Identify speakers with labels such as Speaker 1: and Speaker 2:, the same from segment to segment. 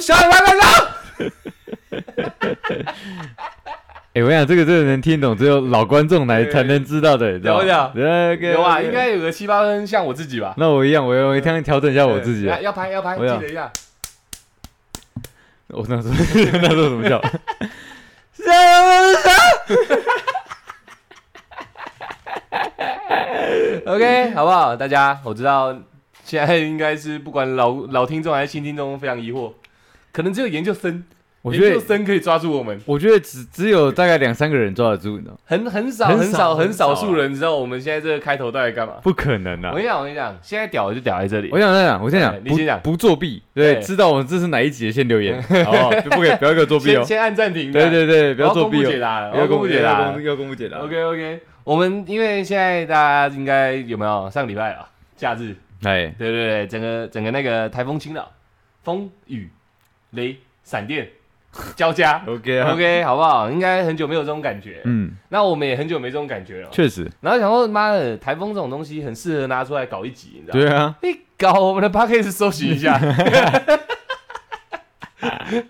Speaker 1: 小尾巴班长。
Speaker 2: 哎、我想这个真的能听懂，只有老观众来才能知道的，你知道
Speaker 1: 有
Speaker 2: 吗？
Speaker 1: 有
Speaker 2: 有
Speaker 1: 啊，应。该有个七八分，像我自己吧。
Speaker 2: 那我一样，我要我一定要调整一下我自己
Speaker 1: 对哎
Speaker 2: 啊。
Speaker 1: 来要拍要拍，记
Speaker 2: 我要
Speaker 1: 得一下。
Speaker 2: 我那时候 那时候怎 么叫？
Speaker 1: OK，好不好？大家，我知道现在应该是不管老老听众还是新听众，非常疑惑，可能只有研究生，
Speaker 2: 我
Speaker 1: 研
Speaker 2: 觉
Speaker 1: 究
Speaker 2: 得，
Speaker 1: 生可以抓住我们，
Speaker 2: 我觉得只只有大概两三个人抓得住，你知道吗？
Speaker 1: 很很少
Speaker 2: 很
Speaker 1: 很
Speaker 2: 少
Speaker 1: 少很
Speaker 2: 很少
Speaker 1: 少
Speaker 2: 啊
Speaker 1: 数人知道我们现在这个开头到底干嘛。
Speaker 2: 不可能啊
Speaker 1: 我！跟你讲，我跟你讲，现在屌的就屌在这里
Speaker 2: 我。想想，我先
Speaker 1: 哎
Speaker 2: 讲，
Speaker 1: 你先讲
Speaker 2: 不不作弊。对，
Speaker 1: 对
Speaker 2: 知道我们这是哪一集的，先 留言，好不好？不可以，不要给我作弊
Speaker 1: 先
Speaker 2: 哦。
Speaker 1: 先按暂停。
Speaker 2: 对对对，不
Speaker 1: 我要
Speaker 2: 要
Speaker 1: 公布
Speaker 2: 作弊
Speaker 1: 解
Speaker 2: 哦。
Speaker 1: 答了，
Speaker 2: 不
Speaker 1: 我要公布解答
Speaker 2: 要
Speaker 1: 了
Speaker 2: 公布。要哎公布解答。
Speaker 1: OK OK，我们因为现在大家应该有没有上礼拜啊，假日，
Speaker 2: 哎，
Speaker 1: 对对对，整个整个那个台风侵扰，风雨、雷、闪电交 加
Speaker 2: OK 啊，
Speaker 1: ，OK 好不好？应该很久没有这种感觉，
Speaker 2: 嗯，
Speaker 1: 那我们也很久没这种感觉了。
Speaker 2: 确实，
Speaker 1: 然后想说，妈的，台风这种东西很适合拿出来搞一集，你知道吗？
Speaker 2: 对啊，
Speaker 1: 你搞我们的 p a c k a g e 搜寻一 下。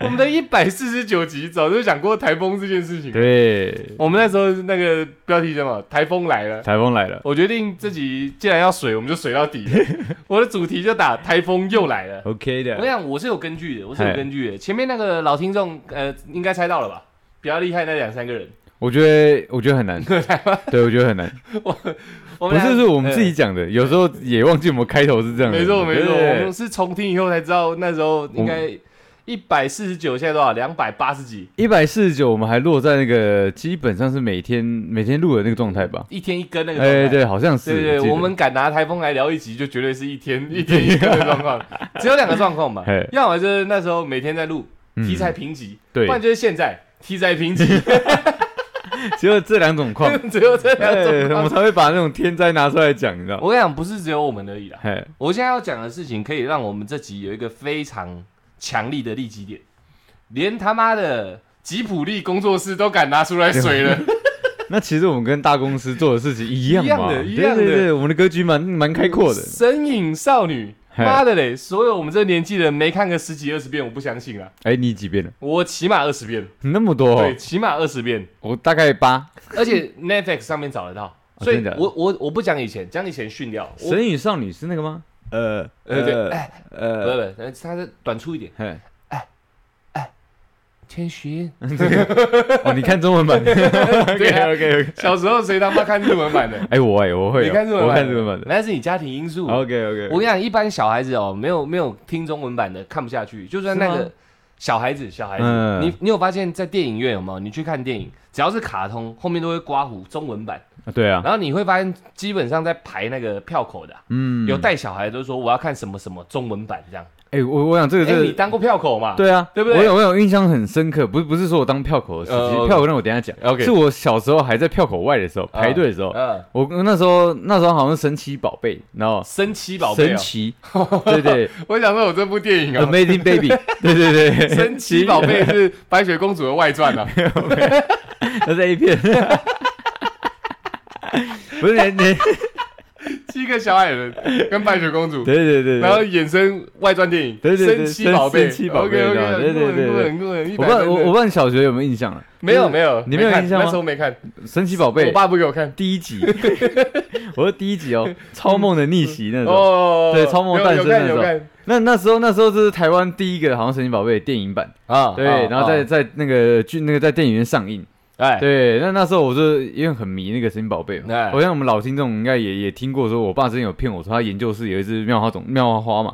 Speaker 1: 我们的一百四十九集早就讲过台风这件事情了，
Speaker 2: 对，
Speaker 1: 我们那时候那个标题叫什么？台风来了。
Speaker 2: 台风来了。
Speaker 1: 我决定这集既然要水，我们就水到底 了。我的主题就打台风又来了。
Speaker 2: OK
Speaker 1: 我
Speaker 2: 的，
Speaker 1: 想我是有根据的，我是有根据的。前面那个老听众，呃，应该猜到了吧？比较厉害那两三个人，
Speaker 2: 我觉得我觉得 很难，对，我觉得很难。
Speaker 1: 我
Speaker 2: 不
Speaker 1: 们俩
Speaker 2: 是，是我们自己。讲的，有时候也忘记我们开头是
Speaker 1: 呃
Speaker 2: 这样的。
Speaker 1: 没错没错，我
Speaker 2: 对
Speaker 1: 们是重听以后才知道，那时候应该一百四十九，现在多少？两百八十几，
Speaker 2: 一百四十九，我们还落在那个基本上是每天每天录的那个状态吧？
Speaker 1: 一天一根那个。
Speaker 2: 哎，。对，好像是。
Speaker 1: 对对，
Speaker 2: 记得
Speaker 1: 我们敢拿台风来聊一集，就绝对是一天一天一根的状况，只有两个状况嘛
Speaker 2: 嘿，
Speaker 1: 要么就是那时候每天在录
Speaker 2: 嗯
Speaker 1: 题材评级，
Speaker 2: 对
Speaker 1: 不，然就是现在题材评 级，
Speaker 2: 只有这两种 况，
Speaker 1: 只有这两
Speaker 2: 哎
Speaker 1: 种
Speaker 2: 我
Speaker 1: 状况。
Speaker 2: 们才会把那种天灾拿出来讲，你知道？
Speaker 1: 我跟你讲，不是只有我们而已啦。
Speaker 2: 嘿，
Speaker 1: 我现在要讲的事情，可以让我们这集有一个非常强力的立基点，连他妈的吉普力工作室都敢拿出来水 了。
Speaker 2: 那其实我们跟大公司做的事情一样
Speaker 1: 一
Speaker 2: 嘛，
Speaker 1: 样的一样的
Speaker 2: 对对对，我们的格局蛮蛮开阔的。
Speaker 1: 神隐少女，
Speaker 2: 嘿
Speaker 1: 妈的嘞！所有我们这年纪人没看个十几二十遍，我不相信啊！
Speaker 2: 哎，你几遍了？
Speaker 1: 我起码二十遍，
Speaker 2: 那么多哦
Speaker 1: 对，，起码二十遍，
Speaker 2: 我大概八。
Speaker 1: 而且 Netflix 上面找得到。所
Speaker 2: 哦真
Speaker 1: 以
Speaker 2: 的假的
Speaker 1: 我我我不讲以前，讲以前训掉。我
Speaker 2: 神隐少女是那个吗？呃
Speaker 1: 呃对，不
Speaker 2: 呃，
Speaker 1: 不，不它是短促一点。
Speaker 2: 嘿，
Speaker 1: 千寻，
Speaker 2: 哦，你看中文版
Speaker 1: 对啊
Speaker 2: ？OK OK OK。
Speaker 1: 小时候谁他妈看日文版的？
Speaker 2: 哎，我哎， 我会哦，
Speaker 1: 你看日文版的？
Speaker 2: 我看日文版的。哦
Speaker 1: 那是你家庭因素。
Speaker 2: OK OK，
Speaker 1: 我跟你讲，一般小孩子哦，没有没有听中文版的看不下去，就算那
Speaker 2: 是吗
Speaker 1: 个小孩子小孩子，
Speaker 2: 嗯
Speaker 1: 你你有发现，在电影院有没有？你去看电影，只要是卡通，后面都会刮胡中文版，
Speaker 2: 啊对啊，
Speaker 1: 然后你会发现，基本上在排那个票口的啊、
Speaker 2: 嗯，
Speaker 1: 有带小孩都说我要看什么什么中文版这样。
Speaker 2: 哎，我我想这
Speaker 1: 哎、
Speaker 2: 个这
Speaker 1: 你
Speaker 2: 个。
Speaker 1: 当过票口嘛？
Speaker 2: 对啊，
Speaker 1: 对不对
Speaker 2: 我有我有印象很深刻，不是不是说我当票口的时
Speaker 1: 呃
Speaker 2: 期，
Speaker 1: ，OK
Speaker 2: 票口让我等一下讲
Speaker 1: OK
Speaker 2: 是我小时候还在票口外的时候，
Speaker 1: 啊
Speaker 2: 排队的时候，
Speaker 1: 嗯，
Speaker 2: 我那时候那时候好像是神奇宝贝，然后
Speaker 1: 神奇宝贝、
Speaker 2: 神
Speaker 1: 哦，
Speaker 2: 奇，对对
Speaker 1: 我想说，我这部电 影哦，
Speaker 2: ，Amazing Baby，对对对，
Speaker 1: 神奇宝贝是白雪公主的外 传啊。
Speaker 2: 那是 A 片， 不是你你，
Speaker 1: 七个小矮人跟白雪公主，
Speaker 2: 对对对，
Speaker 1: 然后衍生外传电影，
Speaker 2: 对对对
Speaker 1: 神奇宝贝，
Speaker 2: 神奇宝贝
Speaker 1: OK
Speaker 2: 对
Speaker 1: OK，
Speaker 2: 对对对对
Speaker 1: 很酷很酷很酷，一
Speaker 2: 我
Speaker 1: 百
Speaker 2: 不知道
Speaker 1: 分
Speaker 2: 我
Speaker 1: 的。
Speaker 2: 我不知道你小学有没有印象了，
Speaker 1: 没有
Speaker 2: 就是
Speaker 1: 没有，
Speaker 2: 你没有
Speaker 1: 看
Speaker 2: 印象吗
Speaker 1: 那时候没看，
Speaker 2: 神奇宝
Speaker 1: 我
Speaker 2: 贝
Speaker 1: 爸不给我看。
Speaker 2: 第一集， 我说第一集哦，超梦的逆袭那种。
Speaker 1: 哦，
Speaker 2: 对超梦诞生
Speaker 1: 有看
Speaker 2: 那种
Speaker 1: 有看
Speaker 2: 那那时候那时候这是台湾第一个好像神奇宝贝的电影版，
Speaker 1: 啊
Speaker 2: 对，然后在在那个剧那个在电影院上映。
Speaker 1: 哎
Speaker 2: 对，那那时候我就因为很迷那个神奇宝贝嘛
Speaker 1: 哎，
Speaker 2: 我想我们老听众应该也也听过，说我爸之前有骗我说他研究室有一只妙花种妙花花嘛，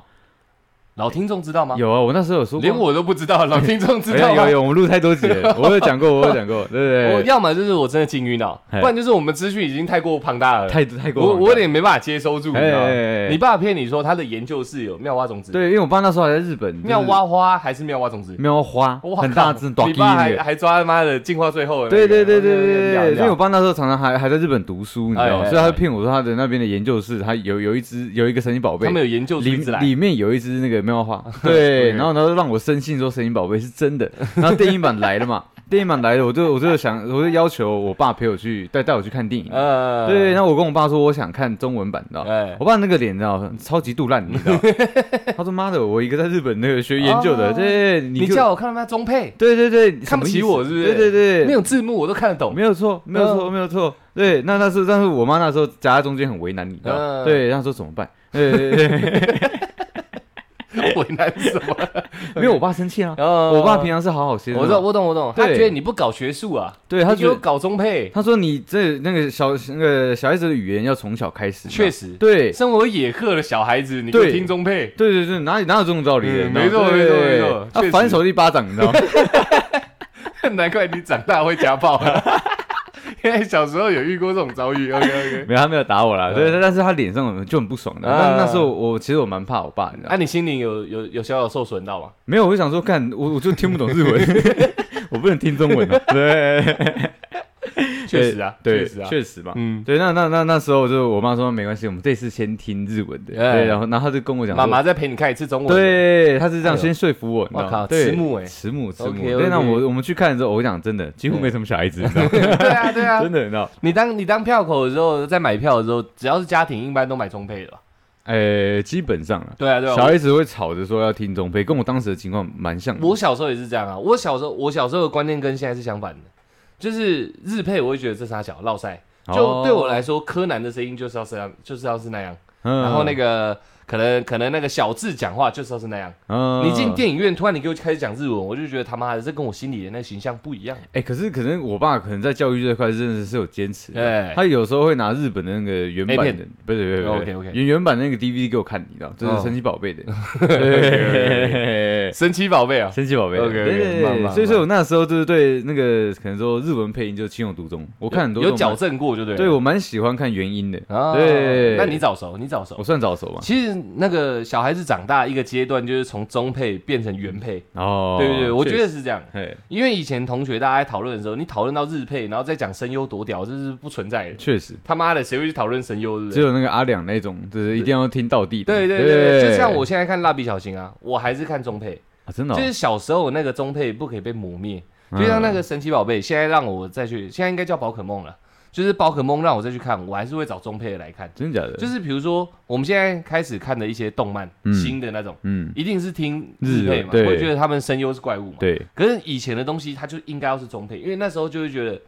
Speaker 1: 老听众知道吗？
Speaker 2: 有啊，我那时候有说过
Speaker 1: 连我都不知道，老听众知
Speaker 2: 哎呀
Speaker 1: 道吗
Speaker 2: 有？有，我们录太多集了， 我有讲过，我有讲过，对
Speaker 1: 我
Speaker 2: 不对？
Speaker 1: 要么就是我真的幸运了，
Speaker 2: 哎
Speaker 1: 不然就是我们资讯已经太过庞大了，
Speaker 2: 太太过
Speaker 1: 我
Speaker 2: 往了，
Speaker 1: 我有点没办法接收住，你
Speaker 2: 哎
Speaker 1: 知道
Speaker 2: 哎
Speaker 1: 吗？
Speaker 2: 哎哎
Speaker 1: 你爸骗你说他的研究室有妙蛙种子，
Speaker 2: 对，因为我爸那时候还在日本，就是
Speaker 1: 妙蛙花还是妙蛙种子？
Speaker 2: 妙花
Speaker 1: 哇，
Speaker 2: 很大只，
Speaker 1: 靠
Speaker 2: 短
Speaker 1: 你
Speaker 2: 鸡
Speaker 1: 爸
Speaker 2: 那
Speaker 1: 还
Speaker 2: 个。
Speaker 1: 还抓他妈的进化最后的那
Speaker 2: 对
Speaker 1: 个，
Speaker 2: 对对对对
Speaker 1: 了
Speaker 2: 对，
Speaker 1: 了
Speaker 2: 因为我爸那时候常常还还在日本读书，你知道
Speaker 1: 哎
Speaker 2: 吗，
Speaker 1: 哎
Speaker 2: 所以他就骗我说他的那边的研究室，他有有一只有一个神奇宝贝
Speaker 1: 他，们有研究出
Speaker 2: 里
Speaker 1: 一只来，
Speaker 2: 里面有 一只那个妙蛙花，对，然后然后让我深信说神奇宝贝是真的，然后电影版来了嘛，电影版来了，我就我就想，我就要求我爸陪我去带带我去看电影。
Speaker 1: 呃，
Speaker 2: 对，哦那我跟我爸说我想看中文版的，
Speaker 1: 哎
Speaker 2: 我爸那个脸你知道超级肚烂，你知道？他说妈的，我一个在日本那个学研究的，
Speaker 1: 哦
Speaker 2: 对，你
Speaker 1: 你
Speaker 2: 给我
Speaker 1: 叫我看他妈中配，
Speaker 2: 对对对，
Speaker 1: 看不起我是不是
Speaker 2: 什么意思对对对，
Speaker 1: 没有字幕我都看得懂。
Speaker 2: 哦没有错，
Speaker 1: 嗯
Speaker 2: 没有错，没有错。对，那那时候，但是我妈那时候夹在中间很为难你，知道吗？
Speaker 1: 嗯
Speaker 2: 对，她说怎么办？ 对对 对对，
Speaker 1: 为难什么？
Speaker 2: 没有我爸生气啊。
Speaker 1: 哦
Speaker 2: 我爸平常是好好先生，
Speaker 1: 我知道，我懂，我懂。他
Speaker 2: 对
Speaker 1: 觉得你不搞学术啊，
Speaker 2: 对他
Speaker 1: 你给
Speaker 2: 觉
Speaker 1: 我
Speaker 2: 得，
Speaker 1: 搞中配，
Speaker 2: 他说你这那个小那个小孩子的语言要从小开始，
Speaker 1: 确
Speaker 2: 实，
Speaker 1: 实，
Speaker 2: 对
Speaker 1: 身为野客的小孩子，你给我
Speaker 2: 对
Speaker 1: 听中配，
Speaker 2: 对对对，哪里哪有这种道理的？
Speaker 1: 嗯
Speaker 2: 你知道
Speaker 1: 没错
Speaker 2: 吗对
Speaker 1: 没错
Speaker 2: 对
Speaker 1: 没
Speaker 2: 对
Speaker 1: 错确
Speaker 2: 他
Speaker 1: 实
Speaker 2: 反手一巴掌，你知 道吗？
Speaker 1: 难怪你长大会家暴、 啊。因为小时候有遇过这种遭遇，OK OK。
Speaker 2: 没有，他没有打我啦，
Speaker 1: 嗯
Speaker 2: 对，但是他脸上就很不爽的。
Speaker 1: 啊
Speaker 2: 但那时候我其实我蛮怕我爸，你知道吗
Speaker 1: 那、啊你心灵有有有小小受损到吗？
Speaker 2: 没有，我就想说，干我我就听不懂日文， 我不能听中文啊。对，
Speaker 1: 确实啊，
Speaker 2: 对，
Speaker 1: 确实啊，
Speaker 2: 确实嘛。
Speaker 1: 嗯，
Speaker 2: 对，那那那那时候就是我妈说没关系，我们这次先听日文的。
Speaker 1: 哎
Speaker 2: 对，然后然后她就跟我讲说，
Speaker 1: 妈妈再陪你看一次中文，，
Speaker 2: 对，她是这
Speaker 1: 哎呦
Speaker 2: 样先说服我。你知道吗
Speaker 1: 我靠
Speaker 2: 对
Speaker 1: 慈母哎
Speaker 2: 慈母慈母。
Speaker 1: OK，OK
Speaker 2: 对，那我我们去看的时候，我讲真的，几乎没什么小孩子，你知道吗？
Speaker 1: 对啊对啊
Speaker 2: 真。的，你知道？
Speaker 1: 你当你当票口的时候，在买票的时候，只要是家庭，一般都买中配的吧？
Speaker 2: 呃，基本上啊，
Speaker 1: 对啊对啊。
Speaker 2: 小孩子会吵着说要听中配，跟我当时的情况蛮像的。
Speaker 1: 我小时候也是这样啊，我小时候我小时候的观念跟现在是相反的，就是日配我会觉得这傻小落塞，就
Speaker 2: 哦
Speaker 1: 对我来，说，柯南的声音就是要这样，就是要是那样，
Speaker 2: 然
Speaker 1: 然后那个可能可能那个小智讲话就是要是那样。
Speaker 2: 个
Speaker 1: 你进电影院，突然你给我开始讲日文，我就觉得他妈的这跟我心里的那形象不一样。
Speaker 2: 哎、可是可能我爸可能在教育这块真的是有坚持的，
Speaker 1: 哎
Speaker 2: 他有时候会拿日本的那个原版
Speaker 1: A
Speaker 2: 的，不是不是不是
Speaker 1: OK，OK
Speaker 2: 原原版那个 DVD 给我看，你知道，就是
Speaker 1: 哦
Speaker 2: 神奇宝 贝的，
Speaker 1: OK，OK，OK
Speaker 2: 对
Speaker 1: 神奇宝贝啊，
Speaker 2: 神奇宝贝的，
Speaker 1: OK，OK，
Speaker 2: 对对
Speaker 1: 慢慢
Speaker 2: 对，
Speaker 1: 慢
Speaker 2: 所以说我那时候就是对那个可能说日文配音就情有独钟，我看很多
Speaker 1: 有
Speaker 2: 动漫
Speaker 1: 矫，正过就对了。
Speaker 2: 对我蛮喜欢看原音的，
Speaker 1: 啊，
Speaker 2: 对
Speaker 1: 那你早熟，你早熟
Speaker 2: 我。算早熟嘛，
Speaker 1: 其实那个小孩子长大一个阶段，就是从中配变成原配。
Speaker 2: 哦，
Speaker 1: 对对对，我
Speaker 2: 确
Speaker 1: 觉
Speaker 2: 实，
Speaker 1: 得是这样。
Speaker 2: 嘿，
Speaker 1: 因为以前同学大家在讨论的时候，你讨论到日配，然后再讲声优多屌，这是不存在的。
Speaker 2: 确实。
Speaker 1: 他妈的，谁会去讨论声优？对不
Speaker 2: 只
Speaker 1: 对？
Speaker 2: 有那个阿两那种，就是一定要听到底的。
Speaker 1: 对对
Speaker 2: 对
Speaker 1: 对对，就像我现在看蜡笔小新啊，我还是看中配，
Speaker 2: 啊，真的
Speaker 1: 就
Speaker 2: 哦，
Speaker 1: 是小时候那个中配不可以被磨灭，
Speaker 2: 嗯
Speaker 1: 就像那个神奇宝贝，现在让我再去，现在应该叫宝可梦了，就是宝可梦让我再去看，我还是会找中配的来看。
Speaker 2: 真的假的，
Speaker 1: 就是比如说我们现在开始看的一些动漫，
Speaker 2: 嗯
Speaker 1: 新的那种，
Speaker 2: 嗯，
Speaker 1: 一定是听
Speaker 2: 日
Speaker 1: 日配嘛，
Speaker 2: 文对
Speaker 1: 会觉得他们声优是怪物嘛。
Speaker 2: 对，
Speaker 1: 可是以前的东西，它就应该要是中配，因为那时候就会觉得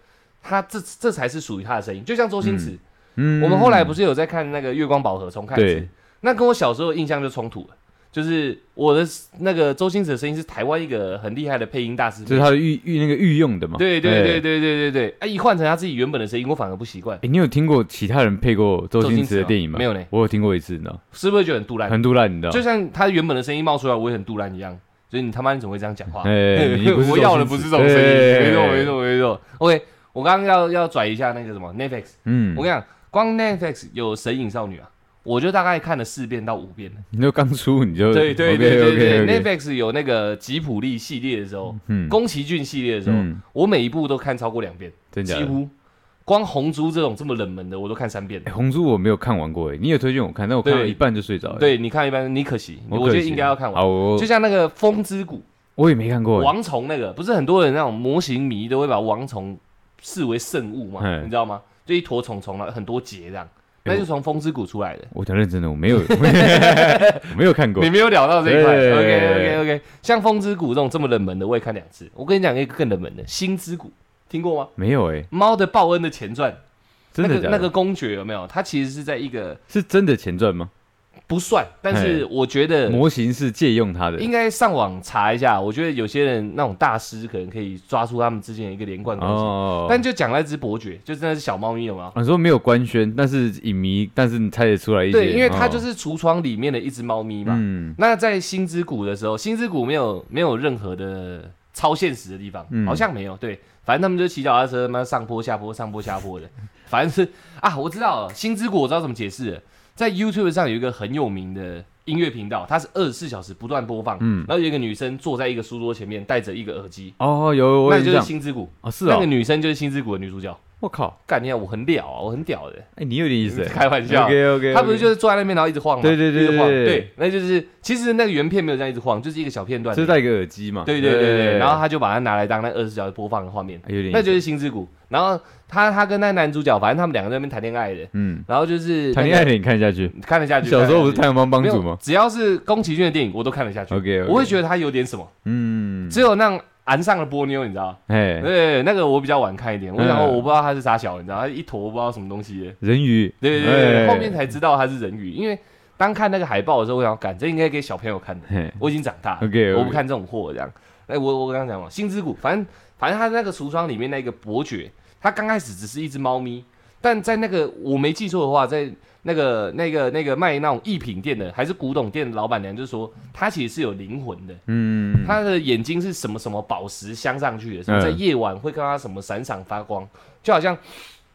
Speaker 1: 他这这才是属于他的声音。就像周星驰，
Speaker 2: 嗯
Speaker 1: 我们后来不是有在看那个《月光宝盒》重看一次
Speaker 2: 对，
Speaker 1: 那跟我小时候的印象就冲突了。就是我的那个周星驰的声音是台湾一个很厉害的配音大师，
Speaker 2: 就是他的御御那个御用的嘛。
Speaker 1: 对对对
Speaker 2: 哎。
Speaker 1: 对对对对，啊，一换成他自己原本的声音，我反而不习惯，
Speaker 2: 哎，你有听过其他人配过周星驰的电影
Speaker 1: 周星驰哦
Speaker 2: 吗？
Speaker 1: 没有呢
Speaker 2: 我有听过一次，你知道，
Speaker 1: 是不是觉得很杜烂？
Speaker 2: 很杜烂，你知道
Speaker 1: 就。像他原本的声音冒出来，我也很杜烂一样。所以你他妈你怎么会这样讲话？
Speaker 2: 哎，你不是周星驰
Speaker 1: 我要的不是这种声音，
Speaker 2: 哎
Speaker 1: 没错没错没错。OK，我刚刚要要转一下那个什么 Netflix，
Speaker 2: 嗯
Speaker 1: 我跟，你讲，光 Netflix 有《神隐少女》啊，我就大概看了四遍到五遍了。
Speaker 2: 你就刚出你就
Speaker 1: 对对对对对
Speaker 2: OK，OK，OK
Speaker 1: ，Netflix 有那个吉普力系列的时候，
Speaker 2: 嗯，
Speaker 1: 宫崎骏系列的时候，
Speaker 2: 嗯
Speaker 1: 我每一部都看超过两遍，
Speaker 2: 真假
Speaker 1: 几
Speaker 2: 的。
Speaker 1: 乎。光红猪这种这么冷门的，我都看三遍
Speaker 2: 哎，。红猪我没有看完过，哎，你也推荐我看，但我看到
Speaker 1: 对
Speaker 2: 一半就睡着了。
Speaker 1: 对，你看一般，你可惜，
Speaker 2: 好
Speaker 1: 我
Speaker 2: 可惜，
Speaker 1: 觉得应该要看完。
Speaker 2: 好，我
Speaker 1: 就像那个《风之谷
Speaker 2: 我也没看》过。哎
Speaker 1: 王虫那个，不是很多人那种模型迷都会把王虫视为圣物嘛，
Speaker 2: 嘿
Speaker 1: 你知道吗？就一坨虫虫了，很多节这样，
Speaker 2: 哎
Speaker 1: 那就从《风之谷》出来的。
Speaker 2: 我讲认真的，我 没有，我没有看过
Speaker 1: 你。没有聊到这一块。
Speaker 2: 对
Speaker 1: OK OK OK，像《风之谷》这种这么冷门的，我也看两次。我跟你讲一个更冷门的《星之谷》，听过吗？
Speaker 2: 没有哎，
Speaker 1: 猫的报恩的前传，
Speaker 2: 真的
Speaker 1: 那个
Speaker 2: 假
Speaker 1: 那个
Speaker 2: 的？
Speaker 1: 公爵有没有？他其实是在一个
Speaker 2: 是真的前传吗？
Speaker 1: 不算，但是我觉得
Speaker 2: 模型是借用他的
Speaker 1: 呃应该上网查一下。我觉得有些人那种大师可能可以抓出他们之间的一个连贯关系。
Speaker 2: 哦。
Speaker 1: 但就讲那只伯爵，就真的是小猫咪有没有？
Speaker 2: 啊，你说没有官宣，但是影迷，但是你猜得出来一些，
Speaker 1: 对，因为它
Speaker 2: 哦
Speaker 1: 就是橱窗里面的一只猫咪嘛。
Speaker 2: 嗯
Speaker 1: 那在星之谷的时候，星之谷没有没有任何的超现实的地方，
Speaker 2: 嗯
Speaker 1: 好像没有。对，反正他们就骑脚踏车，妈上坡下坡，上坡下坡的，反正是啊，我知道了星之谷，我知道怎么解释了。在 YouTube 上有一个很有名的音乐频道，它是二十四小时不断播放，
Speaker 2: 嗯
Speaker 1: 然后有一个女生坐在一个书桌前面，戴着一个耳机，
Speaker 2: 哦，有我
Speaker 1: 那
Speaker 2: 有
Speaker 1: 就
Speaker 2: 这
Speaker 1: 是
Speaker 2: 样
Speaker 1: 星之谷。
Speaker 2: 哦，是
Speaker 1: 那
Speaker 2: 哦
Speaker 1: 个，女生就是星之谷的女主角，
Speaker 2: 我靠，
Speaker 1: 干你看我很屌啊，我很屌的，
Speaker 2: 哎，你有点意思 欸，
Speaker 1: 开玩笑。
Speaker 2: OK OK，
Speaker 1: 他不是就是坐在那边，然后一直晃吗？
Speaker 2: 对对对
Speaker 1: 一直晃
Speaker 2: 对
Speaker 1: 对，那就是其实那个原片没有这样一直晃，就是一个小片段。
Speaker 2: 就是戴一个耳机嘛？
Speaker 1: 对对对对，然后他就把它拿来当那二十小时播放的画面，
Speaker 2: 哎有点意思，
Speaker 1: 那就是《星之谷》。然后他他跟那男主角，反正他们两个在那边谈恋爱的，
Speaker 2: 嗯，
Speaker 1: 然后就是
Speaker 2: 谈恋爱的你看下去。
Speaker 1: 爱，看得下去。
Speaker 2: 小时候不是太
Speaker 1: 看
Speaker 2: 阳帮帮
Speaker 1: 得下去
Speaker 2: 主
Speaker 1: 没有
Speaker 2: 吗
Speaker 1: 只要是宫崎骏的电影，我都看得下去。
Speaker 2: ？OK，
Speaker 1: 我会觉得他有点什么，
Speaker 2: 嗯，
Speaker 1: 只有那种岸上的波妞，你知道？
Speaker 2: 哎，
Speaker 1: 对，那个我比较晚看一点，我想
Speaker 2: 嗯
Speaker 1: 说我不知道他是啥小，你知道，他一坨我不知道什么东西的。
Speaker 2: 人鱼，
Speaker 1: 对对对对，
Speaker 2: 哎
Speaker 1: 后面才知道他是人鱼，因为当看那个海报的时候，我想，感这应该给小朋友看的。
Speaker 2: 嘿，
Speaker 1: 我已经长大了
Speaker 2: OK，OK
Speaker 1: 我不看这种货这样。哎，我我刚刚讲嘛，星之谷，反正反正他那个橱窗里面那个伯爵，他刚开始只是一只猫咪，但在那个我没记错的话，在那个那个那个卖那种艺品店的还是古董店的老板娘就说，他其实是有灵魂的。
Speaker 2: 嗯，
Speaker 1: 他的眼睛是什么什么宝石镶上去的，所以
Speaker 2: 嗯
Speaker 1: 在夜晚会看到它什么闪闪发光，就好像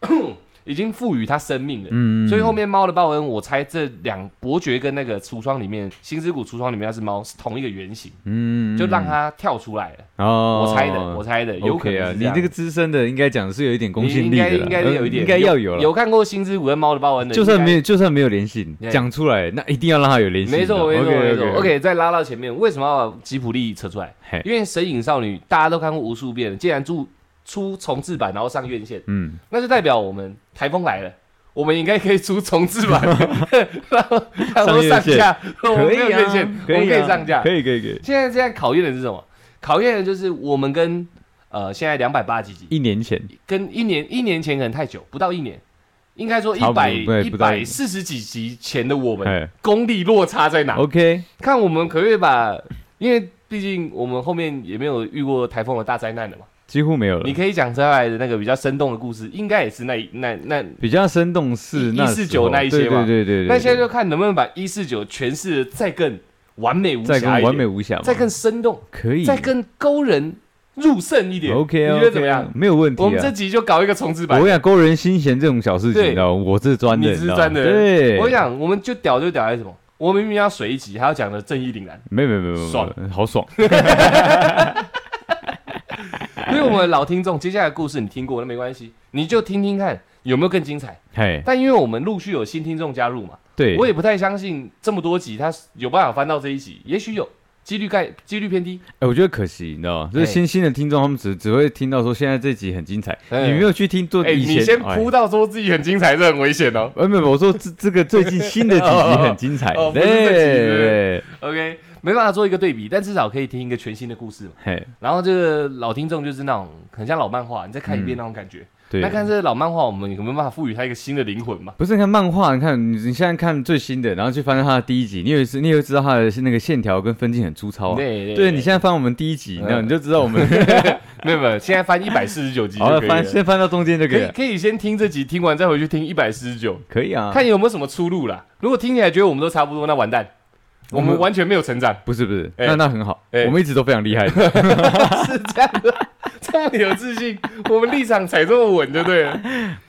Speaker 1: 已经赋予它生命了。
Speaker 2: 嗯，
Speaker 1: 所以后面猫的报恩，我猜这两伯爵跟那个橱窗里面星之谷橱窗里面那只猫是同一个原型，
Speaker 2: 嗯，
Speaker 1: 就让它跳出来了。
Speaker 2: 哦，
Speaker 1: 我猜的，我猜的，有可
Speaker 2: OK
Speaker 1: 能
Speaker 2: 啊，
Speaker 1: 是
Speaker 2: 你
Speaker 1: 样
Speaker 2: 这个资深的应该讲是有一点公信
Speaker 1: 你
Speaker 2: 力
Speaker 1: 应该
Speaker 2: 的啦，嗯
Speaker 1: 应该是有一点，
Speaker 2: 应该要有了。
Speaker 1: 有看过星之谷跟猫的报恩的，
Speaker 2: 就算
Speaker 1: 应该
Speaker 2: 没有，就算没有联系
Speaker 1: 对，
Speaker 2: 讲出来，那一定要让他有联系的。
Speaker 1: 没错，没错，没
Speaker 2: OK，OK，
Speaker 1: 错。OK，再拉到前面，为什么要把吉普力扯出来
Speaker 2: 嘿？
Speaker 1: 因为《神隐少女》大家都看过无数遍了，既然出出重制版，然后上院线，
Speaker 2: 嗯，
Speaker 1: 那就代表我们台风来了。我们应该可以出重制版， 然后然后
Speaker 2: 上院
Speaker 1: 上
Speaker 2: 线
Speaker 1: 架，我们
Speaker 2: 可
Speaker 1: 没
Speaker 2: 以
Speaker 1: 有
Speaker 2: 啊
Speaker 1: 院线，我们可以
Speaker 2: 啊
Speaker 1: 上架
Speaker 2: 可。以可以可以，
Speaker 1: 现在现在考验的是什么？考验的就是我们跟呃现在两百八几集，
Speaker 2: 一年前
Speaker 1: 跟一年一年前可能太久，不到一年，应该说一
Speaker 2: 差不多
Speaker 1: 百
Speaker 2: 对
Speaker 1: 一
Speaker 2: 不到一
Speaker 1: 百
Speaker 2: 年
Speaker 1: 四十几集前的我们
Speaker 2: 哎哦
Speaker 1: 功力落差在哪？
Speaker 2: ，OK，
Speaker 1: 看我们可不可以把，因为毕竟我们后面也没有遇过台风的大灾难的嘛。
Speaker 2: 几乎没有
Speaker 1: 你
Speaker 2: 了。
Speaker 1: 可以讲出来的那个比较生动的故事，应该也是那一那那
Speaker 2: 比较生动是那时
Speaker 1: 149
Speaker 2: 候
Speaker 1: 那一些
Speaker 2: 对
Speaker 1: 嘛
Speaker 2: 对对对对。
Speaker 1: 那现在就看能不能把一四九诠释的再更完美无瑕
Speaker 2: 再
Speaker 1: 一
Speaker 2: 更
Speaker 1: 点，
Speaker 2: 完美无瑕嘛，
Speaker 1: 再更生动，
Speaker 2: 可以，
Speaker 1: 再更勾人入胜一点。
Speaker 2: OK，啊
Speaker 1: 你觉得怎么样？？
Speaker 2: 没有问题
Speaker 1: 我们这
Speaker 2: 啊。
Speaker 1: 集就搞一个重置
Speaker 2: 我
Speaker 1: 版
Speaker 2: 跟。你讲，勾人心弦这种小事情，
Speaker 1: 对
Speaker 2: 你知道吗我是专的，
Speaker 1: 你是
Speaker 2: 知道吗
Speaker 1: 专的
Speaker 2: 对，
Speaker 1: 我想，我们就屌就屌在什么？我明明要水一集，还要讲的正义凛 然，
Speaker 2: 没有没有没有没有，
Speaker 1: 爽
Speaker 2: 好爽。
Speaker 1: 因为我们的老听众，接下来的故事你听过那没关系，你就听听看有没有更精 彩。
Speaker 2: 嘿，
Speaker 1: 但因为我们陆续有新听众加入嘛，
Speaker 2: 对，
Speaker 1: 我也不太相信这么多集他有办法翻到这一集，也许有，几率概几率偏低。
Speaker 2: 哎，我觉得可惜，你知道吗？就
Speaker 1: 哎
Speaker 2: 是新兴的听众，他们只只会听到说现在这集很精彩，
Speaker 1: 哎
Speaker 2: 你没有去听做
Speaker 1: 哎、
Speaker 2: 以前。
Speaker 1: 你先
Speaker 2: 哎
Speaker 1: 铺到说自己很精彩，这很危险哦。
Speaker 2: 呃，没有，我说这这个最近新的几集很精 彩，
Speaker 1: 哦哦不是这集
Speaker 2: 对，
Speaker 1: OK，没办法做一个对比，但至少可以听一个全新的故事嘛。
Speaker 2: 嘿，
Speaker 1: 然后这个老听众就是那种很像老漫画，你再看一遍那种感觉。
Speaker 2: 对
Speaker 1: 那。看这个老漫画，我们有没有办法赋予它一个新的灵魂嘛？
Speaker 2: 不是你看漫画，你看你你现在看最新的，然后去翻它的第一集，你也是你也会知道它的那个线条跟分镜很粗糙啊。
Speaker 1: 对
Speaker 2: 对，你现在翻我们第一集，
Speaker 1: 嗯
Speaker 2: 那你就知道我 们
Speaker 1: 没有没有，现在翻一百四十九集就
Speaker 2: 好
Speaker 1: 可
Speaker 2: 了，
Speaker 1: 以了。
Speaker 2: 翻先翻到中间就可
Speaker 1: 可
Speaker 2: 以
Speaker 1: 以
Speaker 2: 了。
Speaker 1: 可以先听这集，听完再回去听一百四十九，
Speaker 2: 可以啊，
Speaker 1: 看有没有什么出路啦。如果听起来觉得我们都差不多，那完蛋，我
Speaker 2: 我
Speaker 1: 们
Speaker 2: 们
Speaker 1: 完全没有成 长，
Speaker 2: 不是不是，
Speaker 1: 哎
Speaker 2: 那那很好，
Speaker 1: 哎
Speaker 2: 我们一直都非常厉 害的。
Speaker 1: 是这样的，这样你有自信，我们立场踩这么稳就对了。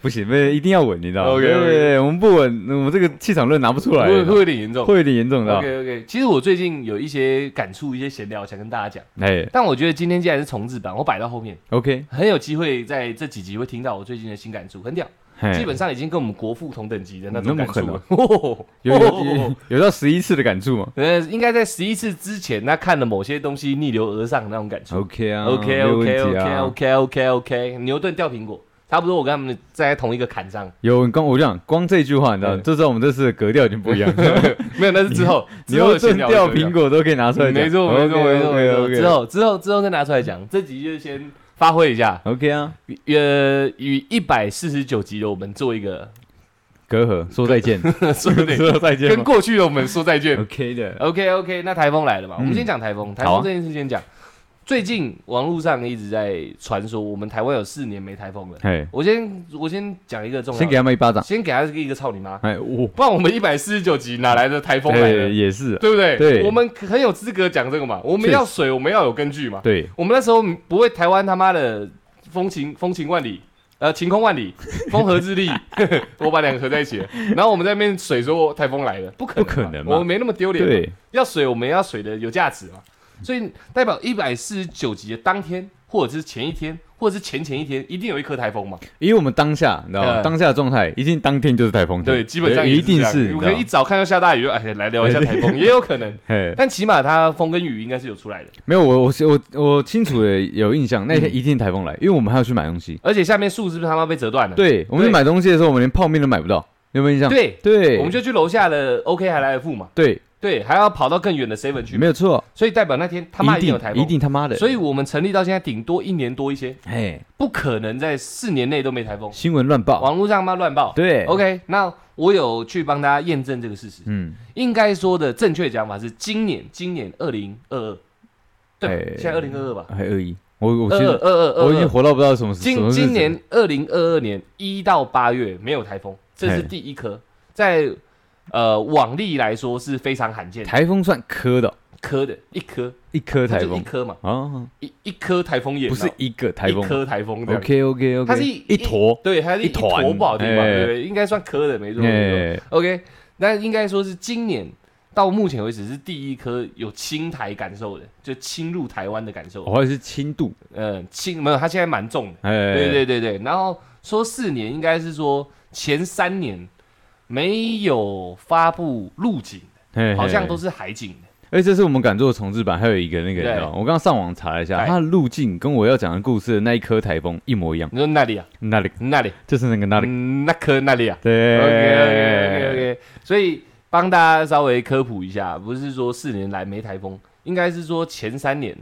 Speaker 2: 不行，不是一定要稳，你知道吗？
Speaker 1: OK，OK
Speaker 2: 对对对，我们不稳，我们这个气场论拿不出来，
Speaker 1: 会
Speaker 2: 你知道
Speaker 1: 会有点严重
Speaker 2: 吗。会有点严重的
Speaker 1: OK。OK，其实我最近有一些感触，一些闲聊想跟大家讲，
Speaker 2: 哎
Speaker 1: 但我觉得今天既然是重置版，我摆到后面，
Speaker 2: ，OK，
Speaker 1: 很有机会在这几集会听到我最近的新感触，很屌，
Speaker 2: 嘿
Speaker 1: 基本上已经跟我们国父同等级的那
Speaker 2: 哎嗯那
Speaker 1: 种
Speaker 2: 么
Speaker 1: 感触
Speaker 2: 狠
Speaker 1: 了。 哦
Speaker 2: 有有
Speaker 1: 哦
Speaker 2: 有有到十一次的感触吗
Speaker 1: 呃，应该在十一次之前，那看了某些东西逆流而上的那种感触。
Speaker 2: ？OK 啊
Speaker 1: OK
Speaker 2: 没有问
Speaker 1: OK
Speaker 2: 题
Speaker 1: OK
Speaker 2: 啊
Speaker 1: OK OK OK，牛顿掉苹果，差不多我跟他们站在同一个坎 上，
Speaker 2: 有，你刚我就讲光这句话，你知道，
Speaker 1: 对
Speaker 2: 就知道我们这次的格调已 经不一样。
Speaker 1: 没有，那是之后，
Speaker 2: 你
Speaker 1: 之后
Speaker 2: 要
Speaker 1: 的闲
Speaker 2: 炖
Speaker 1: 聊
Speaker 2: 掉
Speaker 1: 就这样
Speaker 2: 苹果都可以拿出来讲，
Speaker 1: 没错，没错，没错，没错。
Speaker 2: OK，OK，OK
Speaker 1: 之后，之后，之后再拿出来讲。这集就先发挥一下，
Speaker 2: OK 啊，
Speaker 1: 呃，与一百四十九集的我们做一个
Speaker 2: 隔阂说再见，
Speaker 1: 说 对，
Speaker 2: 说再见
Speaker 1: 跟哦
Speaker 2: 吗
Speaker 1: 过去的我们说再见。
Speaker 2: ，OK 的，
Speaker 1: OK OK，那台风来了嘛？我们
Speaker 2: 嗯
Speaker 1: 先讲台风，台风
Speaker 2: 好啊
Speaker 1: 这件事先讲。最近网络上一直在传说，我们台湾有四年没台风 了。
Speaker 2: 哎，
Speaker 1: 我先我先讲一个重要的，
Speaker 2: 先给他们一巴掌，
Speaker 1: 先给他一个操你妈，
Speaker 2: 哎，我
Speaker 1: 不然我们一百四十九集哪来的台风来
Speaker 2: 哎
Speaker 1: 了？
Speaker 2: 也是，
Speaker 1: 对不对？
Speaker 2: 对
Speaker 1: 我们很有资格讲这个嘛。我们
Speaker 2: 确实
Speaker 1: 要水，我们要有根据嘛。
Speaker 2: 对，
Speaker 1: 我们那时候不会台湾他妈的风情风情万里，呃，晴空万里，风和日丽， 我把两个合在一起了。然后我们在那边水说台风来了，不可能嘛，
Speaker 2: 不可能嘛
Speaker 1: 我们没那么丢脸嘛。
Speaker 2: 对，
Speaker 1: 要水我们要水的有价值嘛。所以代表一百四十九集的当天，或者是前一天，或者是前前一天，一定有一颗台风嘛？
Speaker 2: 因为我们当下，你知道吗？
Speaker 1: 嗯
Speaker 2: 当下的状态，一定当天就是台风天，
Speaker 1: 对，基本上
Speaker 2: 嗯对
Speaker 1: 也
Speaker 2: 一定
Speaker 1: 是这
Speaker 2: 是，
Speaker 1: 样。
Speaker 2: 你
Speaker 1: 我
Speaker 2: 知
Speaker 1: 可
Speaker 2: 道
Speaker 1: 能一早看到下大雨，就哎，来聊一下台风，也有可能。
Speaker 2: 嘿，
Speaker 1: 但起码它风跟雨应该是有出来的，
Speaker 2: 没有，我我我我清楚的有印象，那
Speaker 1: 嗯
Speaker 2: 天一定台风来，因为我们还要去买东西。
Speaker 1: 而且下面树是不是他妈被折断了？
Speaker 2: 对，我们去买东西的时候，我们连泡面都买不到，有没有印象？
Speaker 1: 对，
Speaker 2: 对，
Speaker 1: 我们就去楼下的 OK 还来得付嘛，
Speaker 2: 对，
Speaker 1: 对，还要跑到更远的 seven 去
Speaker 2: 没，有错，
Speaker 1: 所以代表那天他妈
Speaker 2: 一
Speaker 1: 定有
Speaker 2: 定
Speaker 1: 台风，
Speaker 2: 一定他妈的。
Speaker 1: 所
Speaker 2: 以，
Speaker 1: 以我们成立到现在顶多一年多一些，
Speaker 2: 嘿，
Speaker 1: 不可能在四年内都没台风。
Speaker 2: 新闻乱报，
Speaker 1: 网络上妈乱报，
Speaker 2: 对
Speaker 1: ，OK，那我有去帮大家验证这个事实。
Speaker 2: 嗯，
Speaker 1: 应该说的正确讲法是今年，今年二零二二，对吧
Speaker 2: 哎，
Speaker 1: 现在二零二二吧，
Speaker 2: 还恶意，我我
Speaker 1: 二
Speaker 2: 其
Speaker 1: 二
Speaker 2: 实
Speaker 1: 二二
Speaker 2: 我
Speaker 1: 二
Speaker 2: 已经
Speaker 1: 二。
Speaker 2: 活到不知道什么时什
Speaker 1: 呃今
Speaker 2: 么日子
Speaker 1: 今年二零二二年一到八月没有台风，这是
Speaker 2: 嘿
Speaker 1: 第一颗，在呃往例来说是非常罕见的
Speaker 2: 台风算颗的哦，
Speaker 1: 颗的一颗，
Speaker 2: 一颗
Speaker 1: 它
Speaker 2: 台
Speaker 1: 就一
Speaker 2: 风
Speaker 1: 颗嘛，
Speaker 2: 啊，
Speaker 1: 一一颗台风眼
Speaker 2: 不是
Speaker 1: 嘛
Speaker 2: 一个台
Speaker 1: 一
Speaker 2: 风。
Speaker 1: 颗台风的，
Speaker 2: OK OK OK，
Speaker 1: 它是
Speaker 2: 一坨，
Speaker 1: 对，它是一
Speaker 2: 一团
Speaker 1: 坨不好听嘛，
Speaker 2: 哎
Speaker 1: 对不对？应该算颗的，没错没错。
Speaker 2: 哎，
Speaker 1: OK，那应该说是今年到目前为止是第一颗有侵台感受的，就侵入台湾的感受。
Speaker 2: 或者是轻度，
Speaker 1: 嗯，侵没有，它现在蛮重的。
Speaker 2: 哦哎，
Speaker 1: 对对对对，然后说四年应该是说前三年没有发布陆警的，
Speaker 2: 对
Speaker 1: 好像都
Speaker 2: 是。
Speaker 1: 是海警的。
Speaker 2: 哎，这是我们敢做的重置版，还有一个那个，
Speaker 1: 对
Speaker 2: 你知道吗我刚刚上网查了一下，
Speaker 1: 哎
Speaker 2: 它的路径跟我要讲的故事的那一颗台风一模一样，
Speaker 1: 你说那里啊，
Speaker 2: 那里
Speaker 1: 那里，
Speaker 2: 就是那个那里，
Speaker 1: 嗯那颗那里啊。
Speaker 2: 对
Speaker 1: OK OK OK OK，所以帮大家稍微科普一下，不是说四年来没台风，应该是说前三年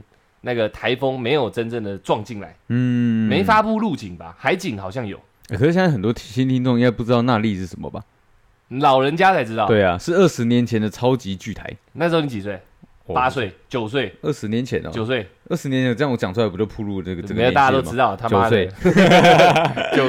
Speaker 1: 那个台风没有真正的撞进来，
Speaker 2: 嗯，
Speaker 1: 没发布陆警吧，海警好像有，
Speaker 2: 欸可是现在很多新听众应该不知道那莉是什么吧？
Speaker 1: 老人家才知道。，
Speaker 2: 对啊，是二十年前的超级巨台，
Speaker 1: 那时候你几岁？八，岁、九岁、
Speaker 2: 二十年前哦，
Speaker 1: 九岁，
Speaker 2: 二十年前这样我讲出来不就暴露这个这个
Speaker 1: 没有大家都知
Speaker 2: 道，
Speaker 1: 道，他妈的
Speaker 2: 九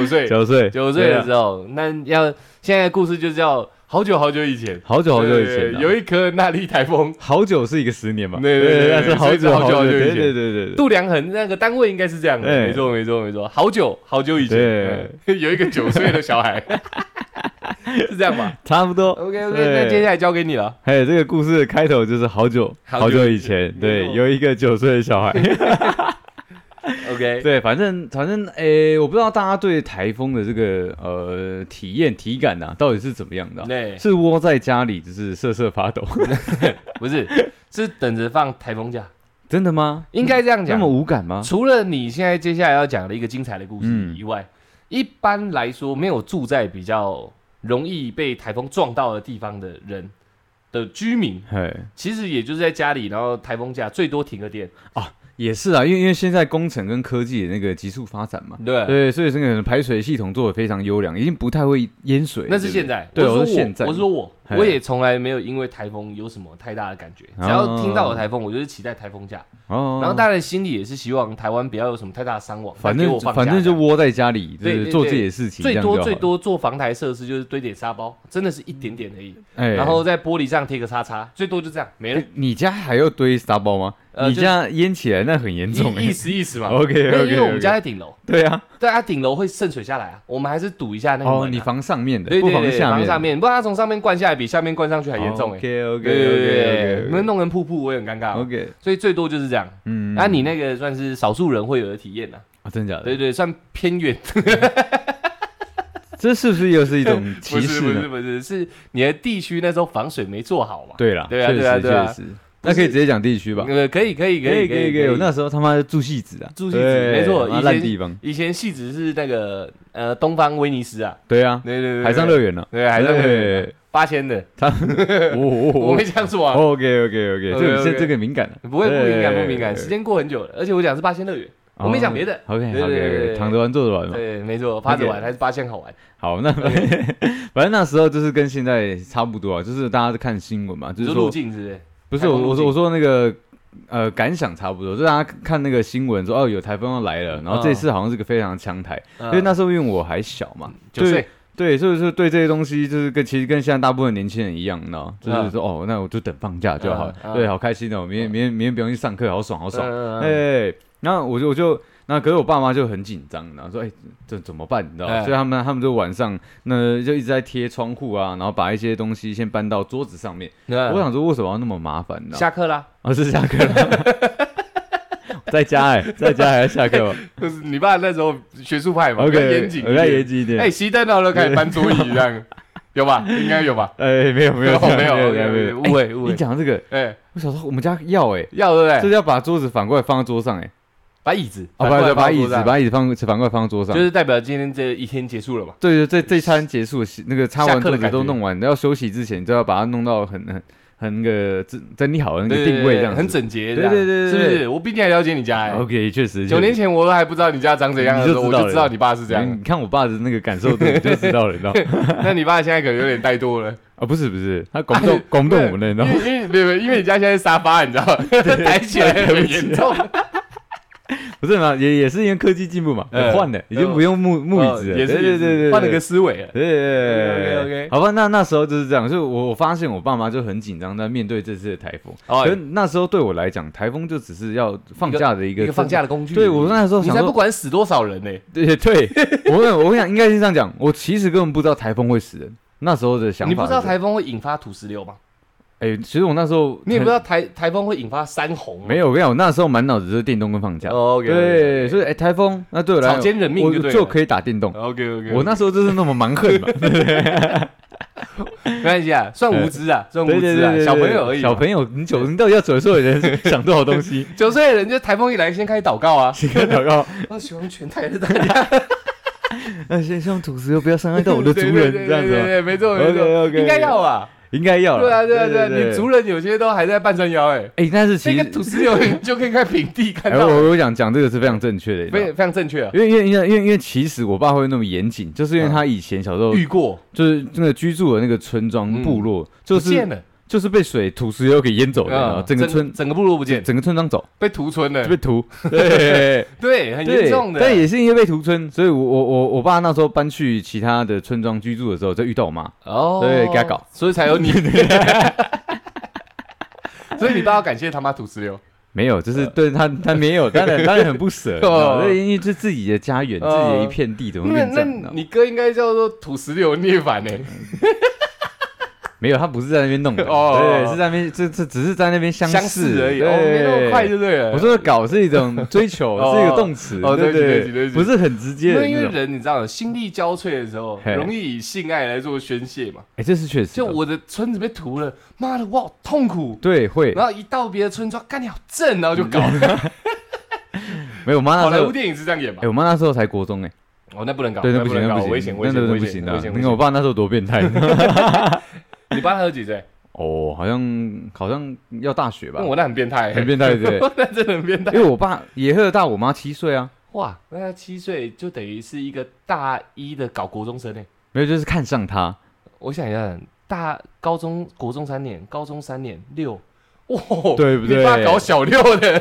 Speaker 1: 九岁，
Speaker 2: 九岁，
Speaker 1: 九岁
Speaker 2: 对
Speaker 1: 的
Speaker 2: 啊
Speaker 1: 时候，那要现在的故事就叫好久好久以前，
Speaker 2: 好久好久以前
Speaker 1: 对
Speaker 2: 啊，
Speaker 1: 有一颗那莉台风
Speaker 2: 好久是一个十年嘛，
Speaker 1: 对对对对
Speaker 2: 那是好
Speaker 1: 所以是好久
Speaker 2: 好
Speaker 1: 好久以
Speaker 2: 对
Speaker 1: 前
Speaker 2: 对对对对，
Speaker 1: 度量衡那个单位应该是这样的，
Speaker 2: 对
Speaker 1: 没错没错没错，好久好久以前
Speaker 2: 哎对
Speaker 1: 嗯 有一个九岁的小孩， 是这样吧
Speaker 2: 差不多。
Speaker 1: ？OK
Speaker 2: 对
Speaker 1: OK，那接下来交给你了。
Speaker 2: 还有这个故事的开头就是好久
Speaker 1: 好久
Speaker 2: 好久
Speaker 1: 以
Speaker 2: 以
Speaker 1: 前
Speaker 2: 前，
Speaker 1: 没
Speaker 2: 对，
Speaker 1: 错
Speaker 2: 有一个九岁的小孩，
Speaker 1: OK，
Speaker 2: 对，反正反正诶、我不知道大家对台风的这个呃体验体感呐、到底是怎么样的啊、
Speaker 1: 对，
Speaker 2: 是窝在家里就是瑟瑟发抖，
Speaker 1: 不是是等着放台风假，
Speaker 2: 真的吗？
Speaker 1: 应该这样
Speaker 2: 那
Speaker 1: 讲
Speaker 2: 嗯么。无感吗？
Speaker 1: 除了你现在接下来要讲的一个精彩的故事
Speaker 2: 嗯
Speaker 1: 以外，一般来说没有住在比较容易被台风撞到的地方的人的居民，
Speaker 2: 嘿，
Speaker 1: 其实也就是在家里，然后台风假最多停个电，
Speaker 2: 也是啊，因为因为现在工程跟科技的那个急速发展嘛，
Speaker 1: 对
Speaker 2: 对，所以这个排水系统做的非常优良，已经不太会淹水。
Speaker 1: 那是
Speaker 2: 对
Speaker 1: 现
Speaker 2: 不对
Speaker 1: 在，
Speaker 2: 对
Speaker 1: 我
Speaker 2: 我
Speaker 1: 说
Speaker 2: 是现在
Speaker 1: 我是说我，
Speaker 2: 嘿
Speaker 1: 我也从来没有因为台风有什么太大的感觉。只要听到有台风，我就是期待台风假。
Speaker 2: 哦，
Speaker 1: 然后大家的心里也是希望台湾不要有什么太大的伤亡，
Speaker 2: 反
Speaker 1: 那给
Speaker 2: 正
Speaker 1: 我放假
Speaker 2: 反正就窝在家里，就
Speaker 1: 对对
Speaker 2: 是
Speaker 1: 对
Speaker 2: 做自己的事情，
Speaker 1: 最
Speaker 2: 这样就
Speaker 1: 多
Speaker 2: 好
Speaker 1: 最，多做防台设施就是堆点沙包，真的是一点点而已。
Speaker 2: 哎，
Speaker 1: 然后在玻璃上贴个叉叉，最多就这样 没了
Speaker 2: 哎。你家还要堆沙包吗？
Speaker 1: 呃
Speaker 2: 你
Speaker 1: 就
Speaker 2: 家淹起来那很严重
Speaker 1: 意意
Speaker 2: 哎。
Speaker 1: 思意思嘛。
Speaker 2: OK
Speaker 1: 没有
Speaker 2: OK，
Speaker 1: 因为我们家在顶楼，
Speaker 2: 对啊，
Speaker 1: 对啊，顶楼会渗水下来啊，我们还是堵一下那个门啊。
Speaker 2: 哦，你防上面的，
Speaker 1: 对
Speaker 2: 不
Speaker 1: 对对，
Speaker 2: 下
Speaker 1: 防上
Speaker 2: 面，哦
Speaker 1: 面，不然它从上面灌下来比下面灌上去还严重哎。
Speaker 2: OK OK
Speaker 1: 对对对
Speaker 2: OK
Speaker 1: 对，你
Speaker 2: OK
Speaker 1: 们弄成瀑布，我也很尴尬哦。
Speaker 2: OK，
Speaker 1: 所以最多就是这样。
Speaker 2: 嗯，
Speaker 1: 那你那个算是少数人会有的体验呐，
Speaker 2: 啊真假的？
Speaker 1: 对对，算偏远，
Speaker 2: 这是不是又是一种
Speaker 1: 不
Speaker 2: 歧
Speaker 1: 是不
Speaker 2: 视
Speaker 1: 是
Speaker 2: 呢？
Speaker 1: 不是，是你的地区那时候防水没做好嘛？
Speaker 2: 对啦，
Speaker 1: 对啊
Speaker 2: 确
Speaker 1: 对啊
Speaker 2: 实
Speaker 1: 对啊
Speaker 2: 确实，那可以直接讲地区吧？
Speaker 1: 呃，可以可以可以可以可
Speaker 2: 我
Speaker 1: 以。
Speaker 2: 那时候他妈住戏子啊，
Speaker 1: 住戏子
Speaker 2: 对
Speaker 1: 没错
Speaker 2: 妈
Speaker 1: 以前
Speaker 2: 烂地方，
Speaker 1: 以前戏子是那个呃东方威尼斯啊，
Speaker 2: 对啊，
Speaker 1: 对对对，
Speaker 2: 海上乐园呢？
Speaker 1: 对海上乐园八千的，
Speaker 2: 对，哦哦
Speaker 1: 我
Speaker 2: 哦
Speaker 1: 没这样做啊，
Speaker 2: ，OK OK OK，这
Speaker 1: OK，OK
Speaker 2: 个这这个敏感了，
Speaker 1: 不会不敏感不敏感，
Speaker 2: 对
Speaker 1: 时间过很久了，而且我讲的是八千乐园，我没讲别的。
Speaker 2: OK
Speaker 1: 对
Speaker 2: OK
Speaker 1: 对对对
Speaker 2: OK，躺着玩坐着玩嘛。
Speaker 1: 对，没错，趴着玩
Speaker 2: OK
Speaker 1: 还是八千好玩。
Speaker 2: 好，那反正那时候就是跟现在差不多啊，就是大家在看新闻嘛，就
Speaker 1: 你
Speaker 2: 是
Speaker 1: 说路
Speaker 2: 说
Speaker 1: 径是不是？
Speaker 2: 不
Speaker 1: 台
Speaker 2: 是
Speaker 1: 风
Speaker 2: 我
Speaker 1: 路
Speaker 2: 我
Speaker 1: 径
Speaker 2: 说我说那个。呃，感想差不多，就大家看那个新闻说，哦，有台风要来
Speaker 1: 嗯
Speaker 2: 了，然后这次好像是个非常强台，因为那时候因为我还小嘛，
Speaker 1: 九
Speaker 2: 对
Speaker 1: 岁，
Speaker 2: 对，所以说对这些东西，就是跟其实跟现在大部分年轻人一样，你知道，就是说、哦，那我就等放假就好了，
Speaker 1: 嗯嗯嗯
Speaker 2: 对，好开心哦，明天明天明天不用去上课，好爽好爽，哎、
Speaker 1: 嗯嗯嗯
Speaker 2: 然后我就我就那可是我爸妈就很紧张，然后说：“哎、这怎么办？”你知道吗？
Speaker 1: 哎
Speaker 2: 所以他们他们就晚上那就一直在贴窗户啊，然后把一些东西先搬到桌子上面。我
Speaker 1: 那
Speaker 2: 想说，为什么要那么麻烦呢？
Speaker 1: 下课啦，
Speaker 2: 啊，是下课了， 在家哎、在家还要下课 吗
Speaker 1: 就是你爸那时候学术派嘛，比较
Speaker 2: ？OK，
Speaker 1: 严谨一
Speaker 2: 我
Speaker 1: 点，
Speaker 2: 再严谨一点。
Speaker 1: 哎，熄灯了都开始搬桌椅这 样，有吧？应该有吧？
Speaker 2: 哎，没有没有
Speaker 1: 哦没有
Speaker 2: 没有
Speaker 1: 没
Speaker 2: 没
Speaker 1: 有
Speaker 2: 有，
Speaker 1: 误会
Speaker 2: 哎
Speaker 1: 误会
Speaker 2: 你讲这个，
Speaker 1: 哎，
Speaker 2: 我小时候我们家要哎，
Speaker 1: 要对不
Speaker 2: 就
Speaker 1: 对？
Speaker 2: 是要把桌子反过来放在桌上哎，
Speaker 1: 把椅子，
Speaker 2: 哦，
Speaker 1: 反过来
Speaker 2: 把把
Speaker 1: 放
Speaker 2: 椅
Speaker 1: 桌
Speaker 2: 子
Speaker 1: 上
Speaker 2: 把椅子放反过来放在桌上
Speaker 1: 就。是代表今天这一天结束了嘛？
Speaker 2: 对对，这这一餐结束，那个擦
Speaker 1: 下
Speaker 2: 完
Speaker 1: 课的
Speaker 2: 桌子
Speaker 1: 感觉
Speaker 2: 都弄完，要休息之前你就要把它弄到很很很那个整整理好的那个定位这样子，
Speaker 1: 很整洁，
Speaker 2: 对对对对哦
Speaker 1: 是不
Speaker 2: 对
Speaker 1: 是？我比你还了解你家哎。
Speaker 2: OK，确实
Speaker 1: 九年前我都还不知道你家长怎样的时候，
Speaker 2: 你
Speaker 1: 我
Speaker 2: 就知道
Speaker 1: 就知道你爸是这
Speaker 2: 这样，
Speaker 1: 样。
Speaker 2: 你看我爸的那个感受度你就知道了，你知道吗
Speaker 1: 那你爸现在可能有点怠惰 了，
Speaker 2: 啊？不是不是， 他搞不动搞不动我们了，你知道吗？
Speaker 1: 因为因为没有没有因为你家现在是沙发，你知道吗， 抬起来很严 重，
Speaker 2: 不是嘛，也也是因为科技进步嘛，
Speaker 1: 嗯
Speaker 2: 换的已经不用木木椅子了，
Speaker 1: 哦也是
Speaker 2: 对对对对，对
Speaker 1: 换了个思维了。
Speaker 2: 对对
Speaker 1: OK，OK
Speaker 2: 好吧，那那时候就是这样，所以我我发现我爸妈就很紧张，在面对这次的台风。
Speaker 1: 哦
Speaker 2: 可是那时候对我来讲，台风就只是要放假的一个
Speaker 1: 一个放假的工具。
Speaker 2: 对我那时候
Speaker 1: 你
Speaker 2: 想
Speaker 1: 才不
Speaker 2: 说，
Speaker 1: 管死多少人呢、
Speaker 2: 对对， 我跟我跟你讲，应该是这样讲，我其实根本不知道台风会死人。那时候的想法，
Speaker 1: 你不知道，台风会引发土石 流吗？
Speaker 2: 哎，其实我那时候
Speaker 1: 你也不知
Speaker 2: 很
Speaker 1: 道台台风会引发山洪吗？
Speaker 2: 没有，我跟你讲，我那时候满脑子就是电动跟放假。
Speaker 1: 哦，OK，OK，OK。
Speaker 2: 对，所以哎，台风那对我来
Speaker 1: 草
Speaker 2: 讲，
Speaker 1: 菅人命
Speaker 2: 我
Speaker 1: 就对了
Speaker 2: 就可以打电动。
Speaker 1: OK OK，
Speaker 2: 我那时候就是那么蛮横嘛，
Speaker 1: 没关系啊，算无知啊，算无
Speaker 2: 对对
Speaker 1: 知
Speaker 2: 对
Speaker 1: 啊，
Speaker 2: 对，
Speaker 1: 小朋友而已嘛。
Speaker 2: 小朋友，你九，你到底要九岁的人想多少东 西？
Speaker 1: 九岁的人就台风一来先开始祷告 啊，
Speaker 2: 请看哦祷告，
Speaker 1: 我喜欢全台的大家，
Speaker 2: 那先希望土石又不要伤害到我的族人，
Speaker 1: 对对对
Speaker 2: 这样子
Speaker 1: 对对
Speaker 2: 啊吗，
Speaker 1: 对，没错没错，
Speaker 2: OK，OK
Speaker 1: 应该要啊，
Speaker 2: 应该要啦。
Speaker 1: 对啊对啊对啊，你族人有些都还在半山腰哎，
Speaker 2: 哎，但是
Speaker 1: 那
Speaker 2: 其
Speaker 1: 个
Speaker 2: 实
Speaker 1: 土石流你就可以看平地看
Speaker 2: 哎，
Speaker 1: 到，
Speaker 2: 我我想讲这个是非常正确的你知道
Speaker 1: 非
Speaker 2: 吗，
Speaker 1: 非啊常正确啊，
Speaker 2: 因为因为因为因为因为其实我爸会那么严谨，就是因为他以前小时候
Speaker 1: 遇过
Speaker 2: 就是那个居住的那个村庄
Speaker 1: 嗯
Speaker 2: 部落，就
Speaker 1: 不见
Speaker 2: 是
Speaker 1: 了，
Speaker 2: 就是被水土石流给淹走的，然后
Speaker 1: 嗯
Speaker 2: 整个村
Speaker 1: 整个部落不见，
Speaker 2: 整个村庄走
Speaker 1: 被屠村了
Speaker 2: 就，被屠， 对。
Speaker 1: 对，很严
Speaker 2: 对
Speaker 1: 重，的，
Speaker 2: 但也是因为被屠村，所以我我我我爸那时候搬去其他的村庄居住的时候，就遇到我妈。
Speaker 1: 哦，
Speaker 2: 对给他搞，
Speaker 1: 所以才 有你。 所以你爸要感谢他妈土石流，
Speaker 2: 没有，
Speaker 1: 呃
Speaker 2: 就是对他他没 有，当然当然很不舍，你知道吗对因为这自己的家园，自
Speaker 1: 哦
Speaker 2: 己的一片地，怎么
Speaker 1: 那
Speaker 2: 变这样
Speaker 1: 那
Speaker 2: 呢？
Speaker 1: 你哥应该叫做土石流涅槃呢、
Speaker 2: 没有，他不是在那边弄的，
Speaker 1: 哦
Speaker 2: 对，是在那边，这这只是在那边相
Speaker 1: 相
Speaker 2: 似
Speaker 1: 似而已，
Speaker 2: 对
Speaker 1: 哦，没那么快就对了。
Speaker 2: 我说的搞是一种 追求，
Speaker 1: 哦
Speaker 2: 是一个动词，
Speaker 1: 哦对
Speaker 2: 对
Speaker 1: 不起对不起对
Speaker 2: 对，
Speaker 1: 不起
Speaker 2: 不是很直接的
Speaker 1: 那因为
Speaker 2: 那种。
Speaker 1: 人你知道，心力交瘁的时候，
Speaker 2: 嘿
Speaker 1: 容易以性爱来做宣泄嘛。
Speaker 2: 哎，这是确实的，
Speaker 1: 就我的村子被屠了，妈的，我好痛苦。
Speaker 2: 对会
Speaker 1: 然后一到别的村庄，干你好正，然后就搞。
Speaker 2: 没有我妈
Speaker 1: 好
Speaker 2: 那时
Speaker 1: 莱
Speaker 2: 候
Speaker 1: 坞，电影是这样演吧
Speaker 2: 哎，？我妈那时候才国中哎，
Speaker 1: 哦，那不能搞，
Speaker 2: 对，那不
Speaker 1: 能
Speaker 2: 行，
Speaker 1: 搞，
Speaker 2: 不行，
Speaker 1: 危险，危
Speaker 2: 那
Speaker 1: 险，
Speaker 2: 那
Speaker 1: 危
Speaker 2: 不
Speaker 1: 险
Speaker 2: 行的
Speaker 1: 危。险。
Speaker 2: 你看我
Speaker 1: 危
Speaker 2: 爸那时候多变态，
Speaker 1: 险你爸他有 几岁？
Speaker 2: 哦，好像好像要大学吧
Speaker 1: 那，我那很变态欸，
Speaker 2: 很变态对
Speaker 1: 那真的很变态。
Speaker 2: 因为我爸也会大我妈七岁啊，
Speaker 1: 哇，那他七岁就等于是一个大一的搞国中生呢。
Speaker 2: 没有就是看上他，
Speaker 1: 我想一下，大高中国中三年，高中三年六，哇，
Speaker 2: 对不对
Speaker 1: 你爸搞小六 的，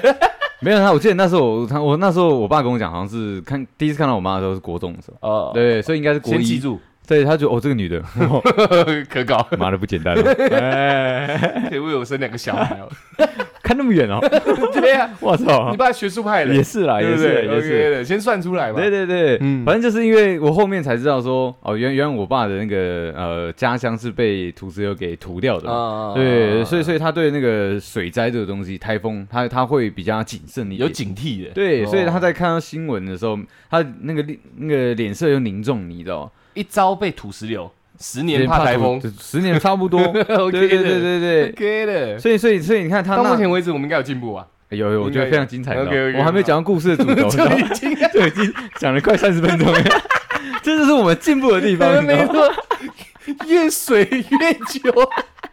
Speaker 2: 没有他，我记得那时候我他我那时候我爸跟我讲，好像是看第一次看到我妈的时候是国中的时候，
Speaker 1: 哦，
Speaker 2: 对，所以应该是国
Speaker 1: 先记
Speaker 2: 一，
Speaker 1: 住，
Speaker 2: 对，他就哦这个女的，
Speaker 1: 可搞，
Speaker 2: 妈的不简单了， 哎，
Speaker 1: 可以为我生两个小孩哦。
Speaker 2: 看那么远哦，
Speaker 1: 对 呀，
Speaker 2: 我 操
Speaker 1: 你，爸学术派的，
Speaker 2: 哦也是啦，
Speaker 1: 对
Speaker 2: 也
Speaker 1: 不
Speaker 2: 是
Speaker 1: 对
Speaker 2: 也是。
Speaker 1: ？OK 的，先算出来嘛。
Speaker 2: 对对对，
Speaker 1: 嗯
Speaker 2: 反正就是因为我后面才知道说，哦，原原来我爸的那个呃家乡是被土石流给屠掉的嘛，
Speaker 1: 啊
Speaker 2: 对，所以所以他对那个水灾这个东西，台风，他他会比较谨慎一点，
Speaker 1: 有警惕的，
Speaker 2: 对，
Speaker 1: 哦
Speaker 2: 所以他在看到新闻的时候，他那个脸那个脸色又凝重，你知道吗？
Speaker 1: 一朝被土石流，十年怕台风
Speaker 2: 对十年差不多。
Speaker 1: ，OK
Speaker 2: 对对对
Speaker 1: 的
Speaker 2: 对对，
Speaker 1: ，OK 的。
Speaker 2: 所以所以所以你看他
Speaker 1: 到目
Speaker 2: 那哎
Speaker 1: 前为止，我们应该有进步啊，
Speaker 2: 有有，我觉得非常精彩。你知道吗
Speaker 1: OK，OK，
Speaker 2: 我还没讲到故事的主轴，你
Speaker 1: 就
Speaker 2: 知道吗
Speaker 1: 已经
Speaker 2: 就已经讲了快三十分钟了， 这就是我们进步的地方，你知道
Speaker 1: 没
Speaker 2: 吗？
Speaker 1: 错，越水越久。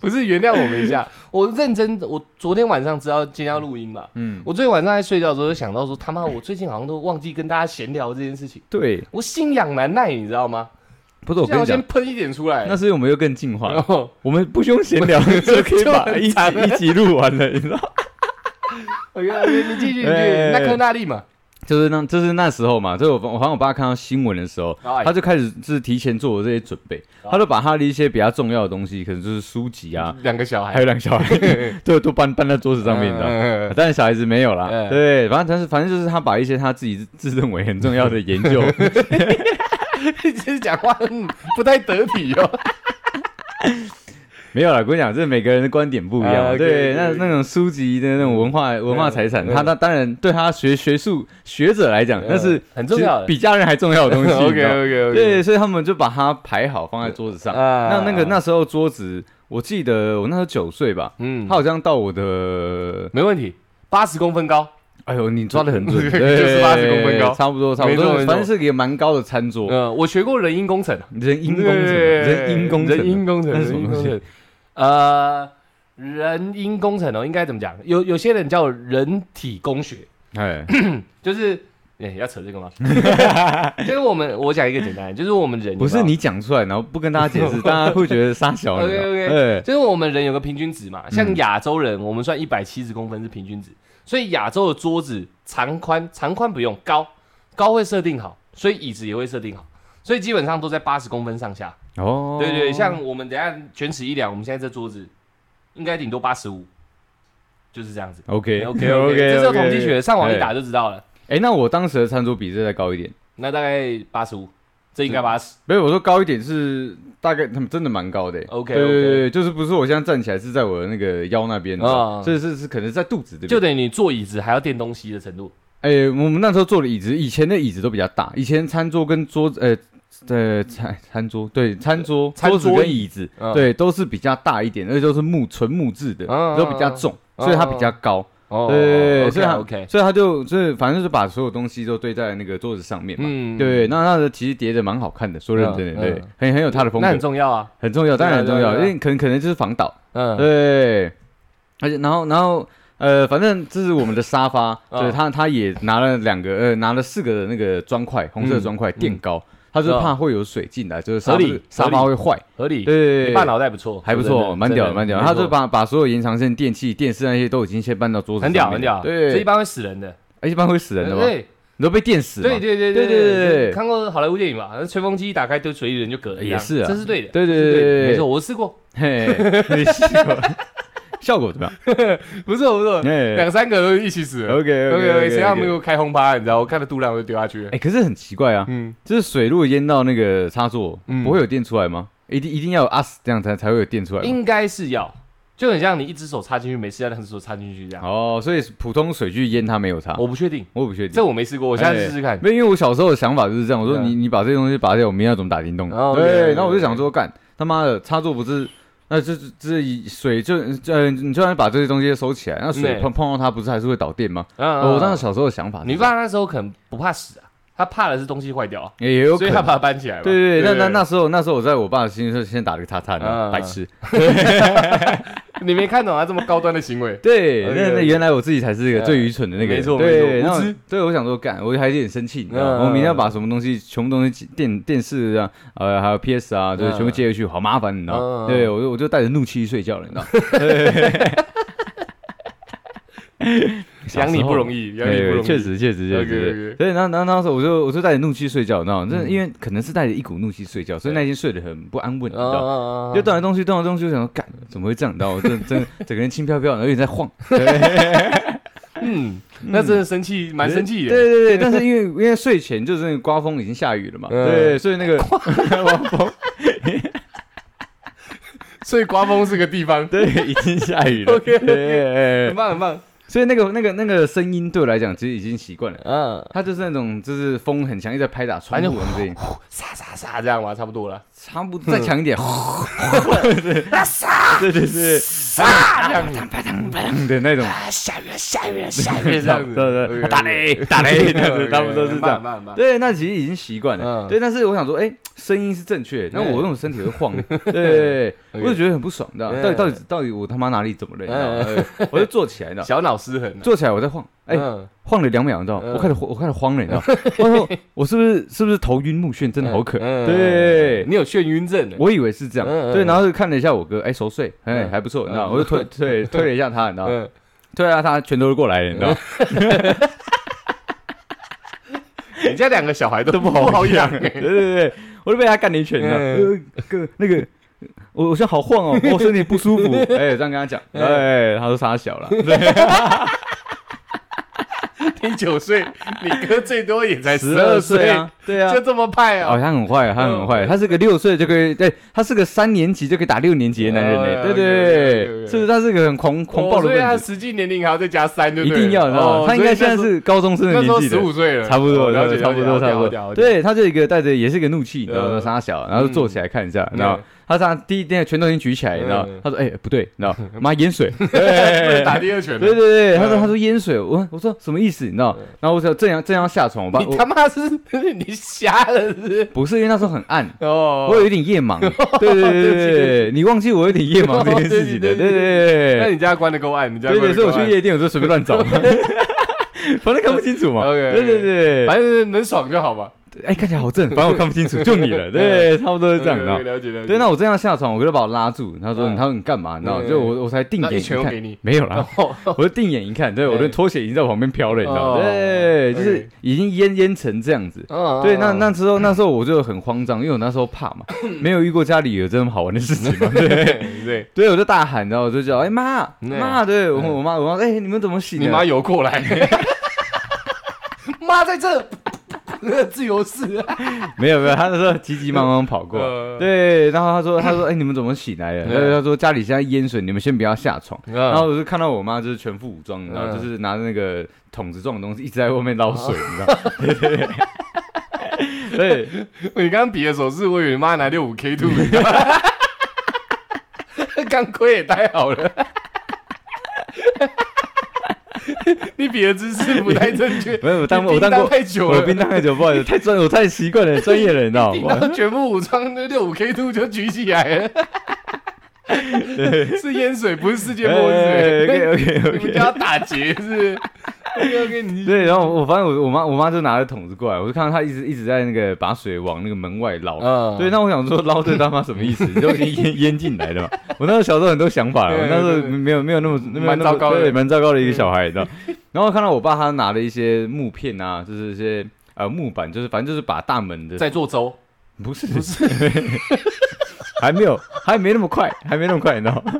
Speaker 1: 不是原谅我们一下，我认真，我昨天晚上知道今天要录音嘛，
Speaker 2: 嗯，
Speaker 1: 我昨天晚上在睡觉的时候就想到说，他妈我最近好像都忘记跟大家闲聊这件事情，
Speaker 2: 对，
Speaker 1: 我心痒难耐，你知道吗？
Speaker 2: 不是我
Speaker 1: 就想
Speaker 2: 跟你
Speaker 1: 先
Speaker 2: 讲，
Speaker 1: 喷一点出来，
Speaker 2: 那是因为我们又更进化
Speaker 1: 然
Speaker 2: 了，
Speaker 1: 后
Speaker 2: 我们不用闲 聊就可以把一
Speaker 1: 就很
Speaker 2: 集
Speaker 1: 长
Speaker 2: 一集录完了，你知道吗？
Speaker 1: 我跟你继续，你继续
Speaker 2: 哎哎哎
Speaker 1: 那科纳利嘛，
Speaker 2: 就是那，就是那时候嘛，就是我我好像我爸看到新闻的时候，
Speaker 1: 哎啊
Speaker 2: 他就开始就是提前做这些准备，他就把他的一些比较重要的东西，可能就是书籍啊，
Speaker 1: 两个小
Speaker 2: 还
Speaker 1: 孩
Speaker 2: 有两个小孩， 都都搬搬到桌子上面，你知道吗。
Speaker 1: 的，
Speaker 2: 但是小孩子没有啦，
Speaker 1: 嗯
Speaker 2: 对，反正但是反正就是他把一些他自己自认为很重要的研 究，
Speaker 1: 这讲话嗯不太得体 哦。
Speaker 2: 没有啦，跟你讲，这每个人的观点不一样嘛。
Speaker 1: 啊
Speaker 2: 对，
Speaker 1: 对
Speaker 2: 那
Speaker 1: 对嗯对
Speaker 2: 那种书籍的那种文化文化财产，他那当然对他学学术学者来讲，那是
Speaker 1: 嗯很重要的
Speaker 2: 比家人还重要的 东西。你知
Speaker 1: OK
Speaker 2: 道吗
Speaker 1: OK OK，
Speaker 2: 对，所以他们就把它排好放在桌子上。
Speaker 1: 啊
Speaker 2: 那那个那时候桌子，我记得我那时候九岁吧，
Speaker 1: 嗯
Speaker 2: 他，好像到我的，
Speaker 1: 没问题，八十公分高，
Speaker 2: 哎呦，你抓的很准，
Speaker 1: 就
Speaker 2: 对
Speaker 1: 是80公分高
Speaker 2: 差不多差不
Speaker 1: 没错
Speaker 2: 多，
Speaker 1: 没错
Speaker 2: 反正是一个蛮高的餐桌，
Speaker 1: 呃，我学过人因工程，
Speaker 2: 人因工程，
Speaker 1: 对
Speaker 2: 人因工程，
Speaker 1: 人因工程，
Speaker 2: 那是什
Speaker 1: 人
Speaker 2: 么
Speaker 1: 因工
Speaker 2: 东西
Speaker 1: 程， 呃，人因工程哦，应该怎么讲？有有些人叫人体工学，
Speaker 2: 哎，
Speaker 1: 就是哎、要扯这个 吗？就是我们我讲一个简单的，就是我们人有没有
Speaker 2: 不是你讲出来，然后不跟大 家解释，大家会觉得傻小。你知道
Speaker 1: OK，OK
Speaker 2: 哎
Speaker 1: 就是我们人有个平均值嘛，像
Speaker 2: 嗯
Speaker 1: 亚洲人，我们算一百七十公分是平均值，所以亚洲的桌子长宽长宽不用，高高会设定好，所以椅子也会设定好，所以基本上都在八十公分上下。
Speaker 2: 哦，
Speaker 1: 对对，像我们等一下全尺一量，我们现在这桌子应该顶多八十五，就是这样子。
Speaker 2: OK
Speaker 1: OK OK，这是有统计学，上网一打。就知道了。
Speaker 2: 哎，哎那我当时的餐桌比这再高一点，
Speaker 1: 那大概八十五，这应该八十。
Speaker 2: 没有，我说高一点是大概他们真的蛮高的。
Speaker 1: OK，
Speaker 2: 对对
Speaker 1: OK
Speaker 2: 对，就是不是我现在站起来是在我的那个腰那边
Speaker 1: 啊
Speaker 2: 的，这是是可能在肚子这边。
Speaker 1: 就等于你坐椅子还要垫东西的程度。
Speaker 2: 哎，我们那时候坐的椅子，以前的椅子都比较大，以前餐桌跟桌子，呃。呃，餐餐桌对餐桌，
Speaker 1: 呃餐
Speaker 2: 桌子
Speaker 1: 桌
Speaker 2: 跟
Speaker 1: 椅
Speaker 2: 椅子，
Speaker 1: 嗯
Speaker 2: 对都是比较大一点，而且都是木纯木质的，
Speaker 1: 嗯
Speaker 2: 都比较重，所以它比较高。
Speaker 1: 哦
Speaker 2: 对，所以
Speaker 1: ，OK
Speaker 2: 他
Speaker 1: OK，
Speaker 2: 所以他就就是反正就是把所有东西都堆在那个桌子上面嘛。
Speaker 1: 嗯
Speaker 2: 对，那他的其实叠的蛮好看的，说认真的，
Speaker 1: 嗯
Speaker 2: 对
Speaker 1: 嗯，
Speaker 2: 很很有他的风
Speaker 1: 那很
Speaker 2: 格，
Speaker 1: 重要啊。
Speaker 2: 很重要，当然很重要，因
Speaker 1: 对啊对啊对啊
Speaker 2: 为可能可能就是防倒，
Speaker 1: 嗯，
Speaker 2: 对，而且然后然后呃，反正这是我们的沙发，
Speaker 1: 嗯
Speaker 2: 对他他也拿了两个呃拿了四个的那个砖块，红色的砖块垫高，他是怕会有水进来，就是
Speaker 1: 嗯
Speaker 2: 沙
Speaker 1: 合理
Speaker 2: 沙发
Speaker 1: 合
Speaker 2: 会坏，
Speaker 1: 合理。
Speaker 2: 对
Speaker 1: 你，爸脑袋不错，
Speaker 2: 还不
Speaker 1: 说真
Speaker 2: 错，
Speaker 1: 的
Speaker 2: 蛮屌的，
Speaker 1: 真
Speaker 2: 蛮屌的。
Speaker 1: 没
Speaker 2: 他
Speaker 1: 错
Speaker 2: 就把把所有延长线、电器、电视那些都已经先搬到桌子上
Speaker 1: 很
Speaker 2: 面
Speaker 1: 屌
Speaker 2: 了，
Speaker 1: 很屌，
Speaker 2: 对，
Speaker 1: 这一般会死人的，
Speaker 2: 哎一般会死人的吗？
Speaker 1: 对
Speaker 2: 你都被电死吗？
Speaker 1: 对对对
Speaker 2: 对对对对
Speaker 1: 对看过好莱坞电影嘛？那吹风机一打开丢水里人就嗝了一样，
Speaker 2: 也是啊
Speaker 1: 这是对的，
Speaker 2: 对对
Speaker 1: 是
Speaker 2: 对对
Speaker 1: 的
Speaker 2: 对
Speaker 1: 没错，我试过，
Speaker 2: 嘿，没试 过 效果怎么样？
Speaker 1: 不错不错，
Speaker 2: 哎
Speaker 1: 两三个都一起死了。
Speaker 2: ，OK
Speaker 1: OK
Speaker 2: OK，
Speaker 1: OK，谁让没有开轰趴？你知道，我看了肚量我就丢下去了。
Speaker 2: 哎，可是很奇怪啊，
Speaker 1: 嗯，
Speaker 2: 就是水如果淹到那个插座，
Speaker 1: 嗯
Speaker 2: 不会有电出来吗？一定一定要有啊死这样才才会有电出来吗。
Speaker 1: 应该是要，就很像你一只手插进去没事，要两只手插进去这样。
Speaker 2: 哦，所以普通水去淹它没有差，
Speaker 1: 我不确定，
Speaker 2: 我也不确定。
Speaker 1: 这我没试过，我下次试试看。
Speaker 2: 啊哎没有，因为我小时候的想法就是这样，我说
Speaker 1: 对啊
Speaker 2: 你你把这些东西拔掉，我明天要怎么打电动？
Speaker 1: 哦
Speaker 2: 对，
Speaker 1: 对
Speaker 2: 然后我就想说，干他妈的插座不是，那这这水就呃，你就算把这些东西收起来，那水
Speaker 1: 对
Speaker 2: 碰碰到它，不是还是会导电吗？哦
Speaker 1: 嗯，
Speaker 2: 我当
Speaker 1: 时。
Speaker 2: 时小时候的想法是这
Speaker 1: 你
Speaker 2: 样，
Speaker 1: 爸那时候可能不怕死啊，他怕的是东西坏掉啊，
Speaker 2: 也也有可
Speaker 1: 所以他
Speaker 2: 能。
Speaker 1: 把它搬起来嘛。
Speaker 2: 对对对，那那那时候那时候我在我爸的心里就先打了个叉叉，你知道吗
Speaker 1: 嗯
Speaker 2: 白痴。
Speaker 1: 那你没看懂他啊这么高端的行为，
Speaker 2: 对，
Speaker 1: OK，
Speaker 2: 那那
Speaker 1: OK
Speaker 2: 原来我自己才是一个
Speaker 1: 嗯
Speaker 2: 最愚蠢的那个人，
Speaker 1: 没错
Speaker 2: 对，
Speaker 1: 没错
Speaker 2: 然后
Speaker 1: 无知
Speaker 2: 对，我想说干，我还有点生气，你知道吗？
Speaker 1: 嗯
Speaker 2: 我明天要把什么东西，全部东西电电视啊，呃，还有 PS 啊，就是
Speaker 1: 嗯
Speaker 2: 全部接回去，好麻烦，你知道
Speaker 1: 嗯
Speaker 2: 吗？对，我就我就带着怒气去睡觉了，你知道吗？对
Speaker 1: 养你不容。易，养
Speaker 2: 小时候
Speaker 1: 你不容
Speaker 2: 对，
Speaker 1: 易，
Speaker 2: 确，实，确实，确
Speaker 1: OK，OK 嗯
Speaker 2: 实，对。然后，然后那时候我就我就带着怒气睡觉，你知道吗？真的，因为可能是带着一股怒气睡觉，所以那天睡得很不安稳，你知
Speaker 1: 嗯
Speaker 2: 道吗？
Speaker 1: 嗯嗯
Speaker 2: 就动来动去，动来动去，我想说，干，怎么会这样？你知道吗？我真的真的整个人轻飘飘，然后有点在晃，
Speaker 1: 嗯，那真的生气，蛮生气的。
Speaker 2: 对对对，但是因为因为睡前就是那个刮风已经下雨了嘛，
Speaker 1: 嗯
Speaker 2: 对，所以那个刮风
Speaker 1: 所以刮风是个地方，
Speaker 2: 对已经下雨了
Speaker 1: OK，OK
Speaker 2: 对
Speaker 1: 很，棒很棒。
Speaker 2: 所以那个那个那个声音对我来讲其实已经习惯了。
Speaker 1: 嗯，
Speaker 2: 它就是那种，就是风很强，一直在拍打窗户的声音，
Speaker 1: 沙沙沙这样嘛，差不多了。
Speaker 2: 差不多再强一点，对对对，
Speaker 1: 沙这样子，
Speaker 2: 嗯的那种，
Speaker 1: 啊，下雨了下雨了下雨了这样子，
Speaker 2: 对对对，
Speaker 1: OK，OK
Speaker 2: 打雷打雷，这样子差不多是这样
Speaker 1: 很棒很。棒很棒
Speaker 2: 对，那其实已经习惯了。
Speaker 1: 嗯
Speaker 2: 对，但是我想说，哎、声音是正确，那
Speaker 1: 哎
Speaker 2: 我那种身体会 晃，对，我就觉得很不爽，你知道吗？
Speaker 1: 哎
Speaker 2: 到底到底到底我他妈哪里怎么了？你知道吗？哎我就坐起来，你知道吗，
Speaker 1: 小脑失衡啊。
Speaker 2: 坐起来我在晃，哎、
Speaker 1: 嗯
Speaker 2: 晃了两秒，你知道吗？
Speaker 1: 嗯
Speaker 2: 我开始我开始慌了，你知道吗？我说我是不是是不是头晕目眩，真的好渴？
Speaker 1: 嗯
Speaker 2: 对。
Speaker 1: 你有眩晕症的，
Speaker 2: 我以为是这样，
Speaker 1: 嗯嗯
Speaker 2: 对，
Speaker 1: 嗯
Speaker 2: 然后就看了一下我哥，哎，熟睡，哎，
Speaker 1: 嗯
Speaker 2: 还不错，你知道吗，
Speaker 1: 嗯
Speaker 2: 我就推推推了一下他，你知道吗，
Speaker 1: 嗯，
Speaker 2: 对啊，他全都是过来人，你知道吗？
Speaker 1: 家两个小孩都
Speaker 2: 都
Speaker 1: 不
Speaker 2: 不
Speaker 1: 好
Speaker 2: 好
Speaker 1: 养
Speaker 2: 养、
Speaker 1: 欸，
Speaker 2: 对对对，我就被他干了一拳，你知道
Speaker 1: 嗯
Speaker 2: 吗呃哥那个。我我现在好晃 哦，我身体不舒服。哎、这样跟他讲，
Speaker 1: 嗯
Speaker 2: 哎、他说他小了，
Speaker 1: 你九 岁，你哥最多也 才十二
Speaker 2: 12
Speaker 1: 岁，
Speaker 2: 啊，对啊
Speaker 1: 就，这么派
Speaker 2: 哦，
Speaker 1: 啊！
Speaker 2: 他很坏，他很坏，
Speaker 1: 嗯
Speaker 2: 他是个六岁就可以，对，他是个三年级就可以打六年级的男人欸
Speaker 1: 哦
Speaker 2: 呢，对
Speaker 1: ，OK，OK，OK，OK
Speaker 2: 对对，是不是？他是个很狂狂暴
Speaker 1: 嗯哦所
Speaker 2: 的
Speaker 1: 以他
Speaker 2: 分子，
Speaker 1: 实际年龄还要再加三，对
Speaker 2: 一
Speaker 1: 不对？
Speaker 2: 定要，你知道
Speaker 1: 哦
Speaker 2: 吗？他应该现在
Speaker 1: 所以
Speaker 2: 是高中生的
Speaker 1: 那时
Speaker 2: 年
Speaker 1: 候那
Speaker 2: 纪
Speaker 1: 时
Speaker 2: 的
Speaker 1: 候十，五岁了，
Speaker 2: 差不
Speaker 1: 哦
Speaker 2: 多，
Speaker 1: 了解，
Speaker 2: 差不
Speaker 1: 了
Speaker 2: 多，
Speaker 1: 解
Speaker 2: 差不，
Speaker 1: 了
Speaker 2: 多。
Speaker 1: 解了解
Speaker 2: 对，他就一个带着也是一个怒气，你知道
Speaker 1: 嗯
Speaker 2: 吗？傻小，然后坐起来看一下，然后
Speaker 1: 嗯
Speaker 2: 他上第一天拳头已经举起来，你知道
Speaker 1: 嗯，
Speaker 2: 他说：“哎，不对，你知道，妈 淹水。”
Speaker 1: 不能
Speaker 2: 对
Speaker 1: 打第二拳了，
Speaker 2: 对对，他
Speaker 1: 嗯
Speaker 2: 说他说淹水，我我说什么意思？你知道？然后我说正要正要下床，我把
Speaker 1: 你
Speaker 2: 我
Speaker 1: 他妈是 你瞎了是不是？
Speaker 2: 不是因为那时候很暗，
Speaker 1: 哦
Speaker 2: 我有一点 夜盲，对对对
Speaker 1: 对不起
Speaker 2: 对对，你忘记我有点夜盲这件事情
Speaker 1: 对
Speaker 2: 的，
Speaker 1: 对
Speaker 2: 对
Speaker 1: 对
Speaker 2: 对
Speaker 1: 那
Speaker 2: 对
Speaker 1: 你家关的够暗，你家
Speaker 2: 对
Speaker 1: 关得
Speaker 2: 对，所以
Speaker 1: 够
Speaker 2: 我
Speaker 1: 暗
Speaker 2: 去夜店我就随便 乱找，反正看不清楚嘛，
Speaker 1: OK，OK
Speaker 2: 对对对，
Speaker 1: 反正能爽就好吧。
Speaker 2: 哎看起来好正，反正我看不清楚，就你 了，对，差不多是这样
Speaker 1: 对
Speaker 2: 的。
Speaker 1: 了解了解。
Speaker 2: 对，那我正要下床，我哥就把我拉住，他说
Speaker 1: 嗯
Speaker 2: 你他说你干嘛？你知道，
Speaker 1: 对
Speaker 2: 就我我才定
Speaker 1: 那
Speaker 2: 眼
Speaker 1: 一
Speaker 2: 一
Speaker 1: 拳又
Speaker 2: 看
Speaker 1: 给， 你，
Speaker 2: 没 有啦，
Speaker 1: 哦
Speaker 2: 我就定眼一看，对我
Speaker 1: 对
Speaker 2: 的拖鞋已经在我旁边飘了，你知道
Speaker 1: 哦
Speaker 2: 吗，对，就
Speaker 1: OK
Speaker 2: 是已经淹淹成这样子，
Speaker 1: 哦
Speaker 2: 对，那那时候那时候我就很慌张，因为我那时候怕 嘛，没有遇过家里有这么好玩的事情嘛，对。
Speaker 1: 对 对，
Speaker 2: 对，我就大喊，然后我就叫，哎、妈
Speaker 1: 嗯
Speaker 2: 妈，对我我妈我妈，哎、你们怎么醒的？
Speaker 1: 你妈游过来， 妈在这， 自由式，
Speaker 2: 没有没有，她那时候急急忙忙跑过，
Speaker 1: 嗯
Speaker 2: 对，然后她说她说，哎、你们怎么醒来的？
Speaker 1: 嗯
Speaker 2: 然后她说家里现在淹水，你们先不要下床。
Speaker 1: 然
Speaker 2: 然后我就看到我妈就是全副武装，然后就是拿着那个桶子状的东西一直在外面捞水，你知道吗？对对 对，对，
Speaker 1: 你刚刚比的手势，我以为你妈拿六五 K two，钢盔也戴好了。 你比的姿势不太正确，
Speaker 2: 没有我当
Speaker 1: 你
Speaker 2: 我当
Speaker 1: 兵
Speaker 2: 过
Speaker 1: 太久
Speaker 2: 我
Speaker 1: 了，
Speaker 2: 冰当太久，不好意思，太专我太习惯了，专业了，你知道
Speaker 1: 你
Speaker 2: 吗？
Speaker 1: 当全部武装的六五 K two 就举起来了，是淹水，不是世界末日。
Speaker 2: OK OK
Speaker 1: 你们
Speaker 2: OK。
Speaker 1: 家打劫是不是？OK 你
Speaker 2: 对，然后我发现我我妈我妈就拿着桶子过来，我就看到她一直一直在那个把水往那个门外捞。
Speaker 1: 嗯
Speaker 2: 对，那我想说捞这他妈什么意 思？你都已经淹淹进来了嘛。我那时候小时候很多想法了，我
Speaker 1: 对
Speaker 2: 那时
Speaker 1: 对
Speaker 2: 候
Speaker 1: 对
Speaker 2: 没有没有那么没有
Speaker 1: 蛮
Speaker 2: 那么
Speaker 1: 糟糕的
Speaker 2: 对，蛮糟糕的一个小孩，你知道。然后看到我爸他拿了一些木片啊，就是一些呃木板，就是反正就是把大门的
Speaker 1: 在做粥，
Speaker 2: 不是
Speaker 1: 不是
Speaker 2: 还没有，还没那么快，还没那么快，你知道吗？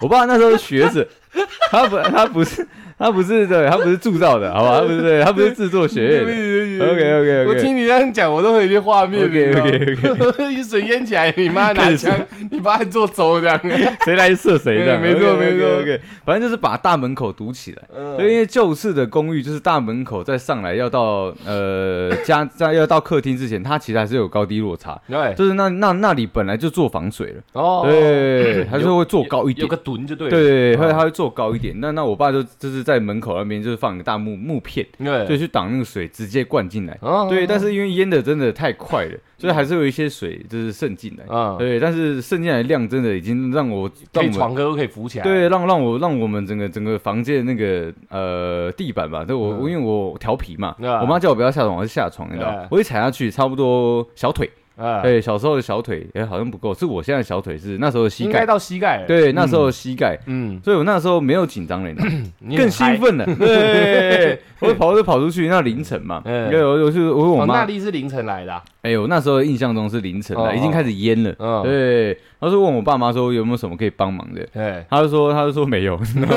Speaker 2: 我爸那时候是学着， 他不，他不是，他不是对，他不是铸造的，好吧？他不是对，他不是制作学 院的。OK OK
Speaker 1: 我
Speaker 2: OK，
Speaker 1: 听你这样讲，我都有一些画面。
Speaker 2: OK，OK，OK
Speaker 1: 一水淹起来，你妈拿枪，你爸做粥这样。
Speaker 2: 谁来射谁的？
Speaker 1: 嗯没错
Speaker 2: OK，OK，
Speaker 1: 没错
Speaker 2: OK，反正就是把大门口堵起来。对，
Speaker 1: 嗯
Speaker 2: 因为旧式的公寓就是大门口再上来要到呃家在要到客厅之前，它其实还是有高低落差，
Speaker 1: 对，
Speaker 2: 就是那那那里本来就做防水了，
Speaker 1: 哦，
Speaker 2: 对，它就会做高一
Speaker 1: 有
Speaker 2: 点
Speaker 1: 个。墩就对了。
Speaker 2: 对，
Speaker 1: 哦
Speaker 2: 他他会做高一点。那那我爸就就是在门口那边就是放一个大木木片，
Speaker 1: 对
Speaker 2: 就去挡那个水直接灌进来。
Speaker 1: 哦
Speaker 2: 对，但是因为淹的真的太快了，所以还是有一些水就是渗进来。
Speaker 1: 嗯
Speaker 2: 对，但是渗进来的量真的已经让我
Speaker 1: 可
Speaker 2: 让
Speaker 1: 以
Speaker 2: 我们
Speaker 1: 床哥都可以扶起来。
Speaker 2: 对让让我让我们整个整个房间的那个呃地板吧，对我、
Speaker 1: 嗯
Speaker 2: 我因为我调皮嘛，
Speaker 1: 啊
Speaker 2: 我妈叫我不要下床，我就下床，你知道，
Speaker 1: 对
Speaker 2: 我一踩下去差不多小腿，
Speaker 1: 啊，
Speaker 2: 对，小时候的小腿哎、好像不够，是我现在的小腿是那时候的膝
Speaker 1: 应该
Speaker 2: 盖，
Speaker 1: 到膝盖。，
Speaker 2: 对，那时候的膝盖。
Speaker 1: 嗯，
Speaker 2: 所以我那时候没有紧张了，你知 道吗
Speaker 1: 你很
Speaker 2: 更
Speaker 1: 嗨
Speaker 2: 兴。奋了。对， 我跑就跑出去，那凌晨嘛，
Speaker 1: 嗯
Speaker 2: 因为我我是我问我
Speaker 1: 黄大
Speaker 2: 妈，
Speaker 1: 力是凌晨来的 啊，
Speaker 2: 哎呦，那时候印象中是凌晨
Speaker 1: 哦
Speaker 2: 了，已经开始淹了。
Speaker 1: 嗯
Speaker 2: 对，然后就问我爸妈说有没有什么可以帮忙的，
Speaker 1: 对，
Speaker 2: 他就说他就说没有，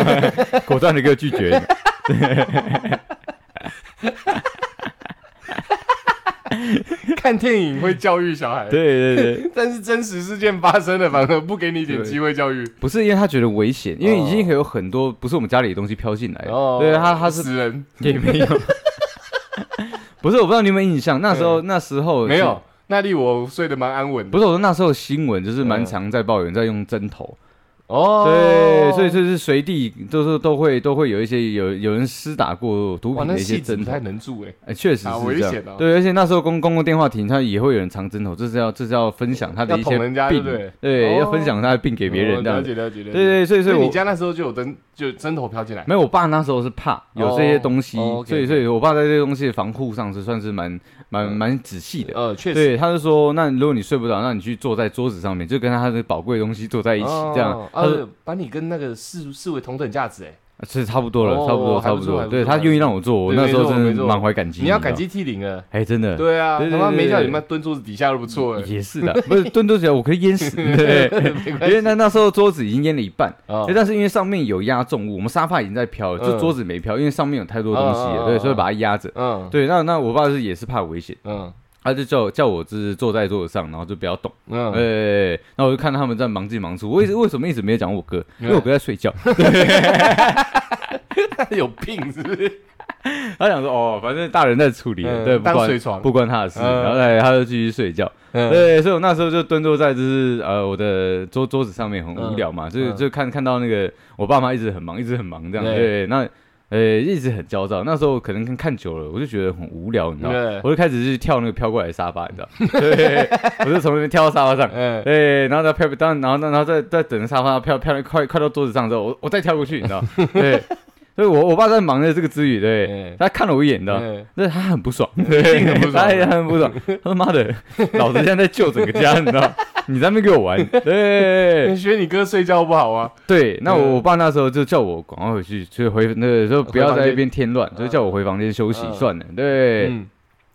Speaker 2: 果断的给我拒 绝。
Speaker 1: 看电影会教育小孩，
Speaker 2: 对对对，
Speaker 1: 但是真实事件发生了，反而不给你一点机会教育。
Speaker 2: 不是因为他觉得危险，因为已经
Speaker 1: 哦
Speaker 2: 有很多不是我们家里的东西飘进来
Speaker 1: 哦
Speaker 2: 了，哎对他他是
Speaker 1: 死人
Speaker 2: 也没有。 不是，我不知道你有没有印象，那时候那时候
Speaker 1: 没有，那里我睡得蛮安稳的。
Speaker 2: 不是，我说那时候新闻就是
Speaker 1: 嗯
Speaker 2: 蛮常在抱怨，在用针头，
Speaker 1: 哦
Speaker 2: 对，所以就是随地都是都会都会有一些有有人施打过毒
Speaker 1: 哇，
Speaker 2: 品
Speaker 1: 那
Speaker 2: 的一些
Speaker 1: 戏子
Speaker 2: 针
Speaker 1: 不
Speaker 2: 头
Speaker 1: 太，能住哎。
Speaker 2: 哎，确实
Speaker 1: 啊
Speaker 2: 是
Speaker 1: 危
Speaker 2: 这样
Speaker 1: 险哦，
Speaker 2: 对，而且那时候公公共电话亭它也会有人藏针头，这是要这是要分享他的一
Speaker 1: 要
Speaker 2: 些
Speaker 1: 捅人家对
Speaker 2: 病
Speaker 1: 不对，
Speaker 2: 对，
Speaker 1: 哦
Speaker 2: 要分享他的病给别
Speaker 1: 哦
Speaker 2: 人这
Speaker 1: 了
Speaker 2: 样
Speaker 1: 解
Speaker 2: 子，
Speaker 1: 了解了解。
Speaker 2: 对对，所以
Speaker 1: 所
Speaker 2: 所以
Speaker 1: 以你
Speaker 2: 我
Speaker 1: 家那时候就有灯，就针头飘进来。
Speaker 2: 没有，我爸那时候是怕有这些东西，
Speaker 1: 哦哦，OK，
Speaker 2: 所以所以我爸在这些东西的防护上是算是蛮蛮蛮仔细的，
Speaker 1: 呃，嗯确实
Speaker 2: 对，他就说，那如果你睡不着，那你去坐在桌子上面，就跟他的宝贵的东西坐在一起，这样
Speaker 1: 哦。
Speaker 2: 他说，
Speaker 1: 呃，把你跟那个视视为同等价值哎。
Speaker 2: 是差不多了，
Speaker 1: 哦
Speaker 2: 差不多，
Speaker 1: 还不
Speaker 2: 差不
Speaker 1: 错
Speaker 2: 多
Speaker 1: 还。不错
Speaker 2: 对
Speaker 1: 还
Speaker 2: 他
Speaker 1: 不错
Speaker 2: 愿意让我做，我
Speaker 1: 对
Speaker 2: 那时候
Speaker 1: 没错没
Speaker 2: 真的
Speaker 1: 错
Speaker 2: 满怀感激。
Speaker 1: 你要
Speaker 2: 知道
Speaker 1: 感激涕零了。
Speaker 2: 哎，真的，
Speaker 1: 对啊，
Speaker 2: 对
Speaker 1: 他
Speaker 2: 对
Speaker 1: 妈
Speaker 2: 对
Speaker 1: 没叫
Speaker 2: 对
Speaker 1: 你妈蹲桌子底下都不错哎。
Speaker 2: 也是的，不是蹲蹲起来我可以淹死，对不对？
Speaker 1: 没关
Speaker 2: 因
Speaker 1: 系
Speaker 2: 为那那时候桌子已经淹了一半，
Speaker 1: 啊
Speaker 2: 哎但是因为上面有压重物，我们沙发已经在飘了，
Speaker 1: 嗯
Speaker 2: 就桌子没飘，因为上面有太多东西
Speaker 1: 嗯嗯嗯
Speaker 2: 了，对，所以
Speaker 1: 嗯
Speaker 2: 把它压着。
Speaker 1: 嗯，
Speaker 2: 对，那那我爸是也是怕危险，
Speaker 1: 嗯
Speaker 2: 他就叫叫我就是坐在桌子上，然后就不要动。
Speaker 1: 嗯，
Speaker 2: 哎，那我就看他们在忙进忙出，我一直为什么一直没有讲我哥？
Speaker 1: 嗯
Speaker 2: 因为我哥在睡觉，
Speaker 1: 有病是不 是？
Speaker 2: 他想说哦，反正大人在处理，
Speaker 1: 嗯
Speaker 2: 对，不
Speaker 1: 当
Speaker 2: 关
Speaker 1: 水床
Speaker 2: 不关他的事，
Speaker 1: 嗯
Speaker 2: 然后哎他就继续睡觉。
Speaker 1: 嗯
Speaker 2: 对，所以我那时候就蹲坐在就是呃我的桌桌子上面，很无聊嘛，所以
Speaker 1: 嗯
Speaker 2: 就看看到那个我爸妈一直很忙，一直很忙这样，
Speaker 1: 对
Speaker 2: 对，那呃一直很焦躁。那时候可能看看久了，我就觉得很无聊，你知道
Speaker 1: 嗯对，
Speaker 2: 我就开始去跳那个飘过来的沙发，你 知道，对，我就从那边跳到沙发上。
Speaker 1: 嗯，
Speaker 2: 对，然后再飘，当然后然后再再等着沙发飘飘得快快到桌子上之后，我我再跳过去，你知道？对，所以我我爸在忙着这个之余，对
Speaker 1: 嗯，
Speaker 2: 他看了我一眼，你知道？
Speaker 1: 嗯
Speaker 2: 那他 很不爽，
Speaker 1: 定很不爽
Speaker 2: 他也很不爽。他说：“妈 的，老子现在在救整个家，你知道？你在那边给我玩。”对
Speaker 1: 哎学你哥睡觉不好啊？
Speaker 2: 对，那我
Speaker 1: 嗯
Speaker 2: 我爸那时候就叫我赶快回去，就回那个说不要
Speaker 1: 回
Speaker 2: 在
Speaker 1: 房
Speaker 2: 那
Speaker 1: 间
Speaker 2: 边添乱，就叫我回房间休息
Speaker 1: 嗯
Speaker 2: 算了。对，
Speaker 1: 嗯，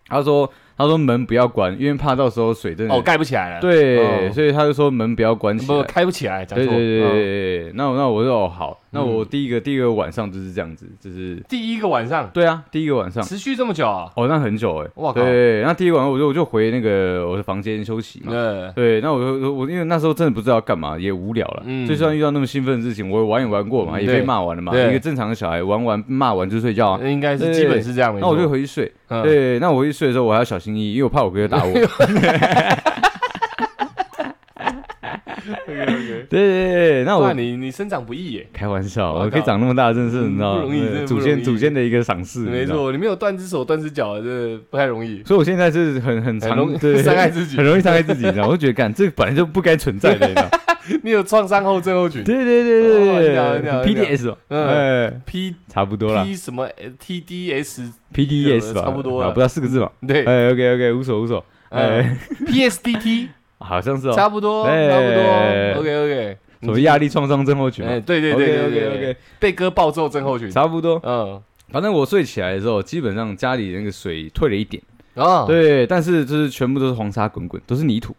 Speaker 2: 他说他说门不要关，因为怕到时候水真
Speaker 1: 哦，
Speaker 2: 的。
Speaker 1: 盖不起来了。
Speaker 2: 对，
Speaker 1: 哦
Speaker 2: 所以他就说门不要关起
Speaker 1: 不
Speaker 2: 来。
Speaker 1: 开不起来，讲
Speaker 2: 对
Speaker 1: 错。
Speaker 2: 对对对
Speaker 1: 嗯
Speaker 2: 对对，那我那我就哦好，那
Speaker 1: 嗯
Speaker 2: 我第一个第一个晚上就是这样子，就是
Speaker 1: 第一个晚上
Speaker 2: 对啊，第一个晚上。
Speaker 1: 持续这么久啊？
Speaker 2: 哦，那很久哎、
Speaker 1: 哇靠
Speaker 2: 对，那第一晚上我就我就回那个我的房间休息嘛。
Speaker 1: 呃，
Speaker 2: 对，那我就我因为那时候真的不知道干嘛，也无聊了。
Speaker 1: 嗯
Speaker 2: 就算遇到那么兴奋的事情，我也玩也玩过嘛，
Speaker 1: 嗯
Speaker 2: 也
Speaker 1: 对
Speaker 2: 被骂完了嘛。
Speaker 1: 对
Speaker 2: 一个正常的小孩玩完骂完就睡觉啊。
Speaker 1: 应该是
Speaker 2: 对
Speaker 1: 基本是这样没
Speaker 2: 那我就
Speaker 1: 错。
Speaker 2: 回去睡。
Speaker 1: 嗯，
Speaker 2: 对，那我回去睡的时候我还要小心翼翼，因为我怕我哥打我。对对对对，那
Speaker 1: 哇，
Speaker 2: 我
Speaker 1: 你你生长不易耶，
Speaker 2: 开玩笑，
Speaker 1: 哇
Speaker 2: 我可以
Speaker 1: 靠
Speaker 2: 长那么大，真是你知道
Speaker 1: 不容易
Speaker 2: 对
Speaker 1: 真的不
Speaker 2: 祖先
Speaker 1: 容易
Speaker 2: 祖先的一个赏识，你
Speaker 1: 没
Speaker 2: 知道。
Speaker 1: 错，你没有断只手断只脚，这不太容易。
Speaker 2: 所以我现在是很很
Speaker 1: 很容
Speaker 2: 常
Speaker 1: 易
Speaker 2: 对
Speaker 1: 伤害自己
Speaker 2: 很容易伤害自己，你知道吗？我就觉得干这个本来就不该存在的，你知道吗？
Speaker 1: 你有创伤后症候群
Speaker 2: 对对对
Speaker 1: 哦
Speaker 2: 对
Speaker 1: 很屌很
Speaker 2: 对
Speaker 1: 屌很屌
Speaker 2: ，PDS 哦，
Speaker 1: 嗯
Speaker 2: 哎，
Speaker 1: ，P
Speaker 2: 差不多啦
Speaker 1: P 什么呃 TDS
Speaker 2: ，PDS 吧，
Speaker 1: 差不多
Speaker 2: 啊
Speaker 1: 了
Speaker 2: 不知道四个字嘛，
Speaker 1: 对嗯
Speaker 2: 哎，OK OK，无所无所，哎，
Speaker 1: PSDT
Speaker 2: 好像是哦，
Speaker 1: 差不多差
Speaker 2: 哎
Speaker 1: 不多，OK OK。
Speaker 2: 什么压力创伤症候群嘛
Speaker 1: 哎，，对对对对
Speaker 2: OK，OK，
Speaker 1: 对
Speaker 2: OK
Speaker 1: 对对，被割暴揍症候群。
Speaker 2: 差不多。
Speaker 1: 嗯，
Speaker 2: 反正我睡起来的时候，基本上家里那个水退了一点，
Speaker 1: 哦，
Speaker 2: 对，但是就是全部都是黄沙滚滚，都 是泥土，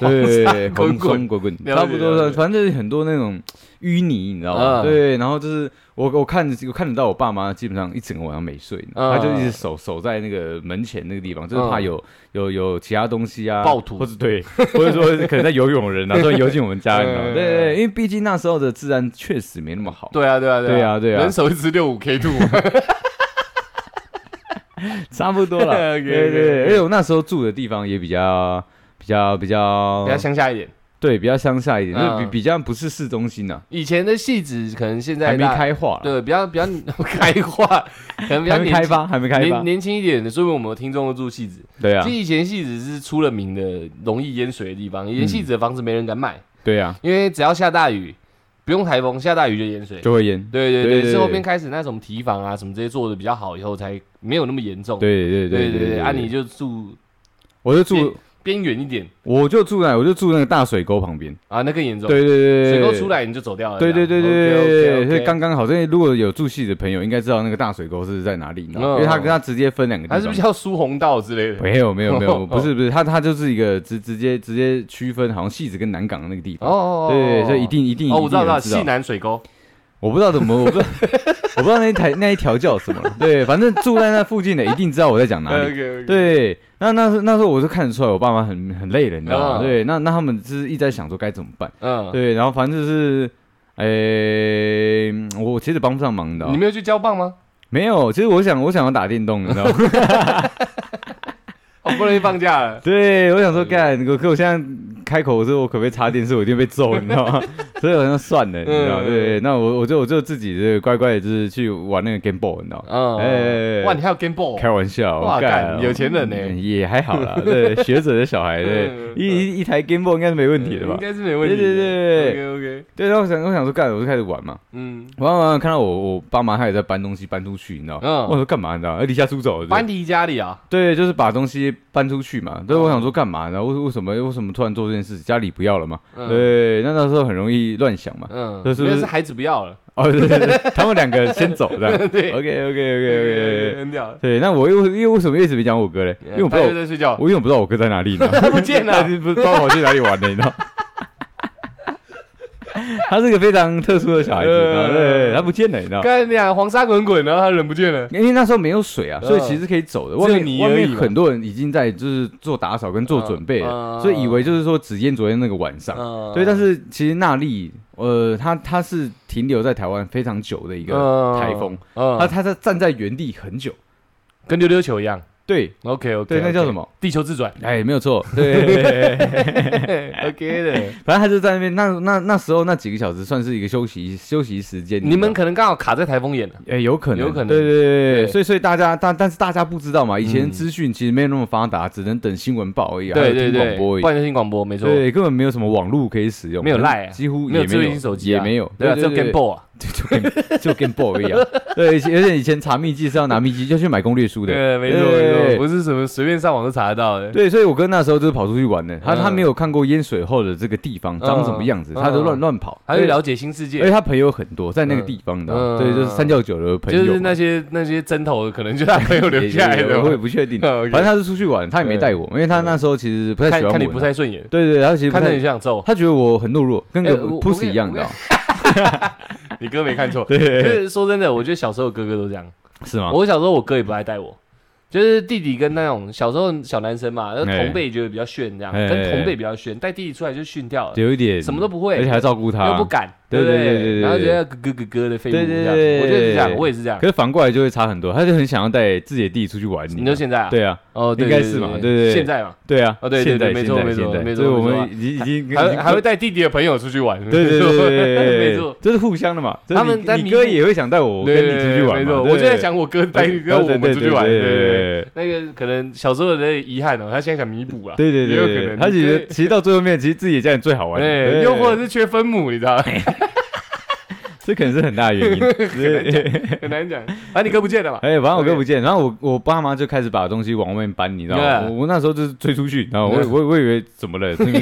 Speaker 2: 对，
Speaker 1: 滚
Speaker 2: 黄
Speaker 1: 滚
Speaker 2: 沙滚滚，
Speaker 1: 了解
Speaker 2: 差不多
Speaker 1: 了
Speaker 2: 的，
Speaker 1: 解
Speaker 2: 反正就是很多那种淤泥，你知道
Speaker 1: 嗯
Speaker 2: 吗？对，然后就是我我看我看得到我爸妈基本上一整个晚上没睡，
Speaker 1: 嗯
Speaker 2: 他就一直守守在那个门前那个地方，就是怕
Speaker 1: 嗯
Speaker 2: 有有有其他东西啊，
Speaker 1: 暴徒
Speaker 2: 或者对， 或者说可能在游泳 的人啊，突然游进我们家，你知道吗？
Speaker 1: 嗯
Speaker 2: 对对，对因为毕竟那时候的治安确实没那么好，
Speaker 1: 对啊，对啊，
Speaker 2: 对啊
Speaker 1: 啊，
Speaker 2: 对啊嗯
Speaker 1: 人手一支六五 K two，
Speaker 2: 差不 多了，对
Speaker 1: OK，OK，OK
Speaker 2: 对对，而且我那时候住的地方也比较比较比较
Speaker 1: 比较乡下一点。
Speaker 2: 对，比较乡下一点，就是比
Speaker 1: 嗯
Speaker 2: 比较不是市中心呐、
Speaker 1: 以前的戏子可能现在
Speaker 2: 还没
Speaker 1: 大，
Speaker 2: 开化啦，
Speaker 1: 对，比较比较 开化，可能比较
Speaker 2: 还没
Speaker 1: 年
Speaker 2: 开
Speaker 1: 轻
Speaker 2: 发，还没开
Speaker 1: 年
Speaker 2: 发，
Speaker 1: 年轻一点的，说明我们有听众都住戏子。
Speaker 2: 对啊
Speaker 1: 其实，以前戏子是出了名的容易淹水的地方，以前
Speaker 2: 嗯
Speaker 1: 戏子的房子没人敢买，
Speaker 2: 对啊，
Speaker 1: 因为只要下大雨，不用台风，下大雨就淹水。
Speaker 2: 就会淹，
Speaker 1: 对对
Speaker 2: 对对
Speaker 1: 对，
Speaker 2: 对
Speaker 1: 是后面开始那种提防啊什么这些做的比较好以后，才没有那么严重。
Speaker 2: 对对
Speaker 1: 对
Speaker 2: 对
Speaker 1: 对，啊，你就住
Speaker 2: 我就住，
Speaker 1: 边缘一点
Speaker 2: 我就住那，我就住那个大水沟旁边，
Speaker 1: 啊，那更严重。
Speaker 2: 对对对，
Speaker 1: 水
Speaker 2: 对
Speaker 1: 沟出，来你就走掉了。
Speaker 2: 对对对对对对，所以
Speaker 1: 刚
Speaker 2: 刚刚好，所以如果有住戏的朋友，应该知道那个大水沟是在哪里，你知道吗
Speaker 1: 嗯
Speaker 2: 因为它跟它直接分两个
Speaker 1: 还
Speaker 2: 地
Speaker 1: 是不
Speaker 2: 方
Speaker 1: 是。叫苏红道之类的？
Speaker 2: 没有没有没有，
Speaker 1: 哦
Speaker 2: 不是不是，它它就是一个直直接直接区分，好像戏子跟南港的那个地方。
Speaker 1: 哦，
Speaker 2: 对，所以一定一定
Speaker 1: 哦，我知道，
Speaker 2: 一定
Speaker 1: 知道，
Speaker 2: 有人知
Speaker 1: 西南水沟，
Speaker 2: 我不知道怎么，我 不知道，我不知道那一台那一条叫什么了。对，反正住在那附近的一定知道我在讲哪里。
Speaker 1: 对，
Speaker 2: 对，那那时那时候我就看得出来，我爸妈很很累了，你知道吗？
Speaker 1: 嗯
Speaker 2: 对，那那他们就是一直在想说该怎么办。
Speaker 1: 嗯，
Speaker 2: 对，然后反正就是，诶、我其实帮不上忙的、
Speaker 1: 你没有去交棒吗？
Speaker 2: 没有，其实我想我想要打电动，你知道 吗？
Speaker 1: 好哦不容易放假了，
Speaker 2: 对，我想说
Speaker 1: 哎
Speaker 2: 干，可可我现在开口说我可不可以插电视，我一定被揍，你知 道吗？所以好像算了，你知道吗？
Speaker 1: 嗯
Speaker 2: 对，那我我就我就自己就乖乖的，就是去玩那个 Game Boy，你知道吗？ 哎
Speaker 1: 嗯，哇，你还有 Game Boy，
Speaker 2: 开玩笑，
Speaker 1: 哇
Speaker 2: 干
Speaker 1: 干有钱人呢
Speaker 2: 嗯也还好啦。 对，学者的小孩，对
Speaker 1: 嗯，
Speaker 2: 一一一台 Game Boy 应该是没问题的
Speaker 1: 应
Speaker 2: 吧？
Speaker 1: 该是没问题的，
Speaker 2: 对对对对
Speaker 1: o k OK，
Speaker 2: 对，然后我想，我想说干，我就开始玩嘛，
Speaker 1: 嗯，
Speaker 2: 玩玩玩，看到我我爸妈他也在搬东西搬出去，你知道？
Speaker 1: 嗯
Speaker 2: 我说干嘛？你知道？哎离家出走，
Speaker 1: 搬离家里啊，
Speaker 2: 对，就是把东西搬出去嘛。对，
Speaker 1: 哦
Speaker 2: 我想说干嘛呢？为为什么为什么突然做这件件事，家里不要了嘛，
Speaker 1: 嗯
Speaker 2: 对，那那时候很容易乱想嘛，
Speaker 1: 嗯，
Speaker 2: 这是不
Speaker 1: 没有
Speaker 2: 是
Speaker 1: 是孩子不要了，
Speaker 2: 哦，对对对，他们两个先走这样
Speaker 1: 对
Speaker 2: ，OK OK OK OK，
Speaker 1: 嗯扔掉了，
Speaker 2: 对，那我又又为什么一直没讲我哥嘞？因为我不
Speaker 1: 他
Speaker 2: 知道
Speaker 1: 又
Speaker 2: 我，
Speaker 1: 在睡觉，
Speaker 2: 我因为我不知道我哥在哪里呢，
Speaker 1: 他不见
Speaker 2: 他
Speaker 1: 了
Speaker 2: 已，经不知道跑去哪里玩了，你 知道？他是个非常特殊的小孩子，
Speaker 1: 呃
Speaker 2: 啊对，他不见了，你知道？
Speaker 1: 干你俩黄沙滚滚，然后他人不见了，
Speaker 2: 因为那时候没有水啊，所以其实可以走的。外
Speaker 1: 只
Speaker 2: 面
Speaker 1: 有你
Speaker 2: 外
Speaker 1: 而已
Speaker 2: 面
Speaker 1: 嘛
Speaker 2: 很多人已呃经在就是做打扫跟做准备
Speaker 1: 嗯
Speaker 2: 了，
Speaker 1: 嗯
Speaker 2: 所以以为就是说只淹昨天那个晚上。
Speaker 1: 嗯
Speaker 2: 对，但是其实娜丽，呃，她她是停留在台湾非常久的一个
Speaker 1: 嗯
Speaker 2: 台风，
Speaker 1: 嗯
Speaker 2: 她她在站在原地很久。
Speaker 1: 跟溜溜球一样
Speaker 2: 对
Speaker 1: ，OK OK，
Speaker 2: 对，那叫什？么？
Speaker 1: 地球自转
Speaker 2: 哎，没有 错，对，
Speaker 1: ，OK 的。
Speaker 2: 反正她就在那边。那那那时候那几个小时算是一个休息休息时间。
Speaker 1: 你们
Speaker 2: 可
Speaker 1: 可能刚好卡在台风眼了，
Speaker 2: 哎，有可能，
Speaker 1: 有可能
Speaker 2: 对对对
Speaker 1: 对
Speaker 2: 对。所以所以大家，但但是大家不知道嘛，以前
Speaker 1: 嗯
Speaker 2: 资讯其实没有那么发达，只能等新闻报而已啊，还
Speaker 1: 对
Speaker 2: 有
Speaker 1: 对
Speaker 2: 听
Speaker 1: 对，
Speaker 2: 广播而已
Speaker 1: 不。然就听广播，没错，
Speaker 2: 对，根本没有什么网络可以使用，
Speaker 1: 没有 Line 啊
Speaker 2: 几乎
Speaker 1: 没有
Speaker 2: 也
Speaker 1: 智慧型手机啊
Speaker 2: 也没有，
Speaker 1: 对啊，只有 Game
Speaker 2: Boy。
Speaker 1: Boy 啊，
Speaker 2: 对，就跟就跟 boy 一样。对，以前而且以前查秘籍是要拿秘籍，就去买攻略书的。
Speaker 1: 对，没错没错，不是什么随便上网都查得到的，
Speaker 2: 对，所以我哥那时候就是跑出去玩的，他
Speaker 1: 嗯
Speaker 2: 他没有看过淹水后的这个地方长什么样子，
Speaker 1: 嗯
Speaker 2: 他就乱乱跑，
Speaker 1: 还会了解新世
Speaker 2: 对。
Speaker 1: 界
Speaker 2: 而且。他朋友很多，在那个地方的
Speaker 1: 嗯
Speaker 2: 啊，对，就是三教九流的朋
Speaker 1: 就是
Speaker 2: 友嘛，
Speaker 1: 那些那些针头，可能就他朋友 留下来
Speaker 2: 也也
Speaker 1: 的
Speaker 2: 我也
Speaker 1: 嘛。
Speaker 2: 不确定。
Speaker 1: 嗯，OK
Speaker 2: 反正他是出去玩，他也没带我，因为他那时候其实不太
Speaker 1: 看
Speaker 2: 喜欢我。
Speaker 1: 看你不太顺眼，
Speaker 2: 对对，他其实不
Speaker 1: 看着你
Speaker 2: 太，
Speaker 1: 就想揍。
Speaker 2: 他觉得我很懦弱，跟
Speaker 1: 哎
Speaker 2: 个
Speaker 1: 我我
Speaker 2: pussy 一样的啊，
Speaker 1: 你哥没看 错，就是说真的，我觉得小时候哥哥都这样。
Speaker 2: 是吗？
Speaker 1: 我小时候我哥也不爱带我，就是弟弟跟那种小时候小男生嘛，然后
Speaker 2: 哎
Speaker 1: 同辈觉得比较炫这样，
Speaker 2: 哎
Speaker 1: 跟同辈比较炫，带弟弟出来就训掉了，
Speaker 2: 有一点
Speaker 1: 什么都不会
Speaker 2: 而且还照顾
Speaker 1: 又
Speaker 2: 他
Speaker 1: 不，敢，
Speaker 2: 对
Speaker 1: 不
Speaker 2: 对对对对
Speaker 1: 然后觉得咯咯咯咯的废物
Speaker 2: 对
Speaker 1: 这
Speaker 2: 对
Speaker 1: 样
Speaker 2: 对
Speaker 1: 子，我觉得是这样，
Speaker 2: 对
Speaker 1: 我也是这样
Speaker 2: 可。是反过来就会差很多，他就很想要带自己的弟弟出去玩。
Speaker 1: 你说现在啊？
Speaker 2: 对啊，
Speaker 1: 哦，对
Speaker 2: 应该是嘛
Speaker 1: 对
Speaker 2: 对对对
Speaker 1: 现在嘛，
Speaker 2: 对啊，
Speaker 1: 哦对对
Speaker 2: 现
Speaker 1: 对
Speaker 2: 在
Speaker 1: 没
Speaker 2: 现
Speaker 1: 错
Speaker 2: 在
Speaker 1: 没错
Speaker 2: 现在
Speaker 1: 没错
Speaker 2: 所以我
Speaker 1: 没错
Speaker 2: 们已经已经
Speaker 1: 还
Speaker 2: 已
Speaker 1: 会
Speaker 2: 经
Speaker 1: 还会带弟弟的朋友出去玩，
Speaker 2: 对对对对
Speaker 1: 没
Speaker 2: 对对
Speaker 1: 错，。
Speaker 2: 这是互相的嘛。这是
Speaker 1: 他们
Speaker 2: 你
Speaker 1: 在弥
Speaker 2: 你
Speaker 1: 补
Speaker 2: 哥也会想带我跟
Speaker 1: 对
Speaker 2: 你出去玩
Speaker 1: 没
Speaker 2: 嘛，
Speaker 1: 错，
Speaker 2: 对
Speaker 1: 我就在，想我哥 带
Speaker 2: 对
Speaker 1: 让我们
Speaker 2: 对
Speaker 1: 出去玩，
Speaker 2: 对
Speaker 1: 对对对。
Speaker 2: 对
Speaker 1: 那个可能小时候的遗憾哦，他现在想弥补啊，
Speaker 2: 对对
Speaker 1: 也有
Speaker 2: 对
Speaker 1: 可
Speaker 2: 对
Speaker 1: 能
Speaker 2: 对，他其实其实到最后面，其实自己的家人最好玩的，
Speaker 1: 对，
Speaker 2: 对
Speaker 1: 又或者是缺分母，你知道吗，
Speaker 2: 这可能是很大的 原因。对
Speaker 1: 很难讲。啊，你哥不见了嘛？
Speaker 2: 哎，反正我
Speaker 1: OK
Speaker 2: 哥不见，然后我我爸妈就开始把东西往外面搬，你知道吗？
Speaker 1: Yeah
Speaker 2: 我我那时候就是追出去，然后我
Speaker 1: Yeah
Speaker 2: 我我以为怎么了？你 们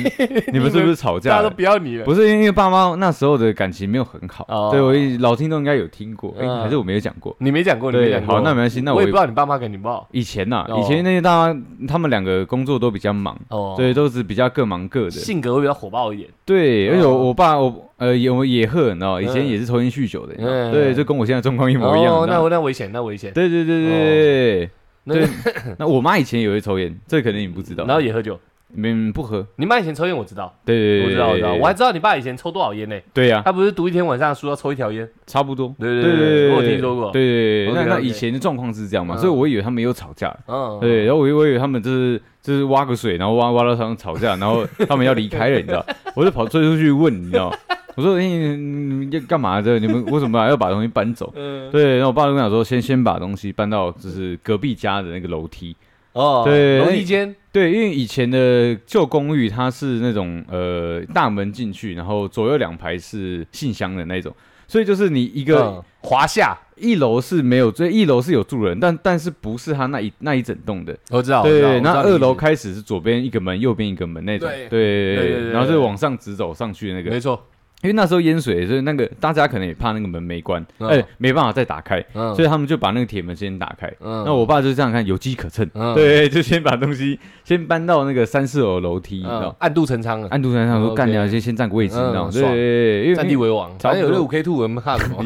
Speaker 2: 你们是不是吵
Speaker 1: 大
Speaker 2: 架
Speaker 1: 家都
Speaker 2: 了？
Speaker 1: 不要你了。
Speaker 2: 不是因为因为爸妈那时候的感情没有很好，
Speaker 1: 哦
Speaker 2: 对我一老听众应该有听过，哎、
Speaker 1: 嗯
Speaker 2: 还是我没有讲过。
Speaker 1: 你没讲过，你没
Speaker 2: 对，
Speaker 1: 讲过。
Speaker 2: 好，那没关系，那
Speaker 1: 我
Speaker 2: 我
Speaker 1: 也不知道你爸妈感情不好。
Speaker 2: 以前呐、
Speaker 1: 哦
Speaker 2: 以前那些大妈他们两个工作都比较忙，
Speaker 1: 哦
Speaker 2: 对，，都是比较各忙各的。
Speaker 1: 性格会比较火爆一点。
Speaker 2: 对，
Speaker 1: 哦
Speaker 2: 而且我我爸我呃也我也喝，你知道，以前
Speaker 1: 嗯
Speaker 2: 也是抽烟酗酒的，你知道
Speaker 1: 嗯
Speaker 2: 对，就跟我现在状况一模一样。
Speaker 1: 哦
Speaker 2: 你，知
Speaker 1: 那
Speaker 2: 道
Speaker 1: 我那危险，那危险。
Speaker 2: 对对对对
Speaker 1: 那
Speaker 2: 对对，那我妈以前也会抽烟，这可能你不知道。
Speaker 1: 然后也喝酒。
Speaker 2: 嗯不喝，
Speaker 1: 你妈以前抽烟，我知道，
Speaker 2: 对对
Speaker 1: 我
Speaker 2: 对，
Speaker 1: 知道，我知道，
Speaker 2: 对
Speaker 1: 我还知道你爸以前抽多少烟呢？
Speaker 2: 对呀、
Speaker 1: 他不是读一天晚上书要抽一条烟？
Speaker 2: 差不多。
Speaker 1: 对
Speaker 2: 对
Speaker 1: 对，
Speaker 2: 对，
Speaker 1: 我有听说过。，
Speaker 2: 对对对，那
Speaker 1: OK，OK
Speaker 2: 那以前的状况是这样嘛，
Speaker 1: 嗯
Speaker 2: 所以我以为他们又吵架了。
Speaker 1: 嗯，
Speaker 2: 对，然后我以我以为他们就是就是挖个水，然后挖挖到上吵架，然后他们要离开了，你知道？我就跑追出去问，你知道？我说：“哎、你们要干嘛这？你们为什么要把东西搬走？”
Speaker 1: 嗯，
Speaker 2: 对，然后我爸就跟我说：“先先把东西搬到就是隔壁家的那个楼梯。
Speaker 1: 哦，
Speaker 2: 对
Speaker 1: 楼梯间，
Speaker 2: 对，因为以前的旧公寓它是那种呃大门进去，然后左右两排是信箱的那种，所以就是你一个、
Speaker 1: 嗯华夏，
Speaker 2: 一楼是没有，这一楼是有住人，但但是不是他那一那一整栋的。
Speaker 1: 我知道。哦我知道
Speaker 2: 对，那二楼，
Speaker 1: 我知道
Speaker 2: 开始是左边一个门，右边一个门那种。
Speaker 1: 对
Speaker 2: 对
Speaker 1: 对对
Speaker 2: 对
Speaker 1: 对
Speaker 2: 对，然后就往上直走上去那
Speaker 1: 你的意思
Speaker 2: 个，
Speaker 1: 没错。
Speaker 2: 因为那时候淹水，所以那个大家可能也怕那个门没关，
Speaker 1: 嗯
Speaker 2: 哎，没办法再打开，
Speaker 1: 嗯，
Speaker 2: 所以他们就把那个铁门先打开。
Speaker 1: 嗯
Speaker 2: 那我爸就这样看，有机可乘
Speaker 1: 嗯，
Speaker 2: 对， 就先把东西先搬到那个三四楼楼梯，你知
Speaker 1: 嗯
Speaker 2: 道。
Speaker 1: 暗度陈仓了，
Speaker 2: 安徒生
Speaker 1: 嗯
Speaker 2: 上说干
Speaker 1: OK
Speaker 2: 掉，先先占个位置，你知道
Speaker 1: 嗯
Speaker 2: 吗？
Speaker 1: 爽
Speaker 2: 对，因为
Speaker 1: 占地为王。
Speaker 2: 差
Speaker 1: 反
Speaker 2: 不多
Speaker 1: 正有六五 K two，我们看 什么？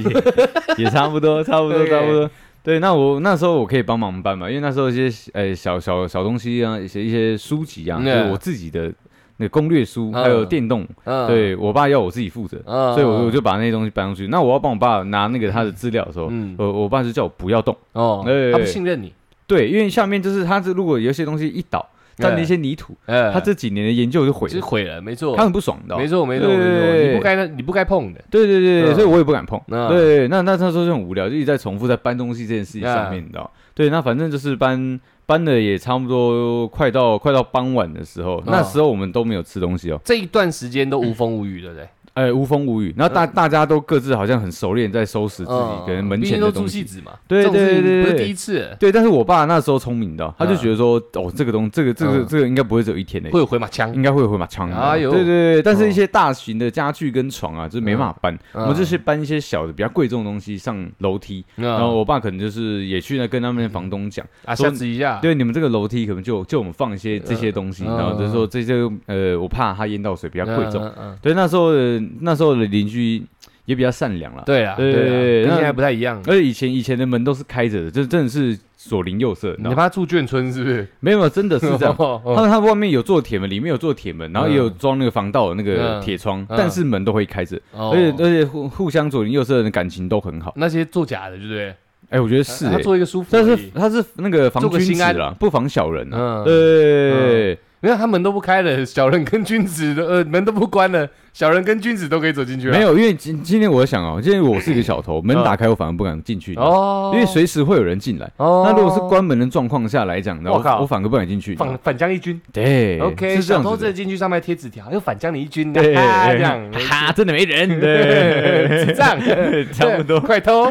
Speaker 2: 也差 不多，差不多，
Speaker 1: 对
Speaker 2: 差不多。对，那我那时候我可以帮忙搬嘛，因为那时候一些呃小小小东西啊，一些一些书籍啊，
Speaker 1: 嗯
Speaker 2: 就是我自己的那个攻略书，还有
Speaker 1: 嗯
Speaker 2: 电动，
Speaker 1: 嗯，
Speaker 2: 对我爸要我自己负责，
Speaker 1: 嗯，
Speaker 2: 所以我我就把那些东西搬上去。那我要帮我爸拿那个他的资料的时候，
Speaker 1: 嗯
Speaker 2: 我我爸就叫我不要动，
Speaker 1: 哦，
Speaker 2: 对
Speaker 1: 他不信任你，
Speaker 2: 对，因为下面就是他这如果有一些东西一倒，沾了一些泥土，
Speaker 1: 哎，
Speaker 2: 他这几年的研究就毁
Speaker 1: 是
Speaker 2: 了，
Speaker 1: 毁了，没错，
Speaker 2: 他很不爽的哦，
Speaker 1: 没错没错
Speaker 2: 对
Speaker 1: 没错，你不该你不该碰的，
Speaker 2: 对对对，
Speaker 1: 嗯
Speaker 2: 对，所以我也不敢碰。
Speaker 1: 嗯
Speaker 2: 对，那那那时候就很无聊，就一直在重复在搬东西这件事情上面，
Speaker 1: 嗯
Speaker 2: 你知道？对，那反正就是搬搬的也差不多快到快到傍晚的时候，
Speaker 1: 嗯
Speaker 2: 那时候我们都没有吃东西哦。
Speaker 1: 这一段时间都无风无雨，对不对？
Speaker 2: 呃无风无雨，然后大大家都各自好像很熟练在收拾自己
Speaker 1: 嗯
Speaker 2: 可能门
Speaker 1: 毕
Speaker 2: 前
Speaker 1: 竟
Speaker 2: 的
Speaker 1: 都
Speaker 2: 东
Speaker 1: 住
Speaker 2: 西
Speaker 1: 戏。子嘛，
Speaker 2: 对
Speaker 1: 这种事情
Speaker 2: 对对
Speaker 1: 不
Speaker 2: 对
Speaker 1: 是第一次，
Speaker 2: 对，但是我爸那时候聪明的，他就
Speaker 1: 嗯
Speaker 2: 觉得说，哦，这个东这个这个
Speaker 1: 嗯
Speaker 2: 这个应该不会只有一天的，
Speaker 1: 会有回马枪，
Speaker 2: 应该会有回马枪的。
Speaker 1: 哎呦
Speaker 2: 对对对，但是一些大型的家具跟床啊，就是没办法搬，
Speaker 1: 嗯
Speaker 2: 我们就是搬一些小的比较贵重的东西上楼梯。
Speaker 1: 然
Speaker 2: 然后我爸可能就是也去那跟他们房东讲，
Speaker 1: 嗯啊
Speaker 2: 说
Speaker 1: 下次一下，
Speaker 2: 对你们这个楼梯可能就就我们放一些这些东西，
Speaker 1: 嗯
Speaker 2: 然后就是说这些呃，我怕它淹到水比较
Speaker 1: 嗯，
Speaker 2: 贵重。
Speaker 1: 嗯，嗯
Speaker 2: 对，那时候的那时候的邻居也比较善良了，
Speaker 1: 对啊，
Speaker 2: 对
Speaker 1: 对啊，
Speaker 2: 对嗯那
Speaker 1: 跟现在不太一样。
Speaker 2: 而且以前以前的门都是开着的，这真的是左邻右舍，你
Speaker 1: 你
Speaker 2: 知道
Speaker 1: 他
Speaker 2: 吗？
Speaker 1: 妈住眷村是不是？。
Speaker 2: 没有没有，真的是这样
Speaker 1: 嗯 哦
Speaker 2: 他们他外面有做铁门，里面有做铁门，然后也有装那个防盗的那
Speaker 1: 嗯
Speaker 2: 个铁窗，
Speaker 1: 嗯
Speaker 2: 但是门都会开着，
Speaker 1: 哦
Speaker 2: 而且而且互互相左邻右舍的感情都很好。
Speaker 1: 那些做假的，对不对？
Speaker 2: 哎，我觉得是
Speaker 1: 他
Speaker 2: 哎，
Speaker 1: 做一个舒服而
Speaker 2: 但
Speaker 1: 已，
Speaker 2: 是他是那个防
Speaker 1: 做个
Speaker 2: 君
Speaker 1: 心
Speaker 2: 子
Speaker 1: 安
Speaker 2: 啦，不防小人啊。
Speaker 1: 嗯，
Speaker 2: 对，
Speaker 1: 没有他门都不开了，小人跟君子都呃门都不关了，小人跟君子都可以走进去了。
Speaker 2: 没有，因为今今天我想哦，今天我是一个小偷，门打开我反而不敢进去，因
Speaker 1: 嗯哦，
Speaker 2: 为随时会有人进来。
Speaker 1: 哦，
Speaker 2: 那如果是关门的状况下来讲呢，
Speaker 1: 我靠
Speaker 2: 我我反而不敢进去。
Speaker 1: 反反将一军
Speaker 2: 对
Speaker 1: ，OK，
Speaker 2: 是这
Speaker 1: 小
Speaker 2: 样
Speaker 1: 偷
Speaker 2: 子
Speaker 1: 这
Speaker 2: 的。
Speaker 1: 进去上面贴纸条，又反将你一军，
Speaker 2: 对，
Speaker 1: 啊这样，
Speaker 2: 哈哈，真的没人，
Speaker 1: 智
Speaker 2: 对，
Speaker 1: 障
Speaker 2: 差不多。
Speaker 1: 快偷，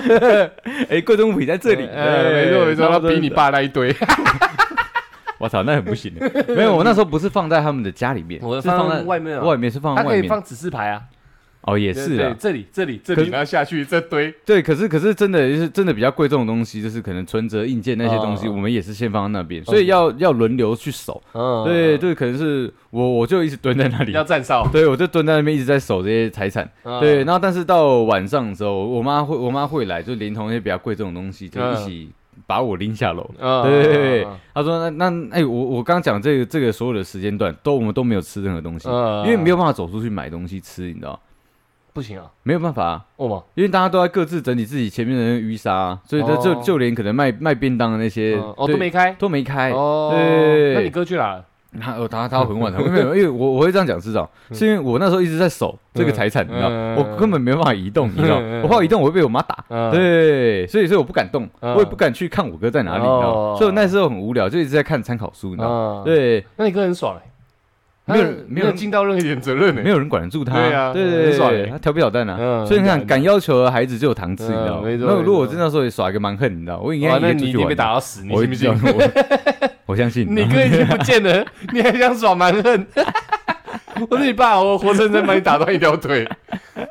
Speaker 2: 哎，贵重物品 在这里，
Speaker 1: 呃没错没错，他比你。爸那一堆，
Speaker 2: 我操，那很不行的。 没有，我那时候不是放在他们的家里面，
Speaker 1: 我
Speaker 2: 是
Speaker 1: 放
Speaker 2: 在
Speaker 1: 外面啊
Speaker 2: 外面是放
Speaker 1: 他
Speaker 2: 在
Speaker 1: 可
Speaker 2: 外
Speaker 1: 以
Speaker 2: 面。
Speaker 1: 放指示牌啊，
Speaker 2: 哦，也是
Speaker 1: 对
Speaker 2: 啊
Speaker 1: 对，这里这里这
Speaker 2: 可
Speaker 1: 里，
Speaker 2: 是
Speaker 1: 然后下去这堆，
Speaker 2: 对，可是可是真的就是真的比较贵重的东西，就是可能存折、硬件那些东西，
Speaker 1: 哦
Speaker 2: 我们也是先啊放在那边，啊所以要要轮流去守。
Speaker 1: 嗯
Speaker 2: 对，对，可能是我我就一直蹲在那里
Speaker 1: 要，站哨，
Speaker 2: 对我就蹲在那边一直在守这些财产。
Speaker 1: 嗯
Speaker 2: 对，然后但是到晚上的时候，我妈会我妈会来，就连同一些比较贵重的东西，就一起把我拎下楼。
Speaker 1: 嗯
Speaker 2: 对对
Speaker 1: 嗯
Speaker 2: 对
Speaker 1: 嗯，
Speaker 2: 她说那那哎，我我刚讲这个这个所有的时间段都我们都没有吃任何东西，
Speaker 1: 嗯
Speaker 2: 因为没有办法走出去买东西吃，你知道吗
Speaker 1: 不行啊，
Speaker 2: 没有办法啊。
Speaker 1: 哦嘛，
Speaker 2: 因为大家都在各自整理自己前面的那个淤沙、啊，所以就
Speaker 1: 哦
Speaker 2: 就就连可能卖卖便当的那些，
Speaker 1: 嗯哦
Speaker 2: 对
Speaker 1: 都没开，
Speaker 2: 都没开。
Speaker 1: 哦，
Speaker 2: 对
Speaker 1: 那你哥去哪了？
Speaker 2: 他哦他他 很晚很晚，没有，因为我我会这样讲，是这样，是因为我那时候一直在守这个财产，你知道，
Speaker 1: 嗯
Speaker 2: 我根本没办法移动，你知道，
Speaker 1: 嗯
Speaker 2: 我怕我移动我会被我妈打。
Speaker 1: 嗯，
Speaker 2: 对，所以所以我不敢动，
Speaker 1: 嗯
Speaker 2: 我也不敢去看我哥在哪里，你知道
Speaker 1: 哦，
Speaker 2: 所以我那时候很无聊，就一直在看参考书，你知道。
Speaker 1: 嗯，
Speaker 2: 对，
Speaker 1: 那你哥很爽欸
Speaker 2: 没有
Speaker 1: 他
Speaker 2: 人没
Speaker 1: 没
Speaker 2: 有
Speaker 1: 有
Speaker 2: 人
Speaker 1: 尽到任何一点责任 呢，
Speaker 2: 没有人管得住他，
Speaker 1: 对啊
Speaker 2: 对
Speaker 1: 很
Speaker 2: 对
Speaker 1: 爽
Speaker 2: 对，
Speaker 1: 欸
Speaker 2: 他调皮捣蛋啊，
Speaker 1: 嗯
Speaker 2: 所以你看，
Speaker 1: 很
Speaker 2: 敢要求的孩子就有糖吃，你
Speaker 1: 嗯
Speaker 2: 知道吗？
Speaker 1: 没错
Speaker 2: 那如
Speaker 1: 没
Speaker 2: 果我
Speaker 1: 错
Speaker 2: 真那时候也耍一个蛮横，你知道，我应该
Speaker 1: 哇，
Speaker 2: 也
Speaker 1: 那
Speaker 2: 出
Speaker 1: 你一
Speaker 2: 去
Speaker 1: 定被
Speaker 2: 玩的
Speaker 1: 打到死，你
Speaker 2: 我
Speaker 1: 信不信？啊
Speaker 2: 我我相信啊
Speaker 1: 你哥已经不见了，你还想耍蛮横？我说你爸，我活生生把你打断一条腿，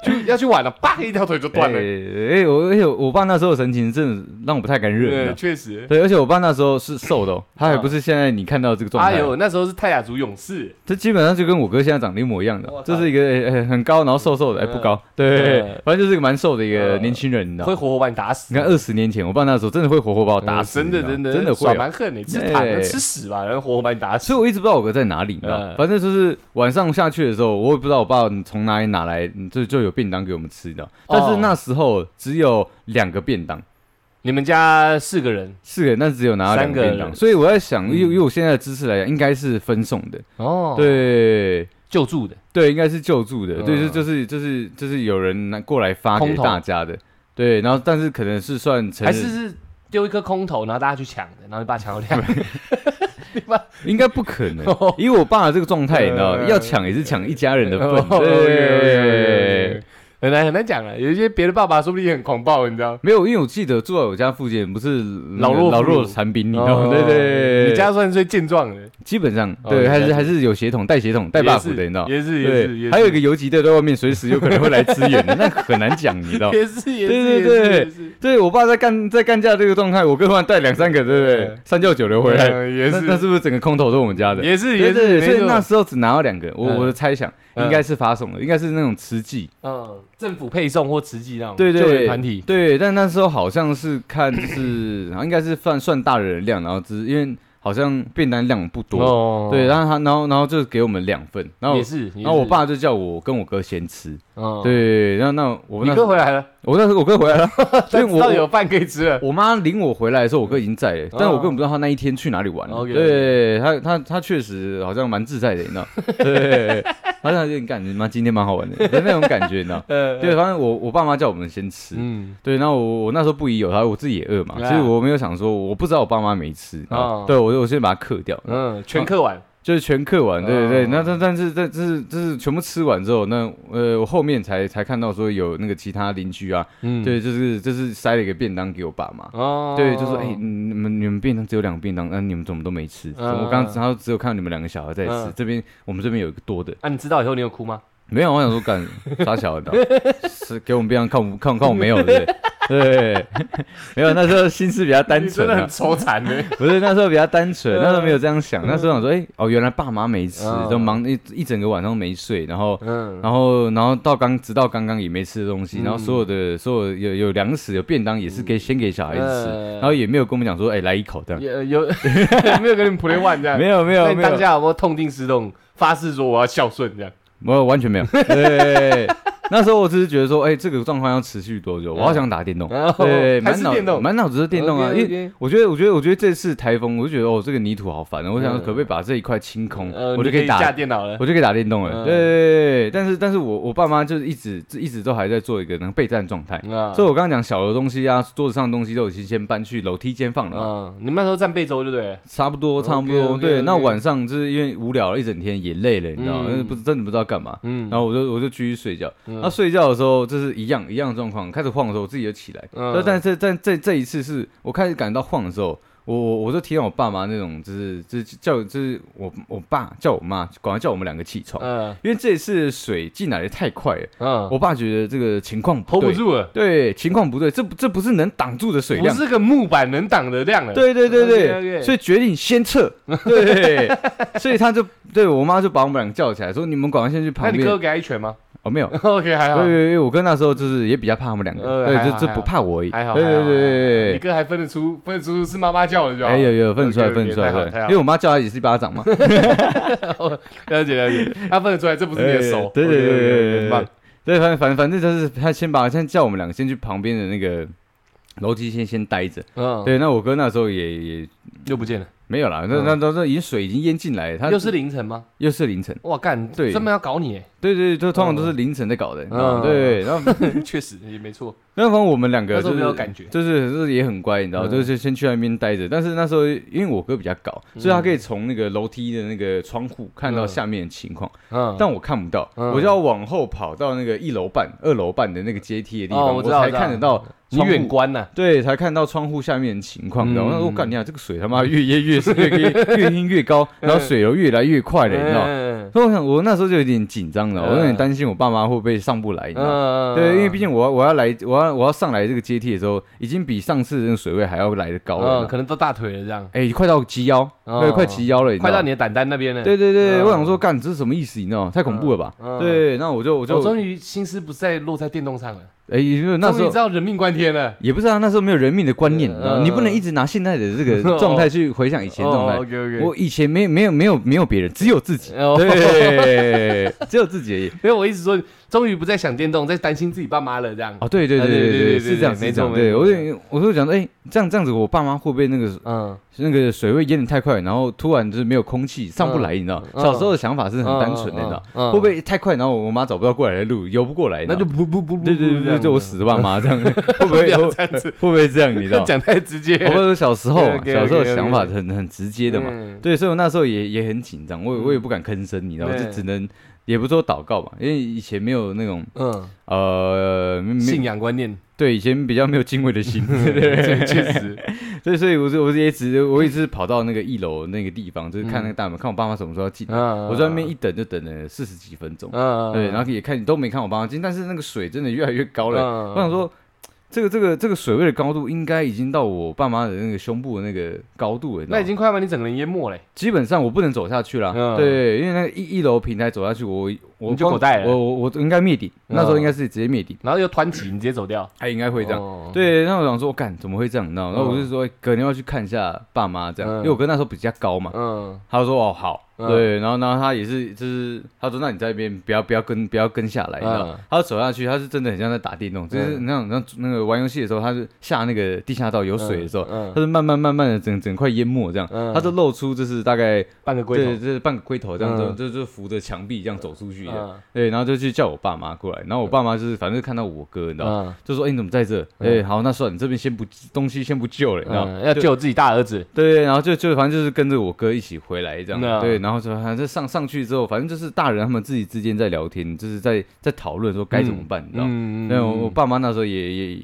Speaker 1: 去要去玩了，叭一条腿就断
Speaker 2: 断
Speaker 1: 了
Speaker 2: 了。。 哎，我而且我爸那时候的神情真的让我不太敢惹你知
Speaker 1: 对，
Speaker 2: 道。
Speaker 1: 确实。
Speaker 2: 对，而且我爸那时候是瘦的，哦，他还不是现在你看到这个状
Speaker 1: 哎
Speaker 2: 态。
Speaker 1: 呦，那时候是泰雅族勇士，
Speaker 2: 这基本上就跟我哥现在长得一模一样的
Speaker 1: 我，操
Speaker 2: 就是一个 哎哎很高，然后瘦瘦的，哎不高，对
Speaker 1: 嗯，
Speaker 2: 反正就是一个蛮瘦的一个
Speaker 1: 嗯
Speaker 2: 年轻人，你知
Speaker 1: 会
Speaker 2: 道。
Speaker 1: 活活把你打死。
Speaker 2: 你看二十年前，我爸那时候真的会活活把我打
Speaker 1: 嗯
Speaker 2: 死，
Speaker 1: 真的
Speaker 2: 你知道
Speaker 1: 真的
Speaker 2: 真的会
Speaker 1: 耍
Speaker 2: 哦。
Speaker 1: 蛮横，你吃糖
Speaker 2: 对
Speaker 1: 吃屎吧，然后活活把你打死
Speaker 2: 所。以我一直不知道我哥在哪里，你知道
Speaker 1: 嗯。
Speaker 2: 反正就是晚上下去的时候，我也不知道我爸从哪里拿来，嗯就就有便当给我们吃的。
Speaker 1: 哦
Speaker 2: 但是那时候只有两个便当。
Speaker 1: 你们家四个人
Speaker 2: 四个人，但只有拿到两
Speaker 1: 三个
Speaker 2: 个便当，
Speaker 1: 人嗯
Speaker 2: 所以我在想，因为以我现在的知识来讲，应该是分送的，
Speaker 1: 哦，，
Speaker 2: 对
Speaker 1: 救助的，
Speaker 2: 对，应该是救助的，
Speaker 1: 嗯
Speaker 2: 对，就就是就是就是有人拿过来发给
Speaker 1: 空投
Speaker 2: 大家的，对，然后但是可能是算成
Speaker 1: 还是是丢一颗空投，然后大家去抢的，然后你爸抢了 两个，你爸
Speaker 2: 应该不可 能
Speaker 1: 哦，
Speaker 2: 以我爸的这个状态，你知道吗，
Speaker 1: 嗯
Speaker 2: 要抢也是抢一家人的 份，
Speaker 1: 哦
Speaker 2: 对。
Speaker 1: 很难很难讲啊了。有一些别的爸爸说不定也很狂暴，你知道？
Speaker 2: 没有，因为我记得住在我家附近不是
Speaker 1: 老弱妇孺
Speaker 2: 老弱残兵，你知道吗？
Speaker 1: 哦
Speaker 2: 对对，
Speaker 1: 你家算是最健壮的，
Speaker 2: 基本上
Speaker 1: 哦
Speaker 2: 对，
Speaker 1: 你家
Speaker 2: 还是还是有血统带血统带
Speaker 1: 也
Speaker 2: buff
Speaker 1: 是
Speaker 2: 的，你知道吗？
Speaker 1: 也是也是，也是
Speaker 2: 对，还有一个游击队在外面随时有可能会来支援的，那很难讲，你知 道？
Speaker 1: 也是也是
Speaker 2: 对对
Speaker 1: 也
Speaker 2: 对
Speaker 1: 是也是，
Speaker 2: 对我爸在干在干架这个状态，我哥突然带两三个，对不对
Speaker 1: 对？
Speaker 2: 三教九流回来，
Speaker 1: 嗯也
Speaker 2: 那
Speaker 1: 是
Speaker 2: 那是不是整个空投都我们家的？
Speaker 1: 也是
Speaker 2: 对
Speaker 1: 也
Speaker 2: 对
Speaker 1: 是，
Speaker 2: 对，所以那
Speaker 1: 没错
Speaker 2: 时候只拿到两个，我
Speaker 1: 嗯
Speaker 2: 我的猜想
Speaker 1: 嗯
Speaker 2: 应该是发送的，应该是那种慈济，
Speaker 1: 嗯，政府配送或慈济那种
Speaker 2: 对
Speaker 1: 救
Speaker 2: 对
Speaker 1: 援团体，
Speaker 2: 对，但那时候好像是看就是， 好像应该是算算大人的量，然后只是因为好像便当量不多，
Speaker 1: 哦
Speaker 2: 对，然后他然后然后就给我们两份，然后
Speaker 1: 也是，也
Speaker 2: 然后我
Speaker 1: 是，
Speaker 2: 爸就叫我跟我哥先吃，
Speaker 1: 嗯，
Speaker 2: 对，然后那我
Speaker 1: 你
Speaker 2: 那
Speaker 1: 哥回来了，
Speaker 2: 我那时候我哥 回来了，所以
Speaker 1: 知道有
Speaker 2: 我
Speaker 1: 饭可以吃了，
Speaker 2: 我妈领我回来的时候，我哥已经在了，但我根本不知道他那一天去哪里玩了。
Speaker 1: 哦 OK
Speaker 2: 对他，他他确实好像蛮自在的， 你知道？对，他那有点感觉，妈今天蛮好玩的，有那种感觉，你 知道？
Speaker 1: 呃，
Speaker 2: 对，反正我我爸妈叫我们先吃。
Speaker 1: 嗯，
Speaker 2: 对，然后我我那时候不疑有他，我自己也饿嘛，
Speaker 1: 对啊
Speaker 2: 所以我没有想说，我不知道我爸妈没吃，
Speaker 1: 哦
Speaker 2: 对我我先把它克掉，
Speaker 1: 嗯，全刻完，
Speaker 2: 就是全嗑完，对对对。
Speaker 1: 哦
Speaker 2: 那但但是但这是这是全部吃完之后，那呃我后面才才看到说有那个其他邻居啊，
Speaker 1: 嗯，
Speaker 2: 对，就是就是塞了一个便当给我爸妈。
Speaker 1: 哦，
Speaker 2: 对，就说哎、你们你们便当只有两个便当，那、你们怎么都没吃？
Speaker 1: 嗯
Speaker 2: 我刚刚然后只有看到你们两个小孩在吃，
Speaker 1: 嗯
Speaker 2: 这边我们这边有一个多的，
Speaker 1: 啊，你知道以后你有哭吗？
Speaker 2: 没有，我想说 干傻小的，是给我们便当看我看看我没有对 不对？对，没有那时候心思比较单
Speaker 1: 你真
Speaker 2: 纯、
Speaker 1: 的很
Speaker 2: 啊，
Speaker 1: 愁惨的，
Speaker 2: 不是那时候比较单纯，
Speaker 1: 嗯
Speaker 2: 那时候没有这样想，那时候想说哎、哦原来爸妈没吃
Speaker 1: 嗯，
Speaker 2: 就忙一一整个晚上没睡，然后。
Speaker 1: 嗯，
Speaker 2: 然后，然后到刚直到刚刚也没吃的东西，
Speaker 1: 嗯
Speaker 2: 然后所有的所有有有粮食有便当也是给先给小孩子吃，
Speaker 1: 嗯
Speaker 2: 然后也没有跟我们讲说，哎，来一口这样，
Speaker 1: 有 有没有给你们 play one 这样？
Speaker 2: 没有没
Speaker 1: 那
Speaker 2: 有
Speaker 1: 你
Speaker 2: 没
Speaker 1: 当
Speaker 2: 有，
Speaker 1: 下有没有痛定思痛，发誓说我要孝顺这样？
Speaker 2: 没有完全没有。对，那时候我只是觉得说，哎，这个状况要持续多久？我好想打电动
Speaker 1: 嗯，
Speaker 2: 哦对，
Speaker 1: 还
Speaker 2: 满
Speaker 1: 是
Speaker 2: 脑
Speaker 1: 电动
Speaker 2: 满脑子是电动啊，因
Speaker 1: OK，OK
Speaker 2: 为我觉得我觉得我觉得这次台风，我就觉得哦，这个泥土好烦啊，我想
Speaker 1: 嗯
Speaker 2: 可不可以把这一块清空，
Speaker 1: 呃，
Speaker 2: 我就
Speaker 1: 你可
Speaker 2: 可以打
Speaker 1: 架电脑了。
Speaker 2: 我就可以打电动了。
Speaker 1: 嗯
Speaker 2: 对对，对但是但是我我爸妈就是一直一直都还在做一个那个备战状态。
Speaker 1: 啊
Speaker 2: 所以我刚刚讲小的东西啊，桌子上的东西都已经先搬去楼梯间放了嘛，
Speaker 1: 嗯，你们那时候站背周就对了，
Speaker 2: 差不多差不多。
Speaker 1: OK，OK，OK
Speaker 2: 对，那晚上就是因为无聊了一整天，也累了，你知道吗？
Speaker 1: 嗯
Speaker 2: 因为不真的不知道干嘛。
Speaker 1: 嗯，
Speaker 2: 然后我就我就继续睡觉。
Speaker 1: 嗯
Speaker 2: 那睡觉的时候就是一样一样的状况，开始晃的时候我自己就起来。
Speaker 1: 嗯
Speaker 2: 但但这但这这一次是我开始感到晃的时候，我我我就听到我爸妈那种就是就是叫就是我我爸叫我妈，赶快叫我们两个起床，
Speaker 1: 嗯
Speaker 2: 因为这一次水进来的太快了，
Speaker 1: 嗯
Speaker 2: 我爸觉得这个情况不
Speaker 1: ，hold 不
Speaker 2: 对。
Speaker 1: 住了，
Speaker 2: 对，情况不对，这不这不是能挡住的水
Speaker 1: 不
Speaker 2: 量。
Speaker 1: 是个木板能挡得亮了。，
Speaker 2: 对对对对
Speaker 1: OK，OK
Speaker 2: 所以决定 先撤。对，所以他就对我妈就把我们两个叫起来，说你们赶快先去
Speaker 1: 那
Speaker 2: 旁
Speaker 1: 你哥
Speaker 2: 边。
Speaker 1: 给他一拳吗
Speaker 2: 哦，没有，对
Speaker 1: ？OK，还好
Speaker 2: 对，对，我哥那时候就是也比较怕他们两个，
Speaker 1: 呃还
Speaker 2: 对，
Speaker 1: 好
Speaker 2: 就
Speaker 1: 还
Speaker 2: 就
Speaker 1: 好
Speaker 2: 不怕我而已。
Speaker 1: 还好，
Speaker 2: 对
Speaker 1: 还
Speaker 2: 对
Speaker 1: 好还好
Speaker 2: 对
Speaker 1: 你
Speaker 2: 对对。
Speaker 1: 哥还分得出分得出是妈妈叫的呃就好。
Speaker 2: 哎，有有分得出来，
Speaker 1: OK，OK，
Speaker 2: 分得出来，
Speaker 1: 太好
Speaker 2: 分得出
Speaker 1: 太好
Speaker 2: 来因为我妈叫他也是一巴 掌嘛，
Speaker 1: 了解了 解，他分得出来，这不是你的手
Speaker 2: 哎。对对对对
Speaker 1: OK，OK，OK，
Speaker 2: 对对
Speaker 1: 很棒
Speaker 2: 对，对，反正反正反正就是他先把先叫我们两个先去旁边的那个楼梯先先待着。
Speaker 1: 嗯，
Speaker 2: 对，那我哥那时候也也
Speaker 1: 又不见了，
Speaker 2: 没有啦，那那那那已经水已经淹进来了，他
Speaker 1: 嗯又是凌晨吗？
Speaker 2: 又是凌晨。
Speaker 1: 哇，干，
Speaker 2: 对
Speaker 1: 专门要搞 你，
Speaker 2: 对对，就通常都是凌晨在搞的，你知道吗
Speaker 1: 嗯
Speaker 2: 对。然后
Speaker 1: 哎确实也没错。
Speaker 2: 那反正我们两个
Speaker 1: 那时
Speaker 2: 就
Speaker 1: 候
Speaker 2: 是
Speaker 1: 没有感觉
Speaker 2: 就是就是也很乖，你知道，
Speaker 1: 嗯
Speaker 2: 就是先去那边待着。但是那时候因为我哥比较高，所以他可以从那个楼梯的那个窗户看到
Speaker 1: 嗯
Speaker 2: 下面的情况，
Speaker 1: 嗯，
Speaker 2: 但我看不到，
Speaker 1: 嗯
Speaker 2: 我就要往后跑到那个一楼半、二楼半的那个阶梯的地
Speaker 1: 哦
Speaker 2: 方，
Speaker 1: 我
Speaker 2: 我
Speaker 1: 知道
Speaker 2: 才看得到
Speaker 1: 你
Speaker 2: 窗户
Speaker 1: 远。观呐，
Speaker 2: 对，才看到窗户下面的情况，你知道吗？
Speaker 1: 嗯
Speaker 2: 那我干你啊，这个水他妈越淹越深，越越越淹越高，然后水流越来越快了，你知道吗？
Speaker 1: 嗯
Speaker 2: 所以我想，我那时候就有点紧张了，我有点担心我爸妈会不会上不来，你知道吗？
Speaker 1: 嗯
Speaker 2: 对，因为毕竟我要我要来我要我要上来这个阶梯的时候，已经比上次的那个水位还要来的高了
Speaker 1: 嗯，
Speaker 2: 你知道吗。
Speaker 1: 可能到大腿了这样，
Speaker 2: 哎、快到及腰，
Speaker 1: 哦
Speaker 2: 对，快及腰了，你知
Speaker 1: 快
Speaker 2: 道
Speaker 1: 到
Speaker 2: 吗
Speaker 1: 你的胆丹那边了。
Speaker 2: 对对对，
Speaker 1: 嗯
Speaker 2: 我想说，干这是什么意思？你知道吗？太恐怖了吧？
Speaker 1: 嗯
Speaker 2: 对，那我就我
Speaker 1: 我
Speaker 2: 就
Speaker 1: 终于心思不再落在电动上了，
Speaker 2: 哎，也就是那时
Speaker 1: 终于
Speaker 2: 候
Speaker 1: 知道人命关天了。
Speaker 2: 也不是啊，那时候没有人命的观念，
Speaker 1: 嗯
Speaker 2: 你知道吗？你不能一直拿现在的这
Speaker 1: 哦
Speaker 2: 个状态去回想以前的状态。
Speaker 1: OK OK，
Speaker 2: 我以前没没有没有没有别人，只有自己，
Speaker 1: 哦
Speaker 2: 对，只有自己而已。
Speaker 1: 因为我一直说，终于不再想电动，在担心自己爸妈了这样。
Speaker 2: 哦，对对
Speaker 1: 啊
Speaker 2: 对
Speaker 1: 对
Speaker 2: 对
Speaker 1: 对
Speaker 2: 对
Speaker 1: 对
Speaker 2: 是这样，
Speaker 1: 对
Speaker 2: 是
Speaker 1: 没
Speaker 2: 这
Speaker 1: 错
Speaker 2: 样。
Speaker 1: 没
Speaker 2: 对
Speaker 1: 错
Speaker 2: 我有点，我就讲说，哎，这样这样子，我爸妈会不会那个
Speaker 1: 嗯，
Speaker 2: 那个水位淹的太快，然后突然就是没有空气上不来，你知道？
Speaker 1: 嗯
Speaker 2: 小时候的想法是很单纯的，你知道？会不
Speaker 1: 会？
Speaker 2: 会太快，然后我妈找不到过来的路，游不过来？你知
Speaker 1: 那
Speaker 2: 道
Speaker 1: 就不不不不，
Speaker 2: 对对对对，就我死的爸妈这 样，会不会
Speaker 1: 不要
Speaker 2: 会
Speaker 1: 这样子，
Speaker 2: 不会这样？你知道？
Speaker 1: 讲太直接。
Speaker 2: 我说小时候嘛，
Speaker 1: OK，OK，OK，OK
Speaker 2: 小时候的想法很很直接的嘛。
Speaker 1: 嗯
Speaker 2: 对，所以我那时候也也很紧张，我也我也不敢吭声，你知道，
Speaker 1: 对
Speaker 2: 就只能也不是说祷告嘛，因为以前没有那种
Speaker 1: 嗯，
Speaker 2: 呃，没没
Speaker 1: 信仰观念，
Speaker 2: 对以前比较没有敬畏的心，对对对
Speaker 1: 对，确实，
Speaker 2: 所以，所以我就我就一直我一直跑到那个一楼那个地方，就是看那个大门，看我爸妈什么时候要进来。
Speaker 1: 嗯
Speaker 2: 我在那边一，等就等了四十几分钟，
Speaker 1: 嗯，
Speaker 2: 对，然后也看都没看我爸妈进，但是那个水真的越来越高了。
Speaker 1: 嗯
Speaker 2: 我想，说，这个这个这个水位的高度应该已经到我爸妈的那个胸部的那个高度了，你知道
Speaker 1: 那
Speaker 2: 吗
Speaker 1: 已经快把你整个人淹没了。
Speaker 2: 基本上我不能走下去了。
Speaker 1: 嗯
Speaker 2: 对，因为那个一一楼平台走下去，我我
Speaker 1: 你就
Speaker 2: 光
Speaker 1: 口袋了
Speaker 2: 我我我应该灭顶，
Speaker 1: 嗯
Speaker 2: 那时候应该是直接灭顶，
Speaker 1: 然后又团体，你直接走掉，
Speaker 2: 还应该会这样。
Speaker 1: 样，
Speaker 2: 对，那我想说，干怎么会这样？你知道吗？然后我
Speaker 1: 哦嗯
Speaker 2: 就说，哎哥，你要不要去看一下爸妈这
Speaker 1: 嗯
Speaker 2: 样，因为我哥那时候比较高嘛。
Speaker 1: 嗯，
Speaker 2: 他说哦好，
Speaker 1: 嗯
Speaker 2: 对，然后然后他也是就是他说那你在那边不要不要跟不要跟下来，你知道吗
Speaker 1: 嗯
Speaker 2: 他走下去，他是真的很像在打电动，就是
Speaker 1: 嗯
Speaker 2: 那种那种那个玩游戏的时候，他是下那个地下道有水的时候，
Speaker 1: 嗯嗯
Speaker 2: 他是慢慢慢慢的整整块淹没这样，
Speaker 1: 嗯
Speaker 2: 他就露出就是大概
Speaker 1: 半个龟
Speaker 2: 对
Speaker 1: 头，
Speaker 2: 就是半个龟头这样子，
Speaker 1: 嗯
Speaker 2: 就就扶着墙壁这样走出去的，
Speaker 1: 嗯
Speaker 2: 对，然后就去叫我爸妈过来，然后我爸妈就是反正看到我哥，你知道吗。
Speaker 1: 嗯
Speaker 2: 就说：“哎、你怎么在这？哎、好，那算了，你这边先不东西先不救了，你知道吗？
Speaker 1: 嗯，要
Speaker 2: 就
Speaker 1: 救自己大儿子，
Speaker 2: 对，然后就就反正就是跟着我哥一起回来这样，
Speaker 1: 嗯啊
Speaker 2: 对，然然后说反正上上去之后，反正就是大人他们自己之间在聊天，就是在在讨论说该怎么办，你知道吗？
Speaker 1: 嗯
Speaker 2: 那我我爸妈那时候也也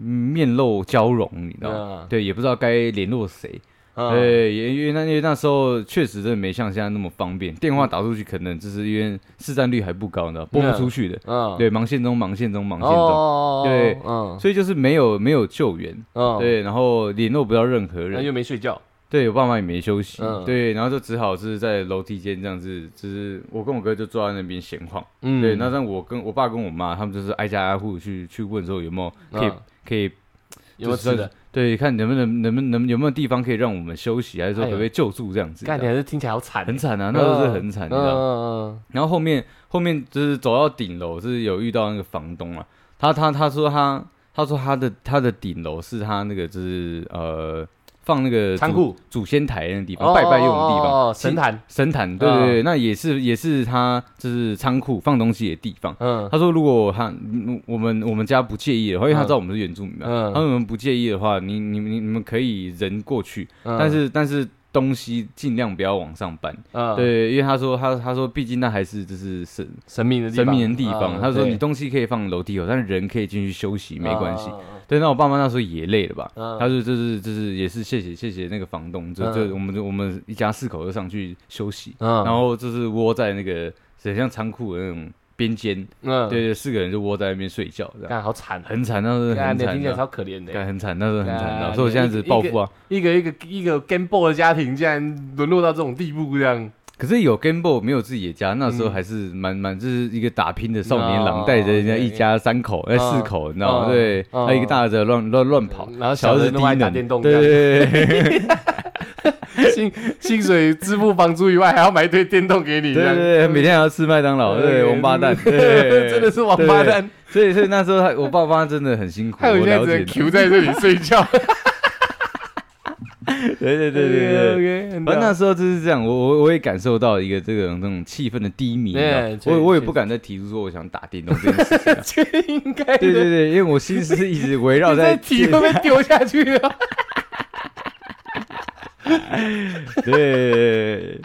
Speaker 2: 嗯面露交融，你知道吗？
Speaker 1: 嗯
Speaker 2: 对，也不知道该联络谁。
Speaker 1: 嗯
Speaker 2: 对，也因为那因为那时候确实真的没像现在那么方便，电话打出去可能就是因为市占率还不高，你知道拨不出去的。
Speaker 1: 嗯，
Speaker 2: 对，忙线中，忙线中，忙线中，
Speaker 1: 哦，
Speaker 2: 对
Speaker 1: 嗯
Speaker 2: 所以就是没有没有救援。
Speaker 1: 嗯，
Speaker 2: 对，然后联络不到任何
Speaker 1: 那
Speaker 2: 人，
Speaker 1: 又没睡觉，
Speaker 2: 对我爸妈也没休息，
Speaker 1: 嗯
Speaker 2: 对，然后就只好是在楼梯间这样子，就是我跟我哥就坐在那边闲晃，
Speaker 1: 嗯
Speaker 2: 对，那但我跟我爸跟我妈他们就是挨家挨户去去问说有没有可以、
Speaker 1: 嗯
Speaker 2: 可以
Speaker 1: 有没有
Speaker 2: 就是
Speaker 1: 吃
Speaker 2: 说
Speaker 1: 的？
Speaker 2: 对，看能不能能不能有没有地方可以让我们休息，还是说可不可以救助这样
Speaker 1: 哎
Speaker 2: 子？
Speaker 1: 干，你还是听起来好惨，
Speaker 2: 很
Speaker 1: 惨，
Speaker 2: 惨啊，那时候是很惨，
Speaker 1: 嗯
Speaker 2: 你知道。
Speaker 1: 嗯
Speaker 2: 然后后面后面就是走到顶楼，就是有遇到那个房东啊，他他他说他他说他的他的顶楼是他那个就是呃放那个
Speaker 1: 嗯，
Speaker 2: 祖
Speaker 1: 仓库
Speaker 2: 祖先台那个地方
Speaker 1: 哦
Speaker 2: 拜拜用的地
Speaker 1: 哦哦
Speaker 2: 方，
Speaker 1: 哦神坛，啊
Speaker 2: 神坛，对对对，那也是也是他就是仓库放东西的地方。
Speaker 1: 嗯
Speaker 2: 他说：“如果他嗯我们我们家不介意的话，因为他
Speaker 1: 嗯
Speaker 2: 知道我们是原住民嘛，
Speaker 1: 嗯
Speaker 2: 他说你们不介意的话，你你们你们可以人过去，
Speaker 1: 嗯
Speaker 2: 但是但是东西尽量不要往上搬。
Speaker 1: 嗯，
Speaker 2: 对，因为他说他他说毕竟那还是就是神
Speaker 1: 神秘的地
Speaker 2: 神
Speaker 1: 方
Speaker 2: 秘的地方，
Speaker 1: 嗯
Speaker 2: 他说
Speaker 1: 对
Speaker 2: 你东西可以放楼梯口，但是人可以进去休息，没关系。
Speaker 1: 嗯嗯
Speaker 2: 对，那我爸妈那时候也累了吧？
Speaker 1: 嗯
Speaker 2: 他说就是就是也是谢谢谢谢那个房
Speaker 1: 啊
Speaker 2: 东，就就我们就我们一家四口就上去休息，
Speaker 1: 嗯
Speaker 2: 然后就是窝在那个很像仓库的那种边间，
Speaker 1: 嗯，
Speaker 2: 对对，四个人就窝在那边睡觉，这样
Speaker 1: 干好惨，
Speaker 2: 很惨，那时候
Speaker 1: 干
Speaker 2: 很
Speaker 1: 你听
Speaker 2: 惨
Speaker 1: 起来
Speaker 2: 的，
Speaker 1: 超可怜的，
Speaker 2: 干很惨，那时候很惨的，
Speaker 1: 干
Speaker 2: 所以我现在
Speaker 1: 一
Speaker 2: 是
Speaker 1: 个
Speaker 2: 报复啊。
Speaker 1: 一个一个一个 Game Boy 的家庭，竟然沦落到这种地步，这 样
Speaker 2: 可是有 Game Boy 没有自己的家，那时候
Speaker 1: 嗯
Speaker 2: 还是蛮蛮就是一个打拼的少年郎，
Speaker 1: 哦
Speaker 2: 带着人家
Speaker 1: 对
Speaker 2: 一家三口，哎
Speaker 1: 嗯
Speaker 2: 四口，你知道吗？
Speaker 1: 嗯
Speaker 2: 对，
Speaker 1: 嗯
Speaker 2: 他一个大的乱乱乱跑，
Speaker 1: 然后小
Speaker 2: 的
Speaker 1: 的
Speaker 2: 是
Speaker 1: 都
Speaker 2: 低
Speaker 1: 爱打
Speaker 2: 能，
Speaker 1: 电动，
Speaker 2: 对
Speaker 1: 这样
Speaker 2: 对 对对
Speaker 1: 薪薪水支付房租以外，还要买一堆电动给你，
Speaker 2: 对
Speaker 1: 这
Speaker 2: 对
Speaker 1: 样
Speaker 2: 对，每天还要吃麦当劳，对，王八蛋，对
Speaker 1: 真的是王八。
Speaker 2: 对
Speaker 1: 蛋，
Speaker 2: 所以所以那时候他我爸妈真的很辛苦，
Speaker 1: 害
Speaker 2: 我
Speaker 1: 我现在
Speaker 2: 了
Speaker 1: 只
Speaker 2: 解
Speaker 1: 能
Speaker 2: 的。
Speaker 1: Q 在这里睡觉。
Speaker 2: 对对 对对对。
Speaker 1: 哎对啊
Speaker 2: 反正那时候就是这样，我我我也感受到一个这种这种气氛的低迷，你知道
Speaker 1: 对
Speaker 2: 吗
Speaker 1: 确
Speaker 2: 我我也
Speaker 1: 哎确
Speaker 2: 不敢再提出说我想打电动这 件事情了。
Speaker 1: 这应该
Speaker 2: 对对
Speaker 1: 的，
Speaker 2: 对，因为我心思一直围绕
Speaker 1: 你
Speaker 2: 在
Speaker 1: 这题会被丢下去啊！
Speaker 2: 对，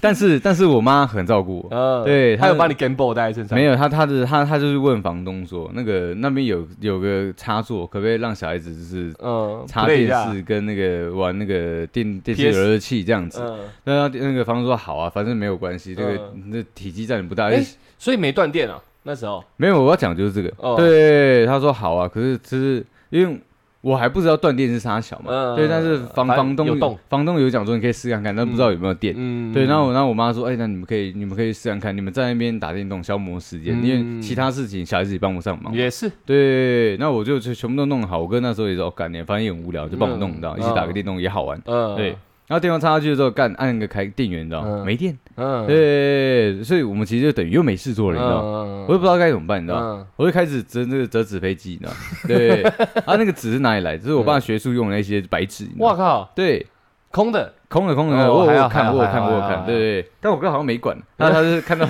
Speaker 2: 但是但是我妈很照顾我，
Speaker 1: 嗯
Speaker 2: 对
Speaker 1: 他
Speaker 2: 他
Speaker 1: 有帮你 Game Boy 带在身上，
Speaker 2: 没有她她的她她就是问房东说，那个那边有有个插座，可不可以让小孩子就是
Speaker 1: 嗯，
Speaker 2: 插
Speaker 1: play 一
Speaker 2: 电
Speaker 1: 下，
Speaker 2: 视跟那个玩那个电电视
Speaker 1: PS
Speaker 2: 游乐器这样子？
Speaker 1: 嗯，
Speaker 2: 那那个房东说好啊，反正没有关系，这个那体积占不大。
Speaker 1: 哎所以没断电啊，那时候，
Speaker 2: 没有，我要讲就是这个。
Speaker 1: 哦
Speaker 2: 对，他说好啊，可是就是因为。我还不知道断电是啥小嘛，
Speaker 1: 嗯
Speaker 2: 对，但是房
Speaker 1: 反正
Speaker 2: 房
Speaker 1: 有
Speaker 2: 东
Speaker 1: 动
Speaker 2: 房东有讲说你可以试看看，但不知道有没有电。
Speaker 1: 嗯
Speaker 2: 对，然后我然后我妈说，哎、那你们可以你们可以试看看，你们在那边打电动消磨时间，
Speaker 1: 嗯
Speaker 2: 因为其他事情小孩子也帮不上忙。
Speaker 1: 也是，
Speaker 2: 对，那我就就全部都弄好。我哥那时候也说，哦干、你反正也很无聊，就帮我弄到、
Speaker 1: 嗯
Speaker 2: 一起打个电动也好玩。
Speaker 1: 嗯，
Speaker 2: 对，，然后电话插上去之后，干按个开电源，你知道吗？
Speaker 1: 嗯
Speaker 2: 没电。
Speaker 1: 嗯，
Speaker 2: 对，所以我们其实就等于又没事做了，你知道吗？
Speaker 1: 嗯，
Speaker 2: 我也不知道该怎么办，你知道吗？
Speaker 1: 嗯
Speaker 2: 我就开始折那个折纸飞机，你知道吗？ 对，啊，那个纸是哪里来的？就是我爸学术用的那些白纸，你知
Speaker 1: 嗯
Speaker 2: 道
Speaker 1: 哇
Speaker 2: 吗？
Speaker 1: 靠，
Speaker 2: 对，
Speaker 1: 空的，
Speaker 2: 空了空了，
Speaker 1: 哦
Speaker 2: 我我
Speaker 1: 还好
Speaker 2: 有看
Speaker 1: 还好
Speaker 2: 我有看
Speaker 1: 还好
Speaker 2: 我有
Speaker 1: 还
Speaker 2: 看，
Speaker 1: 好
Speaker 2: 对对对，但我哥好像没管， 他他是 看到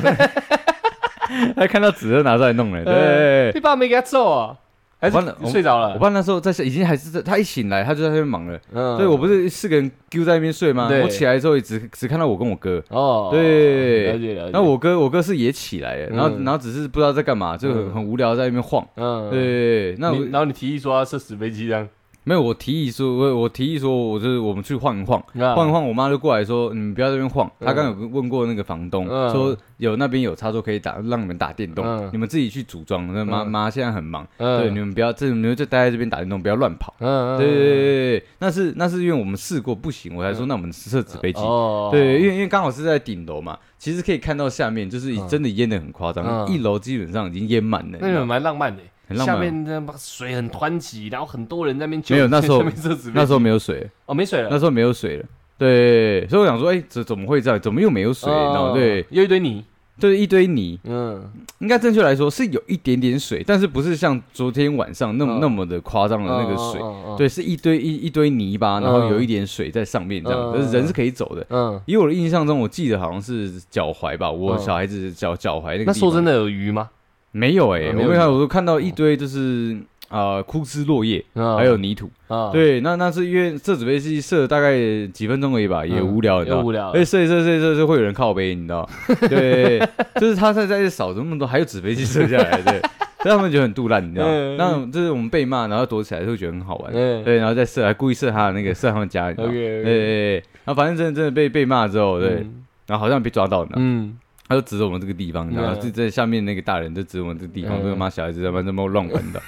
Speaker 2: 他看到纸就拿出来弄
Speaker 1: 哎
Speaker 2: 了，对。
Speaker 1: 你爸没给他揍啊？还是
Speaker 2: 我忘了我
Speaker 1: 睡着
Speaker 2: 我
Speaker 1: 了？
Speaker 2: 爸那时候在已经还是在，他一醒来他就在那边忙了，
Speaker 1: 嗯
Speaker 2: 对我不是四个人丢在那边睡吗？
Speaker 1: 对
Speaker 2: 我起来之后也只只看到我跟我哥，
Speaker 1: 哦，
Speaker 2: 对
Speaker 1: 了解了解。
Speaker 2: 然后我哥我哥是也起来了，然后
Speaker 1: 哎嗯
Speaker 2: 然后只是不知道在干嘛，就很
Speaker 1: 嗯
Speaker 2: 很无聊在那边晃，
Speaker 1: 嗯，
Speaker 2: 对，那
Speaker 1: 你
Speaker 2: 我
Speaker 1: 然后你提议说要射死飞机这样，
Speaker 2: 没有我提议说，我我提议说我就是我们去晃一晃。晃一
Speaker 1: 换
Speaker 2: 晃，我妈就过来说：“你们不要在那边晃。”
Speaker 1: 嗯
Speaker 2: 她刚刚有问过那个房东，
Speaker 1: 嗯
Speaker 2: 说有那边有插座可以打，让你们打电动，
Speaker 1: 嗯
Speaker 2: 你们自己去组装。那妈
Speaker 1: 嗯
Speaker 2: 妈现在很忙，
Speaker 1: 嗯
Speaker 2: 对，你们不要这，你们就待在这边打电动，不要乱跑。
Speaker 1: 嗯，
Speaker 2: 对对对对，那是那是因为我们试过不行，我才说那我们设纸飞机。
Speaker 1: 哦，
Speaker 2: 对，因为因为刚好是在顶楼嘛，其实可以看到下面，就是已
Speaker 1: 嗯
Speaker 2: 真的淹的很夸张，
Speaker 1: 嗯
Speaker 2: 一楼基本上已经淹满了。你
Speaker 1: 那
Speaker 2: 知
Speaker 1: 你们
Speaker 2: 道吗
Speaker 1: 蛮浪漫的，
Speaker 2: 很浪漫
Speaker 1: 下面那把水很湍急，然后很多人在那边救
Speaker 2: 没有那时候
Speaker 1: 下面射死飞机
Speaker 2: 那时候没有水，
Speaker 1: 哦没水了，
Speaker 2: 那时候没有水了。对，所以我想说，哎，怎怎么会这样？怎么又没有水？
Speaker 1: 哦
Speaker 2: 然后对，，
Speaker 1: 有一堆泥，
Speaker 2: 就是一堆泥，
Speaker 1: 嗯，
Speaker 2: 应该正确来说是有一点点水，但是不是像昨天晚上那么、
Speaker 1: 嗯
Speaker 2: 那么的夸张的那个水，
Speaker 1: 水，
Speaker 2: 对，是一堆一一堆泥巴，然后
Speaker 1: 嗯
Speaker 2: 有一点水在上面这样，
Speaker 1: 嗯
Speaker 2: 但是人是可以走的。
Speaker 1: 嗯，
Speaker 2: 以我的印象中，我记得好像是脚踝吧，我
Speaker 1: 嗯
Speaker 2: 小孩子脚脚踝那个地方。
Speaker 1: 那说真
Speaker 2: 的
Speaker 1: 的有鱼吗？
Speaker 2: 没有哎、
Speaker 1: 啊
Speaker 2: 我
Speaker 1: 没有
Speaker 2: 没看，我都看到一堆就是。呃枯枝落叶，
Speaker 1: 嗯
Speaker 2: 还有泥土。
Speaker 1: 啊，
Speaker 2: 对，那那是因为这纸飞机射了大概几分钟而已吧，也
Speaker 1: 嗯
Speaker 2: 无聊，你知道
Speaker 1: 又无聊了
Speaker 2: 哎，射一射射一射就会有人靠背，你知道？ 对，就是他在在这扫那么多，还有纸飞机射下来，对，所以他们觉得很肚烂，你知道
Speaker 1: 嗯？
Speaker 2: 那这是我们被骂，然后躲起来，就会觉得很好玩。
Speaker 1: 嗯哦
Speaker 2: 对，然后再射，还故意射他的那个射他们家，你知道？对
Speaker 1: OK，OK
Speaker 2: 对对，然后反正真的真的被被骂之后，对，
Speaker 1: 嗯
Speaker 2: 然后好像被抓到，你知道？
Speaker 1: 嗯，
Speaker 2: 他就指着我们这个地方，然后
Speaker 1: 嗯
Speaker 2: 就在下面那个大人就指我们这个地方，
Speaker 1: 嗯
Speaker 2: 说妈小孩子他妈这么乱 玩的。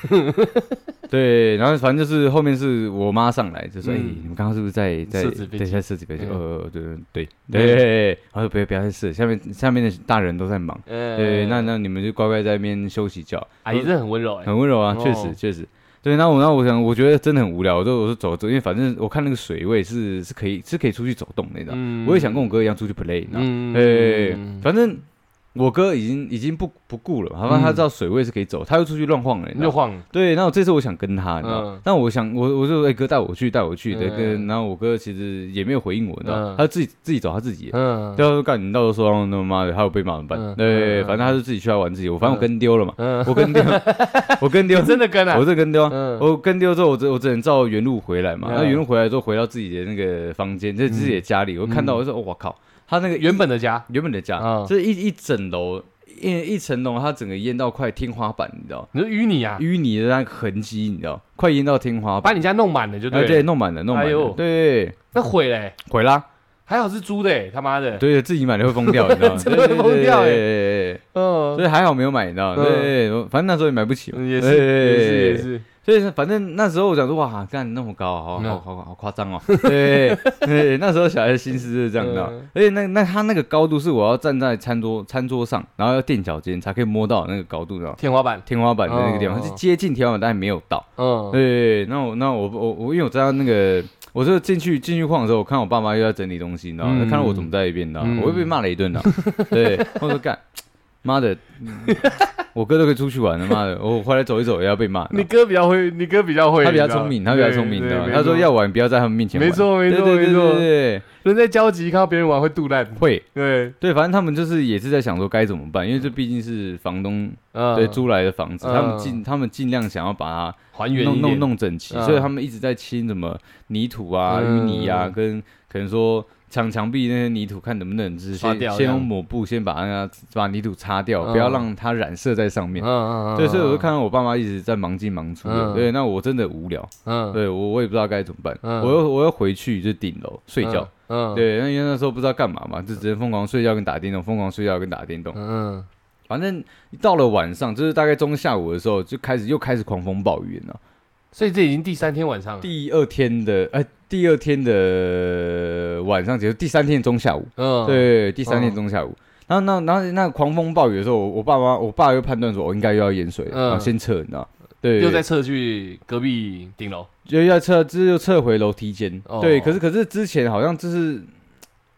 Speaker 2: 对，然后反正就是后面是我妈上来就说：“哎，
Speaker 1: 嗯
Speaker 2: 你们刚刚是不是在在
Speaker 1: 射纸飞机
Speaker 2: 对在射纸飞机？
Speaker 1: 嗯
Speaker 2: 呃，对对对对。”然后说不要不要再射，下面下面的大人都在忙。对，
Speaker 1: 对
Speaker 2: 那那你们就乖乖在那边休息觉，
Speaker 1: 阿姨真的很温柔哎，
Speaker 2: 很温柔啊，
Speaker 1: 哦
Speaker 2: 确实确实。对，那我那我想，我觉得真的很无聊，我就我就走走，因为反正我看那个水位是是可以是可以出去走动的，你知道。
Speaker 1: 嗯
Speaker 2: 我也想跟我哥一样出去 play，你知道。
Speaker 1: 嗯
Speaker 2: 哎、
Speaker 1: 嗯
Speaker 2: 反正我哥已经已经不不顾了嘛，他妈他知道水位是可以走，他又出去乱晃了，你知
Speaker 1: 又
Speaker 2: 道吗。
Speaker 1: 嗯晃，
Speaker 2: 对，那我这次我想跟他，你知道，
Speaker 1: 嗯
Speaker 2: 但我想我我就哎、哥带我去带我去的，
Speaker 1: 嗯
Speaker 2: 跟然后我哥其实也没有回应我，你知道，
Speaker 1: 嗯
Speaker 2: 他自己自己走他自己的。
Speaker 1: 嗯，
Speaker 2: 对啊，干你到时候说那他妈的，还有被骂怎么办？
Speaker 1: 嗯
Speaker 2: 对，
Speaker 1: 嗯
Speaker 2: 反正他就自己去他玩自己，我反正我
Speaker 1: 嗯
Speaker 2: 跟丢了嘛，
Speaker 1: 嗯
Speaker 2: 我跟丢，我跟丢
Speaker 1: 你，真的跟啊
Speaker 2: 我，这跟丢啊，
Speaker 1: 嗯
Speaker 2: 我跟丢之后，我只我只能照原路回来嘛。
Speaker 1: 嗯
Speaker 2: 那原路回来之后，回到自己的那个房间，就是自己的家里，我看
Speaker 1: 嗯
Speaker 2: 到我就说，哦我靠，他那个
Speaker 1: 原本的家，
Speaker 2: 原本的家，
Speaker 1: 嗯
Speaker 2: 就是一一整楼一一层楼，它整个淹到快天花板，你知道，
Speaker 1: 你说淤泥啊，
Speaker 2: 淤泥的那个痕迹，你知道，快淹到天花
Speaker 1: 把
Speaker 2: 板，
Speaker 1: 你家弄满了就
Speaker 2: 哎
Speaker 1: 对了，
Speaker 2: 弄满了，弄满
Speaker 1: 哎
Speaker 2: 了，
Speaker 1: 呦
Speaker 2: 对，
Speaker 1: 那毁哎嘞，
Speaker 2: 毁 啦，
Speaker 1: 还好是租的哎，他妈的，
Speaker 2: 对，自己买的会疯掉，你知道，
Speaker 1: 真的会疯掉哎
Speaker 2: 对对对对
Speaker 1: 嗯
Speaker 2: 所，以还好没有买，你知道，
Speaker 1: 嗯
Speaker 2: 对，我反正那时候也买不起嘛，
Speaker 1: 也
Speaker 2: 对
Speaker 1: 是也是也，是，
Speaker 2: 对对所以反正那时候我想说，哇，干那么高，啊好好
Speaker 1: 嗯
Speaker 2: 好好夸张哦，对对，那时候小孩的心思就是这样的，
Speaker 1: 嗯
Speaker 2: 而且那那他那个高度是我要站在餐桌餐桌上，然后要垫脚尖才可以摸到那个高度，你知道吗
Speaker 1: 天花板，
Speaker 2: 天花板的那个地方，
Speaker 1: 哦
Speaker 2: 它是接近天花板，但还没有到。
Speaker 1: 嗯，
Speaker 2: 对，那我那我我我，因为我知道那个，我就进去进去晃的时候，我看我爸妈又在整理东西，你知道吗？
Speaker 1: 嗯
Speaker 2: 看到我怎么在一边，你知道吗？
Speaker 1: 嗯
Speaker 2: 我又被骂了一顿了。对，我说干，妈的， 我哥都可以出去玩了，妈的，我回来走一走也要被骂。
Speaker 1: 你哥比较会，你哥比较会，
Speaker 2: 他比较
Speaker 1: 你知道
Speaker 2: 聪明，他比较聪明，你
Speaker 1: 对
Speaker 2: 知道吗
Speaker 1: 对没
Speaker 2: 他说
Speaker 1: 错
Speaker 2: 要玩不要在他们面前玩。
Speaker 1: 没错
Speaker 2: 对，
Speaker 1: 没错
Speaker 2: 对对
Speaker 1: 没错
Speaker 2: 对对，
Speaker 1: 人在焦急，看到别人玩会肚烂，
Speaker 2: 会。
Speaker 1: 对，
Speaker 2: 对，反正他们就是也是在想说该怎么办，因为这毕竟是房东
Speaker 1: 嗯，
Speaker 2: 对租来的房子，他们
Speaker 1: 嗯
Speaker 2: 尽他们尽量想要把
Speaker 1: 还
Speaker 2: 它
Speaker 1: 原
Speaker 2: 弄
Speaker 1: 一点
Speaker 2: 弄，弄整齐，
Speaker 1: 嗯
Speaker 2: 所以他们一直在清什么泥土啊、淤泥啊，
Speaker 1: 嗯
Speaker 2: 跟可能说墙墙壁那些泥土，看能不能就是
Speaker 1: 刷
Speaker 2: 先
Speaker 1: 掉这
Speaker 2: 先
Speaker 1: 样
Speaker 2: 用抹布先把那把泥土擦掉，
Speaker 1: 嗯
Speaker 2: 不要让它染色在上面。
Speaker 1: 嗯
Speaker 2: 对，所以我就，看到我爸妈一直在忙进忙出的，
Speaker 1: 嗯
Speaker 2: 对，那我真的无聊，
Speaker 1: 嗯，
Speaker 2: 对我我也不知道该怎么办，
Speaker 1: 嗯
Speaker 2: 我又我又回去就顶楼睡觉，
Speaker 1: 嗯，嗯，
Speaker 2: 对，那因为那时候不知道干嘛嘛，就只能疯狂睡觉跟打电动，疯狂睡觉跟打电动。
Speaker 1: 嗯，
Speaker 2: 反正到了晚上，就是大概中下午的时候，就开始又开始狂风暴雨了。
Speaker 1: 嗯所以这已经第三天晚上了，
Speaker 2: 第二天的哎、第二天的晚上结束，第三天中下午，
Speaker 1: 嗯，
Speaker 2: 对，第三天中下午。然后那那那那狂风暴雨的时候，我我爸妈我爸又判断说，哦我、应该又要淹水了，
Speaker 1: 嗯
Speaker 2: 然后先撤，你知道？对，
Speaker 1: 又再撤去隔壁顶楼，
Speaker 2: 就要撤，这又撤回楼梯间。
Speaker 1: 哦
Speaker 2: 对，可是可是之前好像就是，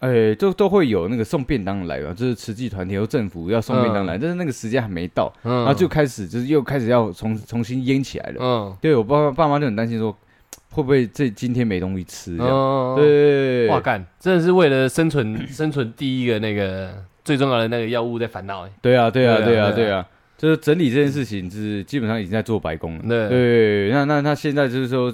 Speaker 2: 哎、都都会有那个送便当来嘛，就是慈济团体和政府要送便当来，但是那个时间还没到，
Speaker 1: 嗯，
Speaker 2: 然后就，开始就是又开始要重重新淹起来了。
Speaker 1: 嗯，
Speaker 2: 对我爸爸妈就很担心说，会不会这今天没东西吃这样？
Speaker 1: 嗯，
Speaker 2: 对，
Speaker 1: 哇干，真的是为了生存 生存第一个那个最重要的那个药物在烦恼，哎，
Speaker 2: 对啊，对啊，
Speaker 1: 对啊
Speaker 2: 对
Speaker 1: 对
Speaker 2: 啊，
Speaker 1: 啊
Speaker 2: 对啊，就是整理这件事情，就是基本上已经在做白工了。
Speaker 1: 对
Speaker 2: 对，那那那现在就是说，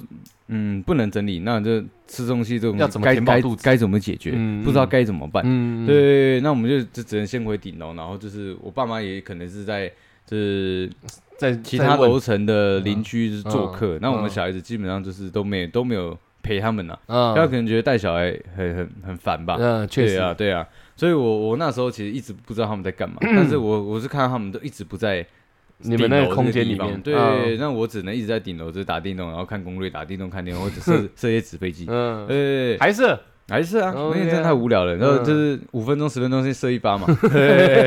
Speaker 2: 嗯，不能整理，那就吃东西这种
Speaker 1: 要怎么
Speaker 2: 该
Speaker 1: 填饱
Speaker 2: 该
Speaker 1: 肚子
Speaker 2: 该怎么解决，
Speaker 1: 嗯
Speaker 2: 不知道该怎么办。
Speaker 1: 嗯，
Speaker 2: 对，那我们就就只能先回顶楼，然后就是我爸妈也可能是在就是
Speaker 1: 在
Speaker 2: 其
Speaker 1: 在
Speaker 2: 他
Speaker 1: 问
Speaker 2: 楼层的邻居是做客，
Speaker 1: 嗯
Speaker 2: 那我们
Speaker 1: 嗯
Speaker 2: 小孩子基本上就是都没都没有陪他们呐、啊
Speaker 1: 嗯，
Speaker 2: 他可能觉得带小孩很很很烦吧，
Speaker 1: 嗯，确
Speaker 2: 对
Speaker 1: 实
Speaker 2: 啊，对啊，所以我我那时候其实一直不知道他们在 干嘛，但是我我是看到他们都一直不在
Speaker 1: 你们那
Speaker 2: 顶楼这
Speaker 1: 个空间
Speaker 2: 地
Speaker 1: 里
Speaker 2: 方
Speaker 1: 面，啊嗯
Speaker 2: 对，那我只能一直在顶楼就是打电动，然后看攻略，打电动看电动，或者 射射一些纸飞机，
Speaker 1: 嗯，嗯，
Speaker 2: 对，
Speaker 1: 还是，
Speaker 2: 还是啊，那
Speaker 1: OK
Speaker 2: 个
Speaker 1: 啊
Speaker 2: 真的太无聊了，然后
Speaker 1: 嗯
Speaker 2: 就是五分钟十分钟先射一发嘛，对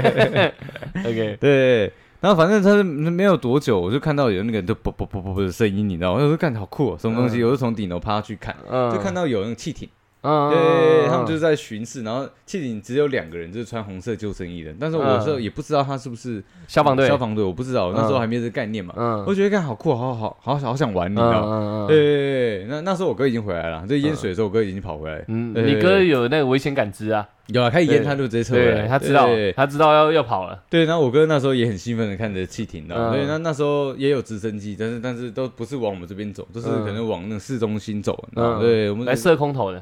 Speaker 1: OK，
Speaker 2: 对。然后反正他是没有多久，我就看到有那个就啵啵啵啵啵的声音，你知道吗？我就说干好酷、哦，什么东西？
Speaker 1: 嗯
Speaker 2: 我就从顶楼趴下去看，
Speaker 1: 嗯，
Speaker 2: 就看到有那个汽艇，
Speaker 1: 嗯，
Speaker 2: 对，他们就是在巡视，然后气顶只有两个人，就是穿红色救生衣的。但是我那时候也不知道他是不是
Speaker 1: 嗯消防队，
Speaker 2: 消防队我不知道，我那时候
Speaker 1: 嗯
Speaker 2: 还没有这个概念嘛。
Speaker 1: 嗯，
Speaker 2: 我觉得看好酷，好好好好好想玩，你知道吗？
Speaker 1: 嗯嗯
Speaker 2: 对对对，那那时候我哥已经回来了，就淹水的时候，我哥已经跑回来。
Speaker 1: 嗯，
Speaker 2: 对
Speaker 1: 你哥有那个危险感知啊，
Speaker 2: 有啊，他一淹
Speaker 1: 对
Speaker 2: 他就直接撤回
Speaker 1: 对
Speaker 2: 来，
Speaker 1: 他知道
Speaker 2: 对对，对
Speaker 1: 他知道要要跑了，
Speaker 2: 对，然后我哥那时候也很兴奋的看着汽艇，然
Speaker 1: 嗯
Speaker 2: 后对，那那时候也有直升机，但是但是都不是往我们这边走，都是
Speaker 1: 嗯
Speaker 2: 可能往那个市中心走，然
Speaker 1: 嗯，
Speaker 2: 后对，我们
Speaker 1: 来
Speaker 2: 是
Speaker 1: 射空投的，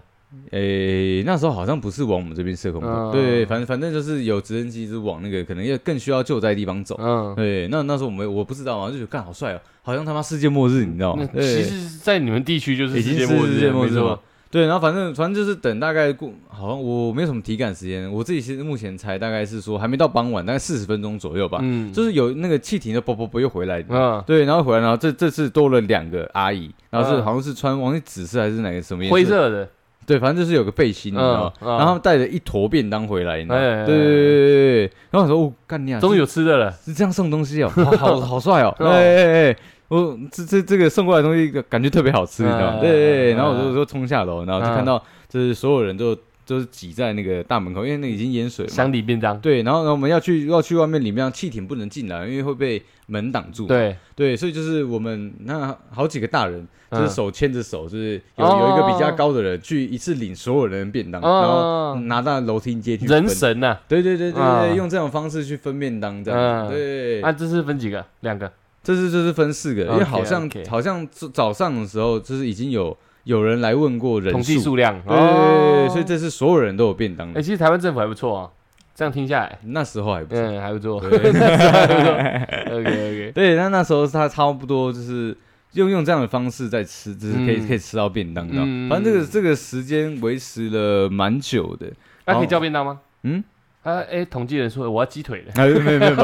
Speaker 2: 诶那时候好像不是往我们这边射空
Speaker 1: 嗯
Speaker 2: 投，对，反正反正就是有直升机是往那个可能要更需要救灾的地方走，
Speaker 1: 嗯，
Speaker 2: 对，那那时候我们我不知道嘛，就觉得干好帅哦，好像他妈世界末日，你知道
Speaker 1: 那
Speaker 2: 吗？
Speaker 1: 其
Speaker 2: 对
Speaker 1: 实，在你们地区就是
Speaker 2: 已
Speaker 1: 世
Speaker 2: 经
Speaker 1: 界
Speaker 2: 是
Speaker 1: 末日了，
Speaker 2: 世界末
Speaker 1: 没
Speaker 2: 日
Speaker 1: 错
Speaker 2: 嘛。对，然后反正反正就是等大概过，好像我没有什么体感时间，我自己其实目前才大概是说还没到傍晚，大概四十分钟左右吧，
Speaker 1: 嗯，
Speaker 2: 就是有那个气体的啵啵啵又回来，
Speaker 1: 嗯，
Speaker 2: 对，然后回来，然后这这次多了两个阿姨，然后是
Speaker 1: 嗯
Speaker 2: 好像是穿忘记紫色还是哪个什么颜色
Speaker 1: 灰色的，
Speaker 2: 对，反正就是有个背心，你知道吗？
Speaker 1: 嗯嗯
Speaker 2: 然后他们带着一坨便当回来，你知道
Speaker 1: 哎哎哎
Speaker 2: 吗？对对对对对，然后我说哦，干你啊，
Speaker 1: 终于有吃的了，，
Speaker 2: 是是这样送东 西哦，好好好帅哦
Speaker 1: 是吧
Speaker 2: 哎哎哎。我这这这个送过来的东西感觉特别好吃，你知道吗？哎
Speaker 1: 嗯
Speaker 2: 对对对，
Speaker 1: 嗯
Speaker 2: 然后我就我就冲下楼，然后就
Speaker 1: 嗯
Speaker 2: 看到就是所有人都都是挤在那个大门口，因为那个已经淹水了嘛。
Speaker 1: 箱底便当，
Speaker 2: 对，然后然后我们要去要去外面，里面气艇不能进来，因为会被门挡住。
Speaker 1: 对，
Speaker 2: 对，所以就是我们那好几个大人，就
Speaker 1: 嗯
Speaker 2: 是手牵着手，就是有
Speaker 1: 哦
Speaker 2: 有一个比较高的人去一次领所有人的便当，然
Speaker 1: 哦
Speaker 2: 后拿到楼梯阶去
Speaker 1: 人
Speaker 2: 分
Speaker 1: 神呐，
Speaker 2: 对对对对
Speaker 1: 啊
Speaker 2: 对，用这种方式去分便当这样
Speaker 1: 嗯
Speaker 2: 子。对，
Speaker 1: 啊，这是分几个？两个，
Speaker 2: 这是这是分四个，因为好像
Speaker 1: OK，OK
Speaker 2: 好像早早上的时候就是已经有有人来问过人
Speaker 1: 统计
Speaker 2: 数，
Speaker 1: 数量，
Speaker 2: 对对对对，
Speaker 1: 哦
Speaker 2: 所以这是所有人都有便当
Speaker 1: 哎，
Speaker 2: 的。
Speaker 1: 其实台湾政府还不错啊，这样听下来，
Speaker 2: 那时候还不错。
Speaker 1: 嗯， 还不错
Speaker 2: 对对对
Speaker 1: ，OK OK，
Speaker 2: 对，那那时候是他差不多就是用用这样的方式在吃，就是可以、
Speaker 1: 嗯
Speaker 2: 可以吃到便当的。
Speaker 1: 嗯
Speaker 2: 反正这个这个时间维持了蛮久的。
Speaker 1: 那可以叫便当吗？
Speaker 2: 哦嗯，
Speaker 1: 他哎，统计人数，我要鸡腿的，
Speaker 2: 啊，没有没有没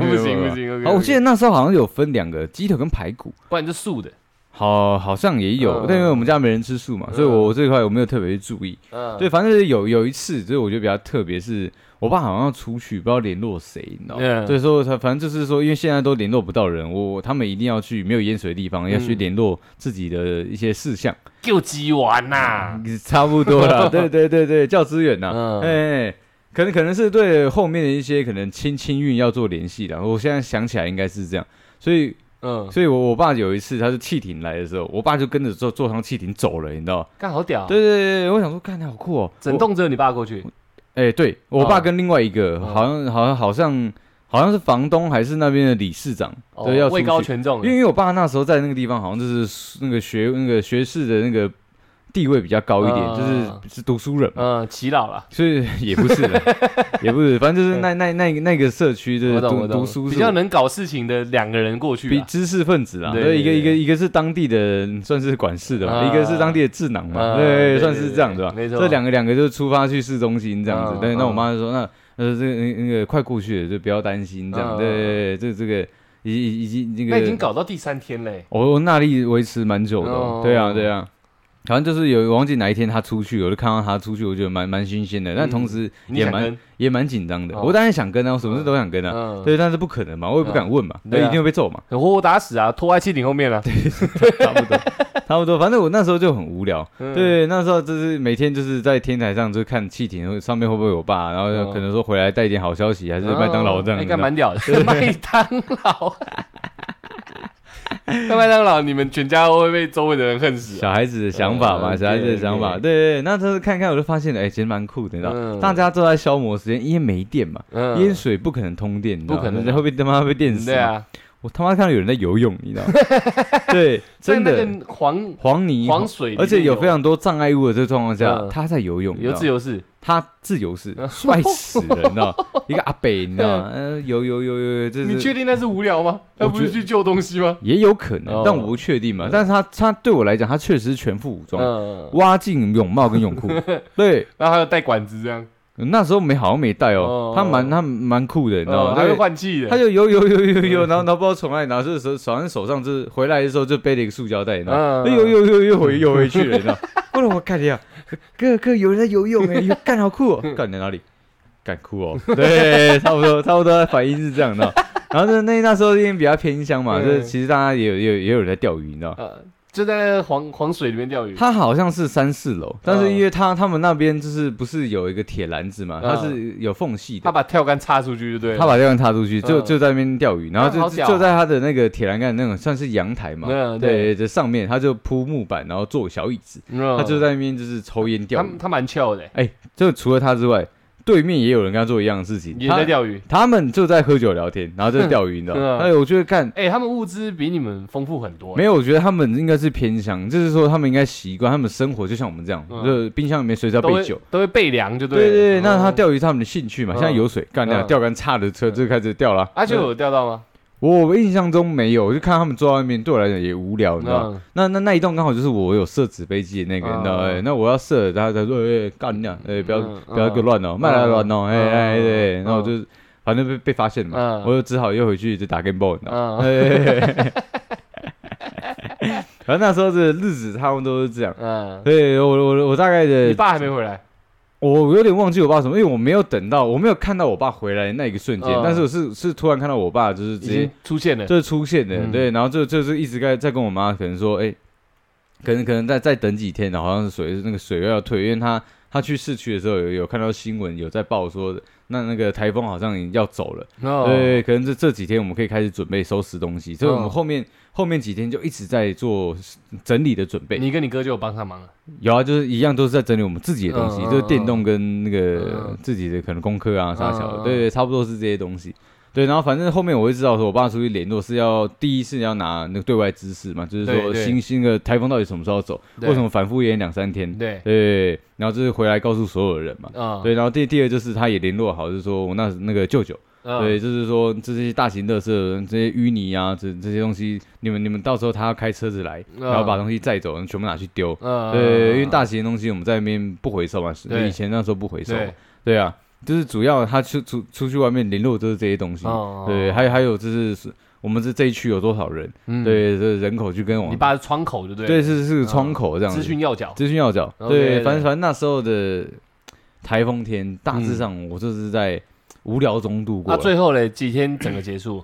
Speaker 1: 不行不。行，
Speaker 2: 啊，我记
Speaker 1: 得，
Speaker 2: 得那时候好像有分两个鸡腿跟排骨，
Speaker 1: 不然就素的，
Speaker 2: 好好像也有，
Speaker 1: 嗯
Speaker 2: 但因为我们家没人吃素嘛，所以
Speaker 1: 嗯
Speaker 2: 我这一块我没有特别去注意。
Speaker 1: 嗯，
Speaker 2: 对，反正是有有一次，就是我觉得比较特别，是我爸好像要出去，不知道联络谁，你知道吗
Speaker 1: 嗯？
Speaker 2: 所以说他反正就是说，因为现在都联络不到人，我他们一定要去没有淹水的地方，要去
Speaker 1: 嗯
Speaker 2: 联络自己的一些事项，
Speaker 1: 就鸡丸呐，
Speaker 2: 差不多 了。对对对对，叫资源呐
Speaker 1: 嗯，
Speaker 2: 哎。可能可能是对后面的一些可能亲亲运要做联系的，我现在想起来应该是这样，所以
Speaker 1: 嗯，
Speaker 2: 所以我我爸有一次他是汽艇来的时候，我爸就跟着坐坐上汽艇走了，你知道吗？
Speaker 1: 干好屌，啊
Speaker 2: 对，对对，我想说，看他好酷哦，
Speaker 1: 整
Speaker 2: 我
Speaker 1: 栋只有你爸过去，
Speaker 2: 哎、对我
Speaker 1: 哦
Speaker 2: 爸跟另外一个、
Speaker 1: 哦
Speaker 2: 好像好像好像好像是房东还是那边的理事长，
Speaker 1: 哦
Speaker 2: 对，要出
Speaker 1: 位高
Speaker 2: 去
Speaker 1: 权重
Speaker 2: 因为因
Speaker 1: 的，
Speaker 2: 为我爸那时候在那个地方好像就是那个学那个学士的那个地位比较高一点，
Speaker 1: 嗯嗯
Speaker 2: 就是是读书人嘛。
Speaker 1: 嗯，祈老了。
Speaker 2: 所以也不 是的，也不是，反正就是那那那那个社区的
Speaker 1: 我懂
Speaker 2: 读
Speaker 1: 我懂，
Speaker 2: 读书
Speaker 1: 比
Speaker 2: 是
Speaker 1: 较能搞事情的两个人过去
Speaker 2: 比
Speaker 1: 啊，
Speaker 2: 知识分子啦，
Speaker 1: 对
Speaker 2: 对，一个
Speaker 1: 对
Speaker 2: 一个一个是当地的算是管事的嘛，
Speaker 1: 啊
Speaker 2: 一个是当地的智囊嘛，
Speaker 1: 啊对
Speaker 2: 对，算
Speaker 1: 对
Speaker 2: 是
Speaker 1: 对
Speaker 2: 这样对吧？
Speaker 1: 没错
Speaker 2: 这两个两个就出发去市中心这样子
Speaker 1: 啊，
Speaker 2: 对。那我
Speaker 1: 啊
Speaker 2: 妈就说，那呃这个那那个快过去了，就不要担心这
Speaker 1: 啊
Speaker 2: 样，对，这这个已已已经那
Speaker 1: 那已经
Speaker 2: 个，
Speaker 1: 搞到第三天嘞。
Speaker 2: 我那里维持蛮久的
Speaker 1: 哦
Speaker 2: 哦，对啊对啊。好像就是有忘记哪一天他出去，我就看到他出去，我觉得蛮蛮新鲜的，但同时
Speaker 1: 嗯你
Speaker 2: 也
Speaker 1: 想
Speaker 2: 蛮
Speaker 1: 跟
Speaker 2: 也蛮紧张的。
Speaker 1: 哦
Speaker 2: 我当然想跟啊，我什么事都想跟啊，
Speaker 1: 嗯，
Speaker 2: 对，但是不可能嘛，我也不敢问嘛，
Speaker 1: 对
Speaker 2: 那
Speaker 1: 啊
Speaker 2: 一定会被揍嘛。
Speaker 1: 很活活打死啊，拖在气顶后面了。
Speaker 2: 差 不多，差不多。反正我那时候就很无聊，
Speaker 1: 嗯，
Speaker 2: 对，那时候就是每天就是在天台上就看气艇，上面会不会有我爸，然后
Speaker 1: 嗯
Speaker 2: 可能说回来带一点好消息，还是麦当劳这样
Speaker 1: 哦哎
Speaker 2: 子。
Speaker 1: 干蛮屌的，麦当劳。 那麦当劳，你们全家会被周围的人恨死啊。
Speaker 2: 小孩子的想法
Speaker 1: 嗯
Speaker 2: 嘛，
Speaker 1: ，OK，
Speaker 2: 小孩子的想法，
Speaker 1: OK
Speaker 2: 对对。对那时候看看，我就发现，哎，其实蛮酷的，你知道
Speaker 1: 嗯，
Speaker 2: 大家都在消磨时间，因为没电嘛，
Speaker 1: 嗯
Speaker 2: 淹水不可能通电，你知道
Speaker 1: 不可能啊
Speaker 2: 会被他妈被电死。
Speaker 1: 对，啊，
Speaker 2: 我他妈看到有人在游泳，你知道 吗，对，
Speaker 1: 在
Speaker 2: 真
Speaker 1: 那
Speaker 2: 的
Speaker 1: 个黄
Speaker 2: 黄泥
Speaker 1: 黄，水里面，
Speaker 2: 而且有非常多障碍物的这个状况下
Speaker 1: 嗯，
Speaker 2: 他在游泳，你知
Speaker 1: 有
Speaker 2: 道吗
Speaker 1: 自由式，
Speaker 2: 他自 由式帅死了，你知道吗？一个阿北，你知道吗？呃，有有有有有，这
Speaker 1: 你确
Speaker 2: 是
Speaker 1: 定那是无聊吗？
Speaker 2: 我
Speaker 1: 他不是
Speaker 2: 觉得
Speaker 1: 去救东西吗？
Speaker 2: 也有可能
Speaker 1: 哦，
Speaker 2: 但我不确定嘛。但是他他对我来讲，他确实是全副武装，
Speaker 1: 嗯，
Speaker 2: 挖进泳帽跟泳 裤。对，
Speaker 1: 然后还有带管子这样，
Speaker 2: 那时候没好像没带
Speaker 1: 哦
Speaker 2: 哦，他蛮他蛮酷的，你知道
Speaker 1: 哦
Speaker 2: 吗？
Speaker 1: 还会
Speaker 2: 对
Speaker 1: 换气的，
Speaker 2: 他就游游游游 游，然后然后不知道从哪里拿，就是手手上手上就是回来的时候就背了一个塑胶袋，你知道吗？
Speaker 1: 嗯
Speaker 2: 游游游游回游回去了，你知道吗？后 来我看一下，哥哥有人在游 泳哎，有干好酷哦， 干你在哪里？干酷哦， 对，差不多差不多反应是这样的。然后那那那时候因为比较偏乡嘛，
Speaker 1: 嗯
Speaker 2: 就是其实大家也有也有也有人在钓鱼，你知道吗？
Speaker 1: 呃，就在那个黄黄水里面钓鱼。
Speaker 2: 它好像是三四楼，但是因为它他们那边就是不是有一个铁篮子嘛，它是有缝隙
Speaker 1: 他
Speaker 2: 的，
Speaker 1: 把跳杆插出去，就对了。
Speaker 2: 他把钓竿插出去，就
Speaker 1: 嗯
Speaker 2: 就在那边钓鱼，然后
Speaker 1: 好
Speaker 2: 就
Speaker 1: 屌
Speaker 2: 就在他的那个铁栏杆那种算是阳台嘛
Speaker 1: 嗯，对
Speaker 2: 对，这上面他就铺木板，然后坐小椅子，
Speaker 1: 嗯
Speaker 2: 他就在那边就是抽烟钓
Speaker 1: 他
Speaker 2: 鱼。
Speaker 1: 他蛮翘的，
Speaker 2: 哎，就除了他之外，对面也有人跟他做一样的事情，
Speaker 1: 也
Speaker 2: 他
Speaker 1: 在钓鱼。
Speaker 2: 他们就在喝酒聊天，然后在钓鱼，你知道
Speaker 1: 嗯
Speaker 2: 吗？哎，我觉得干
Speaker 1: 哎，他们物资比你们丰富很多。
Speaker 2: 没
Speaker 1: 有，
Speaker 2: 有，我觉得他们应该是偏乡，就是说他们应该习惯，他们生活就像我们这样，
Speaker 1: 嗯
Speaker 2: 就是冰箱里面随时要
Speaker 1: 都
Speaker 2: 备
Speaker 1: 会
Speaker 2: 酒。
Speaker 1: 都会备粮，就
Speaker 2: 对
Speaker 1: 了
Speaker 2: 对对，
Speaker 1: 嗯
Speaker 2: 那他钓鱼是他们的兴趣嘛，
Speaker 1: 嗯
Speaker 2: 像有水干掉
Speaker 1: 嗯
Speaker 2: 钓竿叉的车就开始钓了。
Speaker 1: 阿
Speaker 2: 而
Speaker 1: 秋
Speaker 2: 且
Speaker 1: 啊有钓到吗？
Speaker 2: 我印象中没有，我就看他们坐在外面，对我来讲也无聊，你知道吗。
Speaker 1: 嗯
Speaker 2: 那那那一栋刚好就是我有设纸飞机的那个，
Speaker 1: 嗯
Speaker 2: 你知道吗？哎那我要射，他他说哎干掉，哎不要
Speaker 1: 嗯
Speaker 2: 不要给我乱哦，卖来乱
Speaker 1: 嗯
Speaker 2: 哦，哎哎
Speaker 1: 嗯
Speaker 2: 对，
Speaker 1: 嗯
Speaker 2: 然后我就反正被被发现了嘛
Speaker 1: 嗯，
Speaker 2: 我就只好又回去就打 game boy，你知道吗
Speaker 1: 嗯
Speaker 2: 哎，反正那时候的日子差不多都是这样。
Speaker 1: 嗯，
Speaker 2: 对我我我大概
Speaker 1: 你
Speaker 2: 的，
Speaker 1: 爸还没回来，
Speaker 2: 我我有点忘记我爸什么，因为我没有等到，我没有看到我爸回来的那一个瞬间，
Speaker 1: 嗯
Speaker 2: 但是我是是突然看到我爸就是
Speaker 1: 已
Speaker 2: 直接
Speaker 1: 经出现了。
Speaker 2: 就是出现的，
Speaker 1: 嗯
Speaker 2: 对，然后就就是一直在在跟我妈可能说，哎、可能可能再再等几天，然后好像是水那个水又要退，因为他他去市区的时候有有看到新闻有在报说那那个台风好像要走了。
Speaker 1: 哦
Speaker 2: 对，可能这这几天我们可以开始准备收拾东西，所以我
Speaker 1: 嗯
Speaker 2: 们后面、后面几天就一直在做整理的准备。
Speaker 1: 你跟你哥就有帮上忙了。
Speaker 2: 有啊，就是一样都是在整理我们自己的东西，
Speaker 1: 嗯
Speaker 2: 就是电动跟
Speaker 1: 嗯
Speaker 2: 那个、
Speaker 1: 嗯
Speaker 2: 自己的可能功课啊啥小
Speaker 1: 嗯
Speaker 2: 的，
Speaker 1: 嗯
Speaker 2: 对对，差不多是这些东西。对，然后反正后面我会知道说，我爸出去联络是要第一是要拿那个对外知识嘛，就是
Speaker 1: 对
Speaker 2: 说
Speaker 1: 对嗯
Speaker 2: 新新的台风到底什么时候走，
Speaker 1: 对
Speaker 2: 为什么反复演两三天，
Speaker 1: 对，
Speaker 2: 对，然后就是回来告诉所有人嘛。
Speaker 1: 嗯，
Speaker 2: 嗯对，然后第第二就是他也联络好，就是说我那那个舅舅，
Speaker 1: 嗯，
Speaker 2: 对，就是说这些大型垃圾、这些淤泥啊，这这些东西，你们你们到时候他要开车子来，
Speaker 1: 嗯
Speaker 2: 然后把东西载走，全部拿去丢。
Speaker 1: 嗯，
Speaker 2: 对，因为大型的东西我们在那边不回收嘛，是
Speaker 1: 对
Speaker 2: 以前那时候不回收嘛。
Speaker 1: 对，
Speaker 2: 对啊，就是主要他出出出去外面联络就是这些东西。
Speaker 1: 嗯
Speaker 2: 对，还有还有就是是我们这这一区有多少人？，对，这人口去跟
Speaker 1: 嗯
Speaker 2: 往
Speaker 1: 你爸是窗口，就对了，
Speaker 2: 对是是
Speaker 1: 嗯
Speaker 2: 窗口这样
Speaker 1: 资
Speaker 2: 子，
Speaker 1: 讯要角，
Speaker 2: 资讯要角。
Speaker 1: OK，
Speaker 2: 对，
Speaker 1: 对
Speaker 2: 反正反正那时候的台风天，大致上我就是在无聊中度过
Speaker 1: 那
Speaker 2: 了。
Speaker 1: 啊最后嘞几天整个结 束，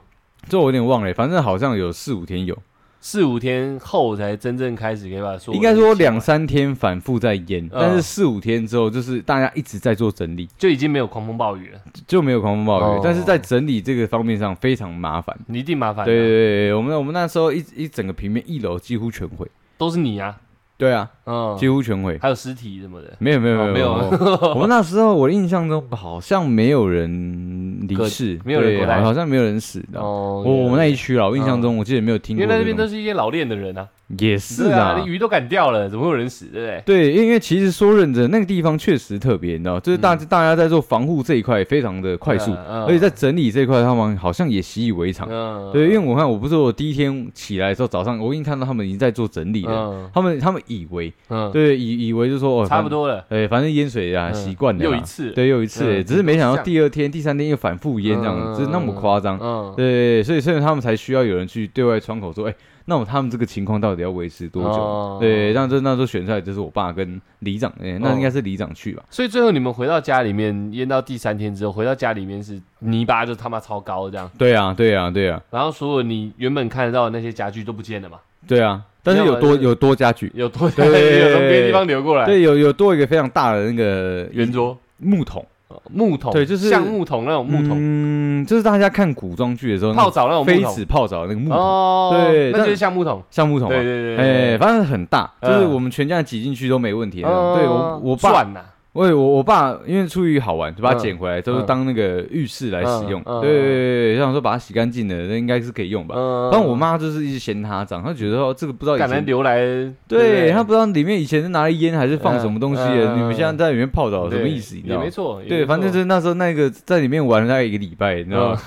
Speaker 2: 这我有点忘了，反正好像有四五天有，
Speaker 1: 四五天后才真正开始可以把它说。
Speaker 2: 应该说两三天反复在淹，但
Speaker 1: 嗯
Speaker 2: 是四五天之后就是大家一直在做整理，
Speaker 1: 就已经没有狂风暴雨了，
Speaker 2: 就没有狂风暴雨，
Speaker 1: 哦
Speaker 2: 但是在整理这个方面上非常麻烦。
Speaker 1: 你一定麻烦啊
Speaker 2: 对
Speaker 1: 的。
Speaker 2: 对对，我们我们那时候一一整个平面一楼几乎全毁，
Speaker 1: 都是你啊，
Speaker 2: 对啊，
Speaker 1: 嗯，
Speaker 2: 几乎全毁。
Speaker 1: 还有尸体什么的，
Speaker 2: 没有没有没
Speaker 1: 哦
Speaker 2: 有
Speaker 1: 没有
Speaker 2: 我我们那时候我的印象中好像没有人离
Speaker 1: 隔
Speaker 2: 世，
Speaker 1: 没有人
Speaker 2: 对
Speaker 1: 过来
Speaker 2: 好像没有人死的。
Speaker 1: 哦
Speaker 2: 啊我我们那一区啊，我印象中我记得没有听
Speaker 1: 因
Speaker 2: 过
Speaker 1: 为
Speaker 2: 这种。
Speaker 1: 那边都是一些老练的人啊，
Speaker 2: 也是
Speaker 1: 对啊，
Speaker 2: 啊
Speaker 1: 那，鱼都敢钓了，怎么会有人死，对不对？
Speaker 2: 对，因为其实说认真，那个地方确实特别，你知道，就是大、大家在做防护这一块非常的快速，
Speaker 1: 嗯
Speaker 2: 而且在整理这一块，他们好像也习以为常。
Speaker 1: 嗯
Speaker 2: 对，因为我看，我不是我第一天起来的时候，早上我已经看到他们已经在做整理了，
Speaker 1: 嗯
Speaker 2: 他们他们以为，
Speaker 1: 嗯，
Speaker 2: 对，以以为就说哦，
Speaker 1: 差不，多了，
Speaker 2: 哎，反正淹水啊，
Speaker 1: 嗯
Speaker 2: 习惯了啊，
Speaker 1: 又一次，
Speaker 2: 对，又一次欸，
Speaker 1: 嗯
Speaker 2: 只是没想到
Speaker 1: 像
Speaker 2: 第二天、第三天又反复淹这样，就是那么夸张。
Speaker 1: 嗯，
Speaker 2: 对，所以所以他们才需要有人去对外窗口说，哎，那我他们这个情况到底要维持多久？
Speaker 1: 久
Speaker 2: 对，，那这那时候选出来就是我爸跟里长，哎、那应
Speaker 1: 哦
Speaker 2: 该是里长去吧？
Speaker 1: 所以最后你们回到家里面，淹到第三天之后，回到家里面是泥巴就他妈超高这样，
Speaker 2: 对啊，对啊，对啊，
Speaker 1: 然后所有你原本看得到的那些家具都不见了嘛，
Speaker 2: 对啊，但是
Speaker 1: 要
Speaker 2: 有
Speaker 1: 么
Speaker 2: 多
Speaker 1: 就
Speaker 2: 有多家具，
Speaker 1: 有多有从
Speaker 2: 对
Speaker 1: 别的地方流过来，
Speaker 2: 对，有有多一个非常大的那个
Speaker 1: 圆桌、
Speaker 2: 哦木桶，
Speaker 1: 木桶，
Speaker 2: 对就是
Speaker 1: 像木桶那种木桶，
Speaker 2: 嗯，就是大家看古装剧的时候，
Speaker 1: 泡澡那种木
Speaker 2: 嗯飞
Speaker 1: 桶
Speaker 2: 纸，泡澡那个木桶，
Speaker 1: 哦，
Speaker 2: 对
Speaker 1: 那就是
Speaker 2: 但
Speaker 1: 橡木桶，
Speaker 2: 像木桶
Speaker 1: 对
Speaker 2: 嘛。
Speaker 1: 对对，
Speaker 2: 哎、
Speaker 1: 对
Speaker 2: 反正很大，就
Speaker 1: 嗯
Speaker 2: 是我们全家挤进去都没问题的那种。
Speaker 1: 哦
Speaker 2: 哎对我，我爸，
Speaker 1: 转呐，
Speaker 2: 喂，我我爸，因为出于好玩，就把它
Speaker 1: 嗯
Speaker 2: 捡回来，就是
Speaker 1: 嗯
Speaker 2: 当那个浴室来使用。
Speaker 1: 嗯嗯
Speaker 2: 对对对对，想说把它洗干净了，那应该是可以用吧。
Speaker 1: 嗯
Speaker 2: 但我妈就是一直嫌它脏，她觉得哦这个不知道以
Speaker 1: 敢来
Speaker 2: 前，
Speaker 1: 流来，
Speaker 2: 对
Speaker 1: 不
Speaker 2: 她不知道里面以前是拿来腌还是放什么东西
Speaker 1: 嗯
Speaker 2: 的，
Speaker 1: 嗯
Speaker 2: 你们现在在里面泡澡
Speaker 1: 对
Speaker 2: 什么意思？你知
Speaker 1: 也
Speaker 2: 道吗
Speaker 1: 没？错，也没
Speaker 2: 对，反正
Speaker 1: 错
Speaker 2: 就是那时候那个在里面玩了大概一个礼拜，你知道吗？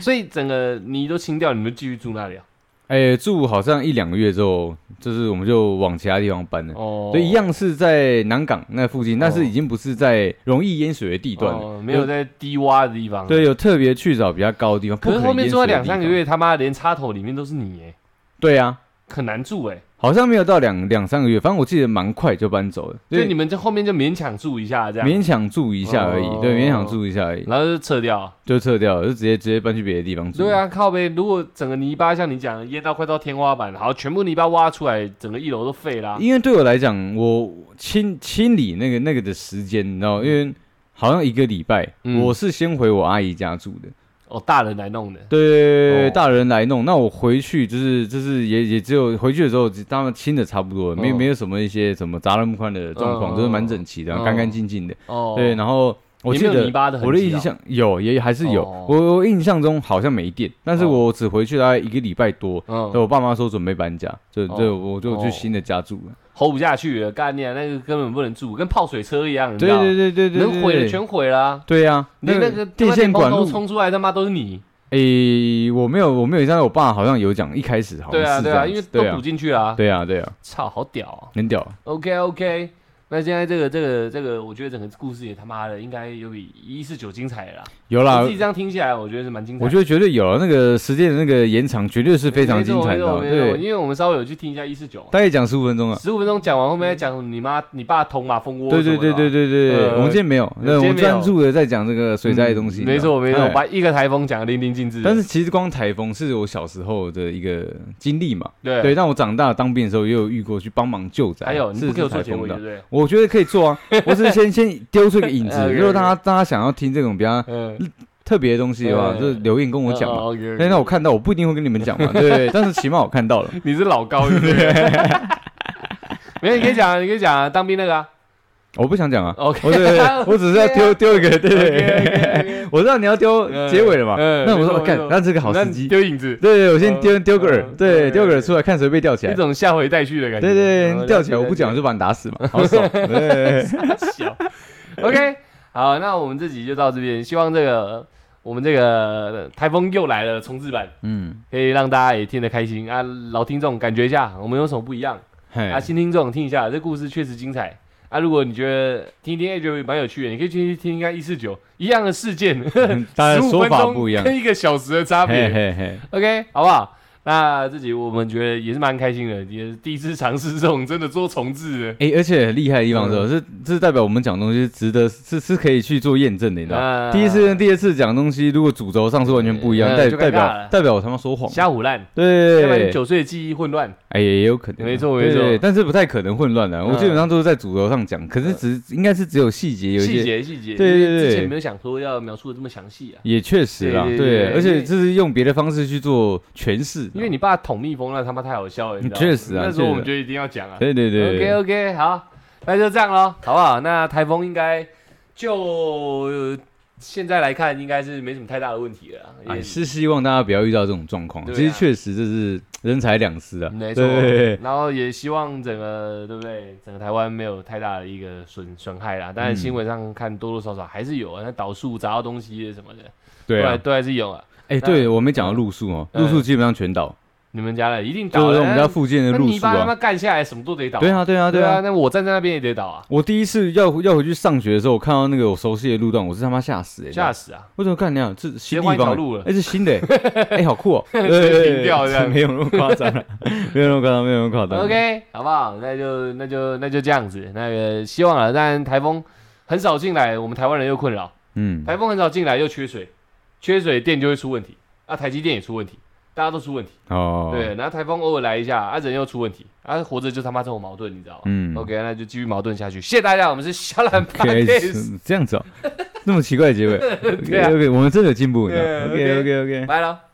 Speaker 1: 所以整个泥都清掉，你们就继续住那里啊？
Speaker 2: 哎，住好像一两个月之后，就是我们就往其他地方搬了。
Speaker 1: 哦
Speaker 2: 所以一样是在南港那附近，但是已经不是在容易淹水的地段了。
Speaker 1: 哦没有在低洼的地方。，
Speaker 2: 对，有特别去找比较高的地方，不
Speaker 1: 可是后
Speaker 2: 能淹
Speaker 1: 面
Speaker 2: 水
Speaker 1: 住了
Speaker 2: 的
Speaker 1: 两
Speaker 2: 地
Speaker 1: 三个
Speaker 2: 方。
Speaker 1: 月，他妈连插头里面都是你哎，
Speaker 2: 对啊，
Speaker 1: 很难住哎、
Speaker 2: 好像没有到两两三个月，反正我记得蛮快就搬走了，
Speaker 1: 所以你
Speaker 2: 你
Speaker 1: 们在后面就勉强住一下这样，
Speaker 2: 勉强住一下而已，
Speaker 1: 哦
Speaker 2: 对，勉强住一下而已，
Speaker 1: 然后就撤掉。
Speaker 2: 就撤掉了，就直接直接搬去别的地方住。
Speaker 1: 对，啊，靠呗！如果整个泥巴像你讲的淹到快到天花板，好，全部泥巴挖出来，整个一楼都废啦、
Speaker 2: 因为对我来讲，我清清理那个那个的时间，你知道，因为好像一个礼拜，
Speaker 1: 嗯
Speaker 2: 我是先回我阿姨家住的，
Speaker 1: 哦，大人来弄的，
Speaker 2: 对对对对
Speaker 1: 哦
Speaker 2: 对，大人来弄。那我回去就是就是也也只有回去的时候，他们清的差不多了，没
Speaker 1: 嗯
Speaker 2: 没有什么一些什么杂乱不堪的状况，
Speaker 1: 嗯
Speaker 2: 都是蛮整齐的，
Speaker 1: 嗯
Speaker 2: 干干净净的。
Speaker 1: 哦，
Speaker 2: 对，然后我
Speaker 1: 也
Speaker 2: 记
Speaker 1: 没有
Speaker 2: 得
Speaker 1: 泥巴的痕
Speaker 2: 我的
Speaker 1: 迹
Speaker 2: 印
Speaker 1: 啊
Speaker 2: 象有也还是有，
Speaker 1: 哦
Speaker 2: 我我印象中好像没电，但是
Speaker 1: 哦
Speaker 2: 我只回去大概一个礼拜多。
Speaker 1: 嗯
Speaker 2: 对我爸妈说准备搬家，就
Speaker 1: 哦
Speaker 2: 就我就
Speaker 1: 哦
Speaker 2: 去新的家住了。
Speaker 1: 吼不下去了，干你啊，那个根本不能住，跟泡水车一样，你知
Speaker 2: 对
Speaker 1: 道
Speaker 2: 对对对对，
Speaker 1: 能毁
Speaker 2: 对
Speaker 1: 的全毁了啊、
Speaker 2: 对呀，
Speaker 1: 你那
Speaker 2: 个
Speaker 1: 个
Speaker 2: 电线管路
Speaker 1: 都冲出来，他妈都是你。
Speaker 2: 诶，我没有我没有，但是我爸好像有讲，一开始好像
Speaker 1: 对啊，
Speaker 2: 哦是
Speaker 1: 对
Speaker 2: 这
Speaker 1: 啊，
Speaker 2: 样
Speaker 1: 因为
Speaker 2: 子
Speaker 1: 都
Speaker 2: 对啊
Speaker 1: 补进去啊。
Speaker 2: 对啊对啊，
Speaker 1: 操，好屌、哦。
Speaker 2: 很屌。
Speaker 1: OK OK，那现在这个这个这个，我觉得整个故事也他妈的应该有比一四九精彩了啦。
Speaker 2: 有啦
Speaker 1: 我自，己这样听下来，我觉得是蛮精彩的。
Speaker 2: 我觉得绝对有啊那个时间的那个延长，绝对是非常精彩
Speaker 1: 没
Speaker 2: 的
Speaker 1: 错
Speaker 2: 哦。
Speaker 1: 没错没错
Speaker 2: 对，
Speaker 1: 因为我们稍微有去听一下一四九，
Speaker 2: 大概讲十五分钟啊。
Speaker 1: 十五分钟讲完，后面再讲你妈你爸捅马蜂窝什么
Speaker 2: 对
Speaker 1: 的
Speaker 2: 对
Speaker 1: 嘛。
Speaker 2: 对对对对，
Speaker 1: 呃
Speaker 2: 我们今天没有，那
Speaker 1: 今天
Speaker 2: 我们
Speaker 1: 没有嗯
Speaker 2: 专注的在讲这个水灾的东西。
Speaker 1: 没错没错
Speaker 2: 哎，
Speaker 1: 把一个台风讲的淋漓尽致。
Speaker 2: 但是其实光台风是我小时候的一个经历嘛，
Speaker 1: 对
Speaker 2: 对，但我长大当兵的时候也有遇过去帮忙救灾，
Speaker 1: 还有你
Speaker 2: 是
Speaker 1: 不给我做
Speaker 2: 台
Speaker 1: 结
Speaker 2: 风
Speaker 1: 尾对
Speaker 2: 的
Speaker 1: 不。对？
Speaker 2: 我觉得可以 做啊，我只是先先丢出一个影子，
Speaker 1: 呃 OK，OK
Speaker 2: 如果大家大家想要听这种比较
Speaker 1: 嗯，
Speaker 2: 特别的东西的话，
Speaker 1: 嗯
Speaker 2: 就留言跟我讲嘛。
Speaker 1: 哦，OK，OK
Speaker 2: 哎，那我看到，我不一定会跟你们讲嘛，对不对？但是起码我看到了。
Speaker 1: 你是老高对不 对？没有，你可以讲啊，你可以讲啊，当兵那个啊。
Speaker 2: 我不想讲啊，
Speaker 1: OK，啊
Speaker 2: 我对， 我只是要丢丢一个，对
Speaker 1: OK，OK，OK
Speaker 2: 我知道你要丢 结尾了嘛，
Speaker 1: 嗯
Speaker 2: 那我
Speaker 1: 没
Speaker 2: 说
Speaker 1: 错
Speaker 2: 哦干
Speaker 1: 没，错
Speaker 2: 那这个好时
Speaker 1: 那
Speaker 2: 机，对
Speaker 1: 丢影子，
Speaker 2: 对，我先丢
Speaker 1: 嗯
Speaker 2: 丢个饵
Speaker 1: 嗯，嗯
Speaker 2: 对，丢个
Speaker 1: 嗯
Speaker 2: 饵出来看谁被钓起
Speaker 1: 一
Speaker 2: 来，
Speaker 1: 种下回带去的感觉。
Speaker 2: 对对，
Speaker 1: 嗯
Speaker 2: 钓起来我不讲我就把你打死 嘛，好爽，对，
Speaker 1: 笑。OK，好，那我们这集就到这边，希望这个我们这个台风又来了重置版，
Speaker 2: 嗯，
Speaker 1: 可以让大家也听得开心啊。老听众感觉一下，我们有什么不一样
Speaker 2: 嘿
Speaker 1: 啊？新听众听一下，这故事确实精彩。啊，如果你觉得听一听 A 觉得蛮有趣的，你可以去听一下一四九一样的事件，
Speaker 2: 嗯 当然
Speaker 1: 15
Speaker 2: 说
Speaker 1: 分
Speaker 2: 法
Speaker 1: 钟
Speaker 2: 不一样
Speaker 1: 跟一个小时的差
Speaker 2: 嘿
Speaker 1: 别。
Speaker 2: 嘿嘿，
Speaker 1: OK，好不好？那这集我们觉得也是蛮开心的，也是第一次尝试这种真的做重置的。
Speaker 2: 哎，而且很厉害的地方是吧，
Speaker 1: 嗯
Speaker 2: 是这代表我们讲东西是值得是是可以去做验证的，你知道吗。
Speaker 1: 那
Speaker 2: 第一次跟第二次讲东西，如果主轴上是完全不一样，
Speaker 1: 啊呃
Speaker 2: 代
Speaker 1: 就尴
Speaker 2: 代
Speaker 1: 尬了
Speaker 2: 表代表我他妈说谎，
Speaker 1: 瞎胡乱，要不然
Speaker 2: 对
Speaker 1: 你，九岁的记忆混乱。
Speaker 2: 哎，也有可能，
Speaker 1: 没错
Speaker 2: 对
Speaker 1: 没错
Speaker 2: 对但是不太可能混乱的、啊
Speaker 1: 嗯
Speaker 2: 我基本上都是在主轴上讲，可是只应该是只有细节有一
Speaker 1: 细
Speaker 2: 些，
Speaker 1: 节细节，
Speaker 2: 对对
Speaker 1: 因为之前
Speaker 2: 对
Speaker 1: 没有想说要描述的这么详细啊，
Speaker 2: 也确实啦，
Speaker 1: 对对对
Speaker 2: 对，而
Speaker 1: 因
Speaker 2: 且
Speaker 1: 为
Speaker 2: 就是用别的方式去做诠释，
Speaker 1: 因为你爸捅蜜蜂那他妈太好笑了，你知道吗
Speaker 2: 确实啊
Speaker 1: 那时候我
Speaker 2: 确实
Speaker 1: 们就一定要讲啊。
Speaker 2: 对对对
Speaker 1: OK OK，好，那就这样咯，好不好？那台风应该就、呃现在来看，应该是没什么太大的问题了啊。
Speaker 2: 哎
Speaker 1: 也
Speaker 2: 是希望大家不要遇到这种状况，
Speaker 1: 对啊
Speaker 2: 其实确实这是人财两失啊，
Speaker 1: 没错
Speaker 2: 对对对，
Speaker 1: 然后也希望整个对不对？整个台湾没有太大的一个损损害啦。当然
Speaker 2: 嗯
Speaker 1: 新闻上看多多少少还是有啊，那倒树砸到东西啊什么的，
Speaker 2: 对
Speaker 1: 都还
Speaker 2: 啊，
Speaker 1: 都还是有啊。
Speaker 2: 哎，对我没讲到路数哦，
Speaker 1: 嗯
Speaker 2: 路数基本上全倒，
Speaker 1: 你们家的一定倒
Speaker 2: 就
Speaker 1: 了，
Speaker 2: 是我们家附近的
Speaker 1: 那
Speaker 2: 路
Speaker 1: 泥
Speaker 2: 数
Speaker 1: 巴他
Speaker 2: 啊
Speaker 1: 妈，干下来，什么都得倒。
Speaker 2: 对啊对啊
Speaker 1: 对
Speaker 2: 对
Speaker 1: 啊，
Speaker 2: 啊。
Speaker 1: 那我站在那边也得倒啊，
Speaker 2: 我第一次要要回去上学的时候，我看到那个我熟悉的路段，我是他妈吓死哎！
Speaker 1: 吓死啊！
Speaker 2: 为什么干那样？这是
Speaker 1: 先
Speaker 2: 新地
Speaker 1: 换一
Speaker 2: 方
Speaker 1: 条
Speaker 2: 欸
Speaker 1: 路了
Speaker 2: 哎、是新的、欸，哎、好酷哦、对
Speaker 1: 接
Speaker 2: 对对
Speaker 1: 停掉这样
Speaker 2: 没有那么夸 张了，没有那么夸张，没有那么夸张。
Speaker 1: OK，好不好？那就那就那就这样子。那个希望啊，当然台风很少进来，我们台湾人又困扰。
Speaker 2: 嗯，
Speaker 1: 台风很少进来又缺水，缺水电就会出问题，啊，台积电也出问题，大家都出问题。
Speaker 2: 哦，
Speaker 1: 对，然后台风偶尔来一下，啊，人又出问题，啊，活着就他妈这种矛盾，你知道吗？
Speaker 2: 嗯
Speaker 1: OK，那就继续矛盾下去。谢谢大家，我们是小懒 p o
Speaker 2: 可
Speaker 1: d
Speaker 2: 以
Speaker 1: c a s
Speaker 2: 是这样子哦、那么奇怪的结尾。
Speaker 1: 对啊
Speaker 2: OK，我们真的有进步，你知道
Speaker 1: 对
Speaker 2: 吗？OK OK OK。
Speaker 1: 拜了。